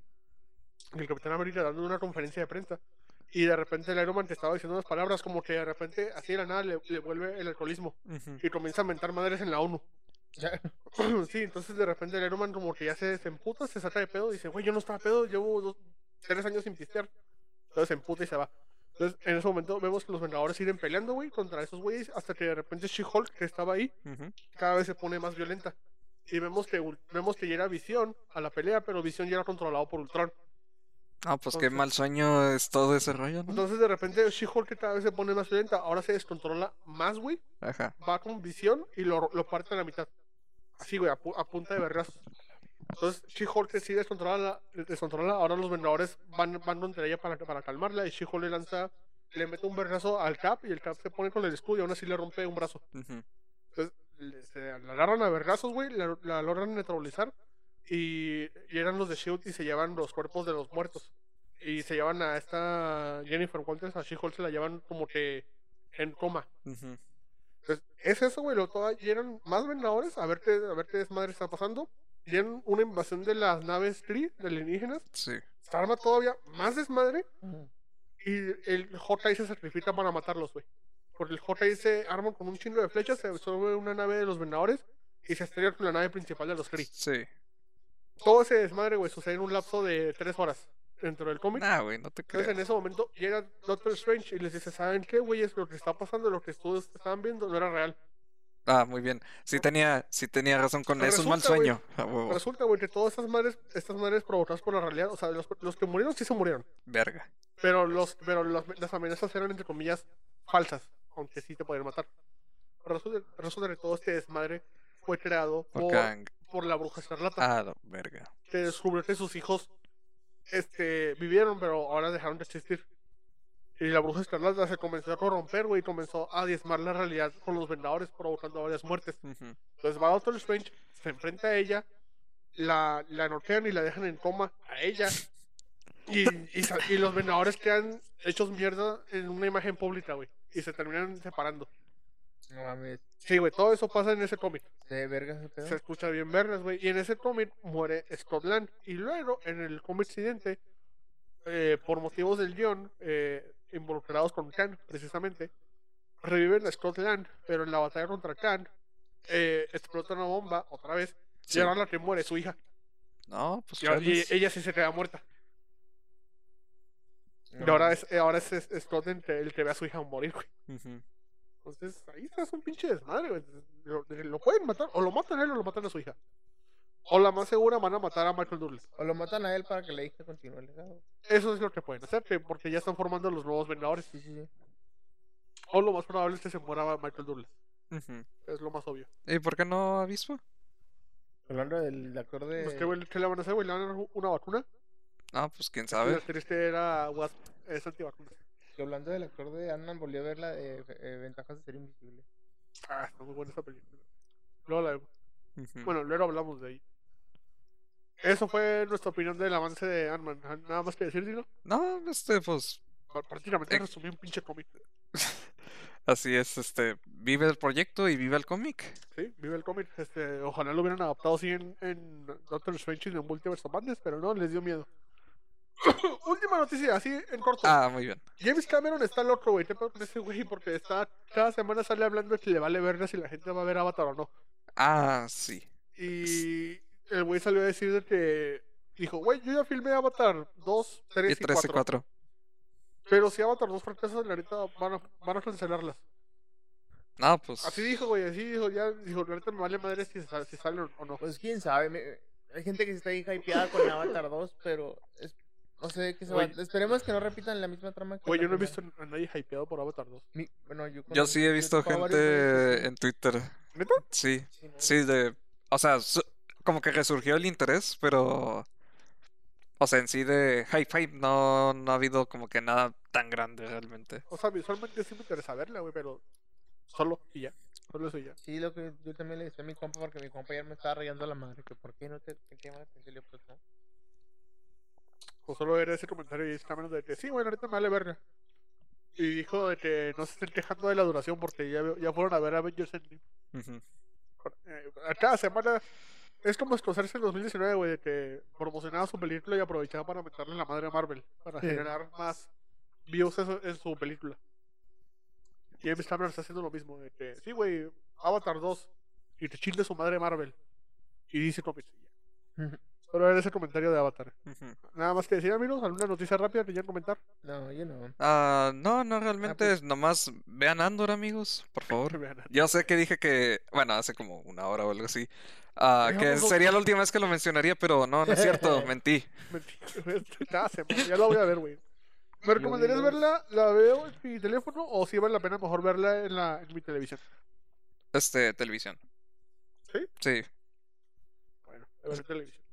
B: y el Capitán América dando una conferencia de prensa. Y de repente el Iron Man te estaba diciendo unas palabras como que de repente, así de la nada, le, le vuelve el alcoholismo.
A: Ujú.
B: Y comienza a mentar madres en la ONU.
C: Ya.
B: Sí, entonces de repente el Iron Man como que ya se desemputa, se saca de pedo y dice, güey, yo no estaba pedo, llevo dos, tres años sin pistear. Entonces se emputa y se va. Entonces, en ese momento vemos que los Vengadores siguen peleando, güey, contra esos güeyes, hasta que de repente She-Hulk, que estaba ahí,
A: Ujú.
B: cada vez se pone más violenta. Y vemos que, Ul- vemos que llega Visión a la pelea, pero Visión ya era controlado por Ultron.
A: Ah, pues qué
B: Entonces-
A: mal sueño es todo ese rollo, ¿no?
B: Entonces, de repente, She-Hulk cada vez se pone más violenta. Ahora se descontrola más, güey.
A: Ajá.
B: Va con Visión y lo, lo parte a la mitad. Así, güey, a, pu- a punta de vergazos. Entonces, She-Hulk sí descontrola, la- descontrola. Ahora los Vengadores van, van contra ella para, para calmarla. Y She-Hulk le lanza, le mete un vergazo al Cap y el Cap se pone con el escudo y aún así le rompe un brazo.
A: Ujú.
B: Entonces, le- se la agarran a vergazos, güey, la, la logran neutralizar y llegan los de Shield E y se llevan los cuerpos de los muertos. Y se llevan a esta Jennifer Walters, a She-Hulk, se la llevan como que en coma.
A: Ujú.
B: Entonces, es eso, güey, lo toda llegan más vengadores a ver qué, a ver qué desmadre está pasando. Llegan una invasión de las naves Kree, de alienígenas.
A: Sí.
B: Se arma todavía más desmadre
C: Ujú.
B: y el Hawkeye se sacrifica para matarlos, güey. Porque el Hawkeye se arma con un chingo de flechas, se absorbe una nave de los Vengadores y se estrella con la nave principal de los Kree.
A: Sí.
B: Todo ese desmadre, güey, sucede en un lapso de tres horas dentro del cómic.
A: Nah, güey, no te
B: Entonces,
A: creas.
B: en ese momento llega Doctor Strange y les dice: ¿Saben qué, güey? Es lo que está pasando, lo que ustedes estaban viendo no era real.
A: Ah, muy bien. Sí tenía, sí tenía razón con
B: Pero
A: eso. Es un mal
B: resulta, güey,
A: sueño. Ah, huevo.
B: Resulta, güey, que todas estas madres, estas madres provocadas por la realidad, o sea, los, los que murieron sí se murieron,
A: Verga.
B: pero, los, pero los- las amenazas eran, entre comillas, falsas, aunque sí te podían matar. Resulta, resulta que todo este desmadre fue creado
A: Por
B: por,
A: Kang.
B: por la bruja escarlata,
A: Ah, la verga.
B: que descubrió que sus hijos este, vivieron, pero ahora dejaron de existir. Y la bruja escarlata se comenzó a corromper, güey, y comenzó a diezmar la realidad con los vendadores, provocando varias muertes.
A: Ujú.
B: Entonces va Doctor Strange, se enfrenta a ella, la, la noquean y la dejan en coma a ella. Y, y sa- y los vengadores quedan hechos mierda en una imagen pública, güey. Y se terminan separando.
C: No mames.
B: Sí, güey, todo eso pasa en ese cómic.
C: De verga ese pedo.
B: Se escucha bien verlas, güey. Y en ese cómic muere Scotland. Y luego, en el cómic siguiente, eh, por motivos del guión, eh, involucrados con Khan, precisamente, reviven a Scotland, pero en la batalla contra Khan, eh, explota una bomba otra vez.
A: Sí.
B: Y ahora la que muere es su hija.
A: No, pues
B: Y, ahora- y
A: chales.
B: ella sí se queda muerta.
C: No
B: Y ahora
C: mames.
B: es, eh, ahora es, es- Scotland que- el que ve a su hija morir, güey.
A: Ujú.
B: Entonces, ahí se hace un pinche desmadre, güey. Lo, lo pueden matar, o lo matan a él o lo matan a su hija. O la más segura van a matar a Michael Douglas.
C: O lo matan a él para que la hija continúe el legado.
B: Eso es lo que pueden hacer, que- porque ya están formando los nuevos Vengadores.
C: Sí, sí, sí.
B: O lo más probable es que se muera Michael Douglas.
A: Ujú.
B: Es lo más obvio.
A: ¿Y por qué no avispa?
C: Hablando del actor de.
B: Pues, ¿qué, güey- qué le van a hacer, güey? ¿Le van a dar una vacuna?
A: Ah, pues quién
B: Y
A: sabe.
B: La triste era Wasp, es antivacuna.
C: que hablando del actor de Annan, volví a ver la de eh, Ventajas de ser invisible.
B: Ah, está muy buena esa película. Luego la vemos.
A: Ujú.
B: Pues, Bueno, luego hablamos de ahí. Eso fue nuestra opinión del avance de Ant-Man. Ah, Nada más que decir, Dino.
A: No, este, pues
B: Pr- Prácticamente
A: Eh.
B: resumí un pinche cómic.
A: así es, este, vive el proyecto y vive el cómic.
B: Sí, vive el cómic. Este, ojalá lo hubieran adaptado así en, en Doctor Strange y en Multiverse of Madness, pero no, les dio miedo. Última noticia, así en corto.
A: Ah, muy bien.
B: James Cameron está loco, güey. Te pedo con ese güey porque está, cada semana sale hablando de que le vale verga si la gente va a ver Avatar o no.
A: Ah, sí.
B: Y el güey salió a decir de que dijo, güey, yo ya filmé Avatar 2, 3
A: Y
B: y,
A: 3 y
B: 4.
A: 4.
B: Pero si Avatar 2 fracasa, la neta van a, van a cancelarlas.
A: No, pues.
B: Así dijo, güey, así dijo, ya dijo, la neta me vale madre si, sal- si salen o no.
C: Pues quién sabe. me- Hay gente que está ahí hypeada con Avatar 2, pero. es- No sé qué se va.
B: Güey.
C: Esperemos que no repitan la misma trama que.
B: Güey,
C: la
B: yo no he
C: primera.
B: visto a nadie hypeado por Avatar 2.
C: Mi- Bueno, yo, con-
A: Yo sí he visto
C: conozco a varios güeyes
A: gente
C: que
A: en Twitter.
B: ¿Neta?
A: Sí,
C: sí, ¿no?
A: sí, de. O sea, su- como que resurgió el interés, pero. O sea, en sí de hype hype no, no ha habido como que nada tan grande realmente.
B: O sea, visualmente sí me interesa verla, güey, pero solo y ya. Solo eso y ya.
C: Sí, lo que yo también le decía a mi compa porque mi compañero me estaba rayando la madre que por qué no te, te llama la atención Le digo, pues, no.
B: O solo era ese comentario de James Cameron de que sí, bueno, ahorita me vale verga. Y dijo de que no se estén quejando de la duración porque ya, ya fueron a ver Avengers Endgame.
A: Ujú.
B: Eh, a cada semana es como escocerse en 2019, güey, de que promocionaba su película y aprovechaba para meterle la madre a Marvel, para
C: Sí.
B: generar más views en su, en su película. Y James Cameron está haciendo lo mismo, de que sí, güey, Avatar 2, y te chinde su madre Marvel. Y dice cómics. y ya. Solo era ese comentario de Avatar.
A: Ujú.
B: Nada más que decir, amigos, alguna noticia rápida que quieran comentar.
C: No, yo no.
A: Ah, no, no, realmente,
C: pues.
A: nomás vean Andor, amigos, por favor.
B: Vean,
A: Yo sé que dije que, bueno, hace como una hora o algo así, ah, que
B: Dejamos-
A: sería la última vez que lo mencionaría, pero no, no es cierto, mentí.
B: mentira, nada, se me- ya la voy a ver, güey. ¿Me recomendarías
C: no.
B: verla? ¿La veo en mi teléfono o si vale la pena mejor verla en, la, en mi televisión?
A: Este, televisión.
B: ¿Sí?
A: Sí.
B: Bueno, la veré en televisión.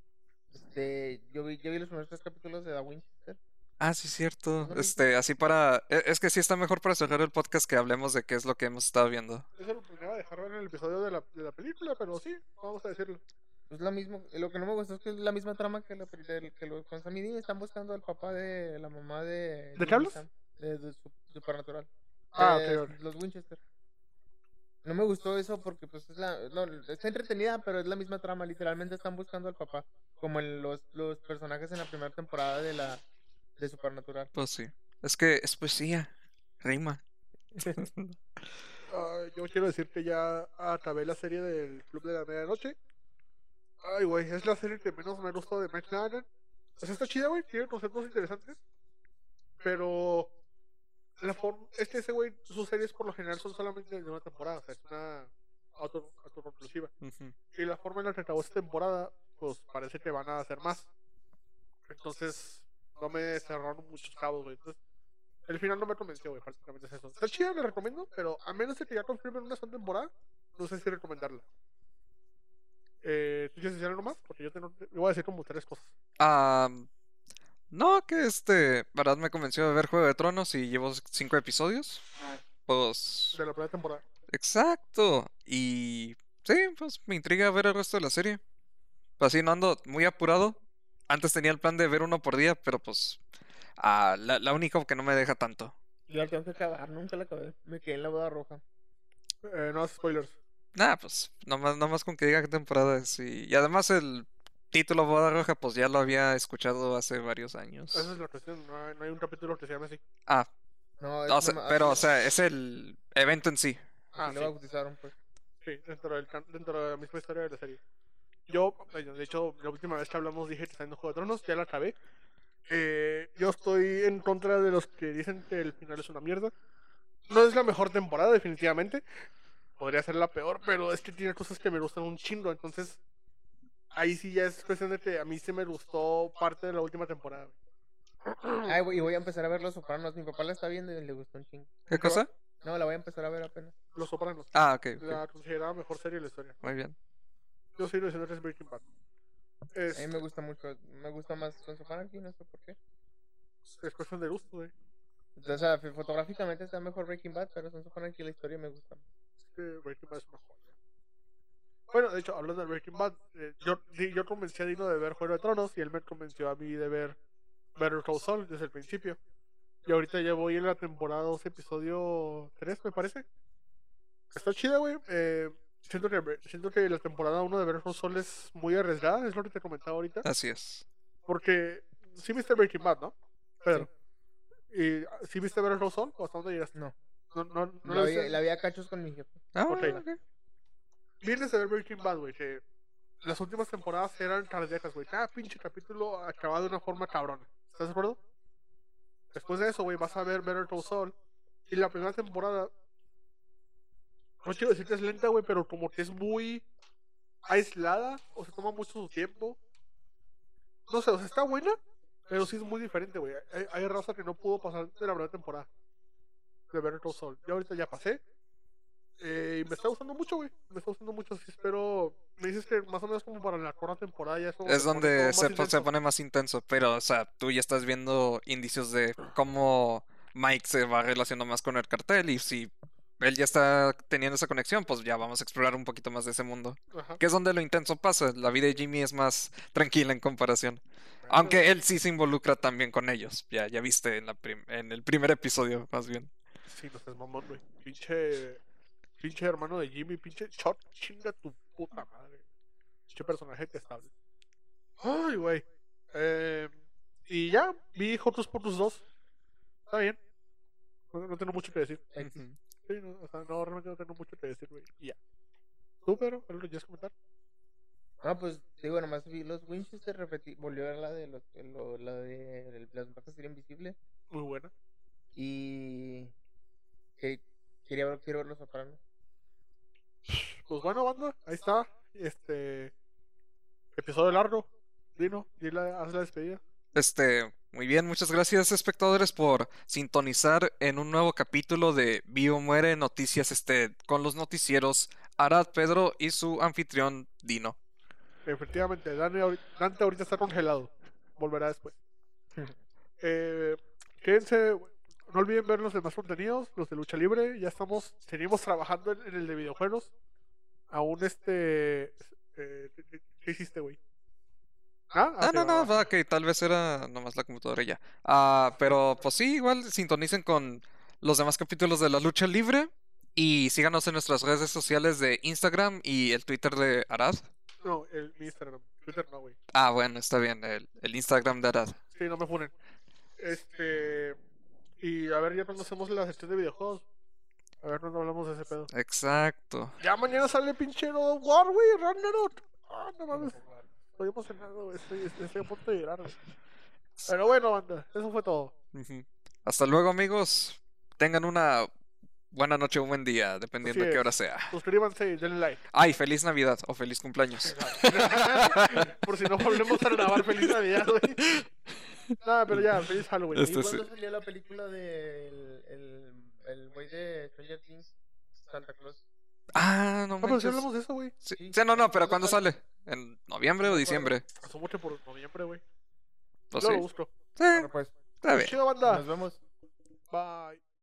C: Este, yo vi, yo vi los primeros tres capítulos de Da Winchester.
A: Ah, sí, cierto.
C: Ujú.
A: Este, así para, e- es que sí está mejor para cerrar el podcast que hablemos de qué es lo que hemos estado viendo.
B: Eso lo planeaba dejar en el episodio de la, de la película, pero sí, vamos a decirlo.
C: Es la misma, Pues lo que no me gustó es que es la misma trama que la pri- del- que lo, con Sam y Dean están buscando al papá de la mamá de.
B: ¿De qué hablas?
C: Sam, De, de su- Supernatural.
B: Ah,
C: Eh,
B: ok, ok.
C: Los Winchester. No me gustó eso porque pues es la, no, está entretenida, pero es la misma trama. Literalmente están buscando al papá, como en los, los personajes en la primera temporada de la de Supernatural.
A: Pues sí. Es que es poesía, rima.
B: Ah, yo quiero decir que ya acabé la serie del Club de la Medianoche. Ay, güey, es la serie que menos me gusta de Mike Flanagan. O sea, está chida, güey, tiene conceptos interesantes. Pero. La forma. Es que ese güey, sus series por lo general son solamente de una temporada, o sea, es una auto- autoconclusiva.
A: Ujú.
B: Y la forma en la que acabó esta temporada, pues parece que van a hacer más. Entonces, no me cerraron muchos cabos, güey. Entonces, el final no me convenció, güey, prácticamente es eso. Está chida, le recomiendo, pero a menos de que ya confirmen una segunda temporada, no sé si recomendarla. Eh, ¿Tú quieres decir algo más? Porque yo tengo, yo voy a decir como tres cosas.
A: Ah, no, que este, verdad me convenció de ver Juego de Tronos y llevo cinco episodios.
C: Ah.
A: Pues,
B: De la primera temporada.
A: exacto. Y sí, pues me intriga ver el resto de la serie. Pues así no ando muy apurado. Antes tenía el plan de ver uno por día, pero pues ah, la, la única que no me deja tanto.
C: Yo la tengo que acabar, nunca la acabé. Me quedé en la boda roja.
B: Eh, no spoilers.
A: Nah, pues nomás, nomás con que diga qué temporada es. Y, y además el título Boda Roja, pues ya lo había escuchado hace varios años.
B: Esa es la cuestión. No hay, no hay un capítulo que se llame así.
A: Ah,
C: No, es
A: o sea,
C: nomás-
A: pero o
C: así-
A: sea, es el evento en sí.
B: Ah,
C: así lo
B: sí.
C: bautizaron, pues.
B: Sí, dentro, del, can- dentro de la misma historia de la serie. Yo, bueno, de hecho, la última vez que hablamos dije que está en Juego de Tronos, ya la acabé. Eh, yo estoy en contra de los que dicen que el final es una mierda. No es la mejor temporada, definitivamente. Podría ser la peor, pero es que tiene cosas que me gustan un chingo, entonces ahí sí ya es cuestión de que a mí sí me gustó parte de la última temporada.
C: Ay, güey, y voy a empezar a ver Los Sopranos. Mi papá la está viendo y le gustó un chingo.
A: ¿Qué cosa?
C: No, la voy a empezar a ver apenas.
B: Los Sopranos,
A: Ah, ok, ok,
B: la considerada mejor serie de la historia.
A: Muy bien.
B: Yo sigo diciendo que es Breaking Bad.
C: A mí
B: Es,
C: me gusta mucho. Me gusta más Los Sopranos y no sé por qué.
B: es cuestión de gusto, eh. güey.
C: O sea, f- fotográficamente está mejor Breaking Bad, pero son Sopranos y la historia me gusta.
B: que este, Breaking Bad es una joya. Bueno, de hecho, hablando de Breaking Bad, eh, yo, di- yo convencí a Dino de ver Juego de Tronos y él me convenció a mí de ver Better Call Saul desde el principio. Y ahorita ya voy en la temporada 2, episodio 3, me parece. Está chida, güey. Eh, siento, que, siento que la temporada 1 de Better Call Saul es muy arriesgada, es lo que te comentaba ahorita.
A: Así es.
B: Porque sí viste Breaking Bad, ¿no? Pero, ¿y ah, sí viste Better Call Saul o hasta dónde llegaste?
C: No.
B: No, no, no
C: la,
B: lo
C: vi,
B: viste?
C: la vi a cachos con mi jefe.
A: Ah,
B: Ok.
A: ok.
B: Vienes de ver Breaking Bad, güey, que las últimas temporadas eran cardíacas, güey. Cada pinche capítulo acababa de una forma cabrona. ¿Estás de acuerdo? Después de eso, güey, vas a ver Better Call Saul. Y la primera temporada... No quiero decir que es lenta, güey, pero como que es muy aislada. O se toma mucho su tiempo. No sé, o sea, está buena. Pero sí es muy diferente, güey. Hay, hay raza que no pudo pasar de la primera temporada. De Better Call Saul. Yo ahorita ya pasé. Eh, y me está gustando mucho, güey. Me está gustando mucho, sí, espero. Me dices que más o menos como para la cuarta temporada ya es como
A: Es
B: que pone
A: donde
B: todo más
A: se, po- se
B: intenso.
A: pone más intenso, pero, o sea, tú ya estás viendo indicios de cómo Mike se va relacionando más con el cartel y si él ya está teniendo esa conexión, pues ya vamos a explorar un poquito más de ese mundo.
B: Ajá.
A: Que es donde lo intenso pasa. La vida de Jimmy es más tranquila en comparación.
B: Bueno,
A: Aunque él sí se involucra también con ellos. Ya, ya viste en, la prim- en el primer episodio, más bien.
B: Sí, no seas mamón, güey. Pinche. Pinche hermano de Jimmy, pinche shot, chinga tu puta madre. Pinche personaje detestable. Ay, güey. Eh, y ya, vi Jotus por tus dos. Está bien. No, no tengo mucho que decir.
C: X.
A: Ujú.
B: Sí, no, o sea, no, realmente no tengo mucho que decir, güey. Y ya. ¿Tú, Pedro? ¿Algo que quieres comentar?
C: No, pues digo, nomás vi los Winchester, repetí, volvió a ver la de los, lo- la de el- las vacas era invisible
B: Muy buena.
C: y que- quería ver, quiero ver los sopranos.
B: Pues bueno, banda, ahí está. Este. Episodio largo. Dino, dile, haz la despedida.
A: Este, muy bien, muchas gracias espectadores por sintonizar en un nuevo capítulo de Vivo Muere Noticias, este, con los noticieros Arad Pedro y su anfitrión Dino.
B: Efectivamente, Dani ahori- Dante ahorita está congelado. Volverá después. Eh, quédense. No olviden ver los demás contenidos, los de lucha libre. Ya estamos, seguimos trabajando en, en el de videojuegos. Aún este. eh, ¿qué- qué- ¿Qué hiciste, güey? Ah,
A: Ah,
B: ok,
A: no,
B: va,
A: no,
B: va.
A: va, que tal vez era nomás la computadora y ya. Ah, pero pues sí, igual sintonicen con los demás capítulos de La Lucha Libre y síganos en nuestras redes sociales de Instagram y el Twitter de Arad.
B: No, el mi Instagram. Twitter no, güey.
A: Ah, bueno, está bien, el, el Instagram de Arad.
B: Sí, no me funen. Este. Y a ver, ya cuando hacemos la gestión de videojuegos. A ver, cuando hablamos de ese pedo.
A: Exacto.
B: Ya mañana sale pinche God of War, güey, Ragnarok. Ah, no mames. Estoy emocionado, güey. Estoy, estoy- estoy a punto de llorar, güey. Pero bueno, banda, eso fue todo.
A: Ujú. Hasta luego, amigos. Tengan una buena noche o un buen día, dependiendo de qué
B: es.
A: hora sea.
B: Suscríbanse y denle like.
A: Ay, feliz Navidad o feliz cumpleaños.
B: Por si no volvemos a grabar Feliz Navidad, güey. Nada, pero ya, feliz Halloween.
A: Este
C: ¿Y
A: sí.
C: cuándo salió la película del el, el güey de Stranger Things, Santa Claus?
A: Ah, no
B: No, pero si
A: manches.
B: hablamos de eso, güey.
A: Sí,
C: sí.
A: sí, no, no, pero ¿cuándo
C: ¿Cuándo
A: sale? ¿En noviembre o
C: No me acuerdo.
A: diciembre?
B: Asómate por noviembre, güey.
A: Pues
B: Luego
A: sí.
B: lo busco.
A: Sí,
C: Bueno, pues,
A: está bien.
B: Chido, banda.
C: nos vemos.
B: Bye.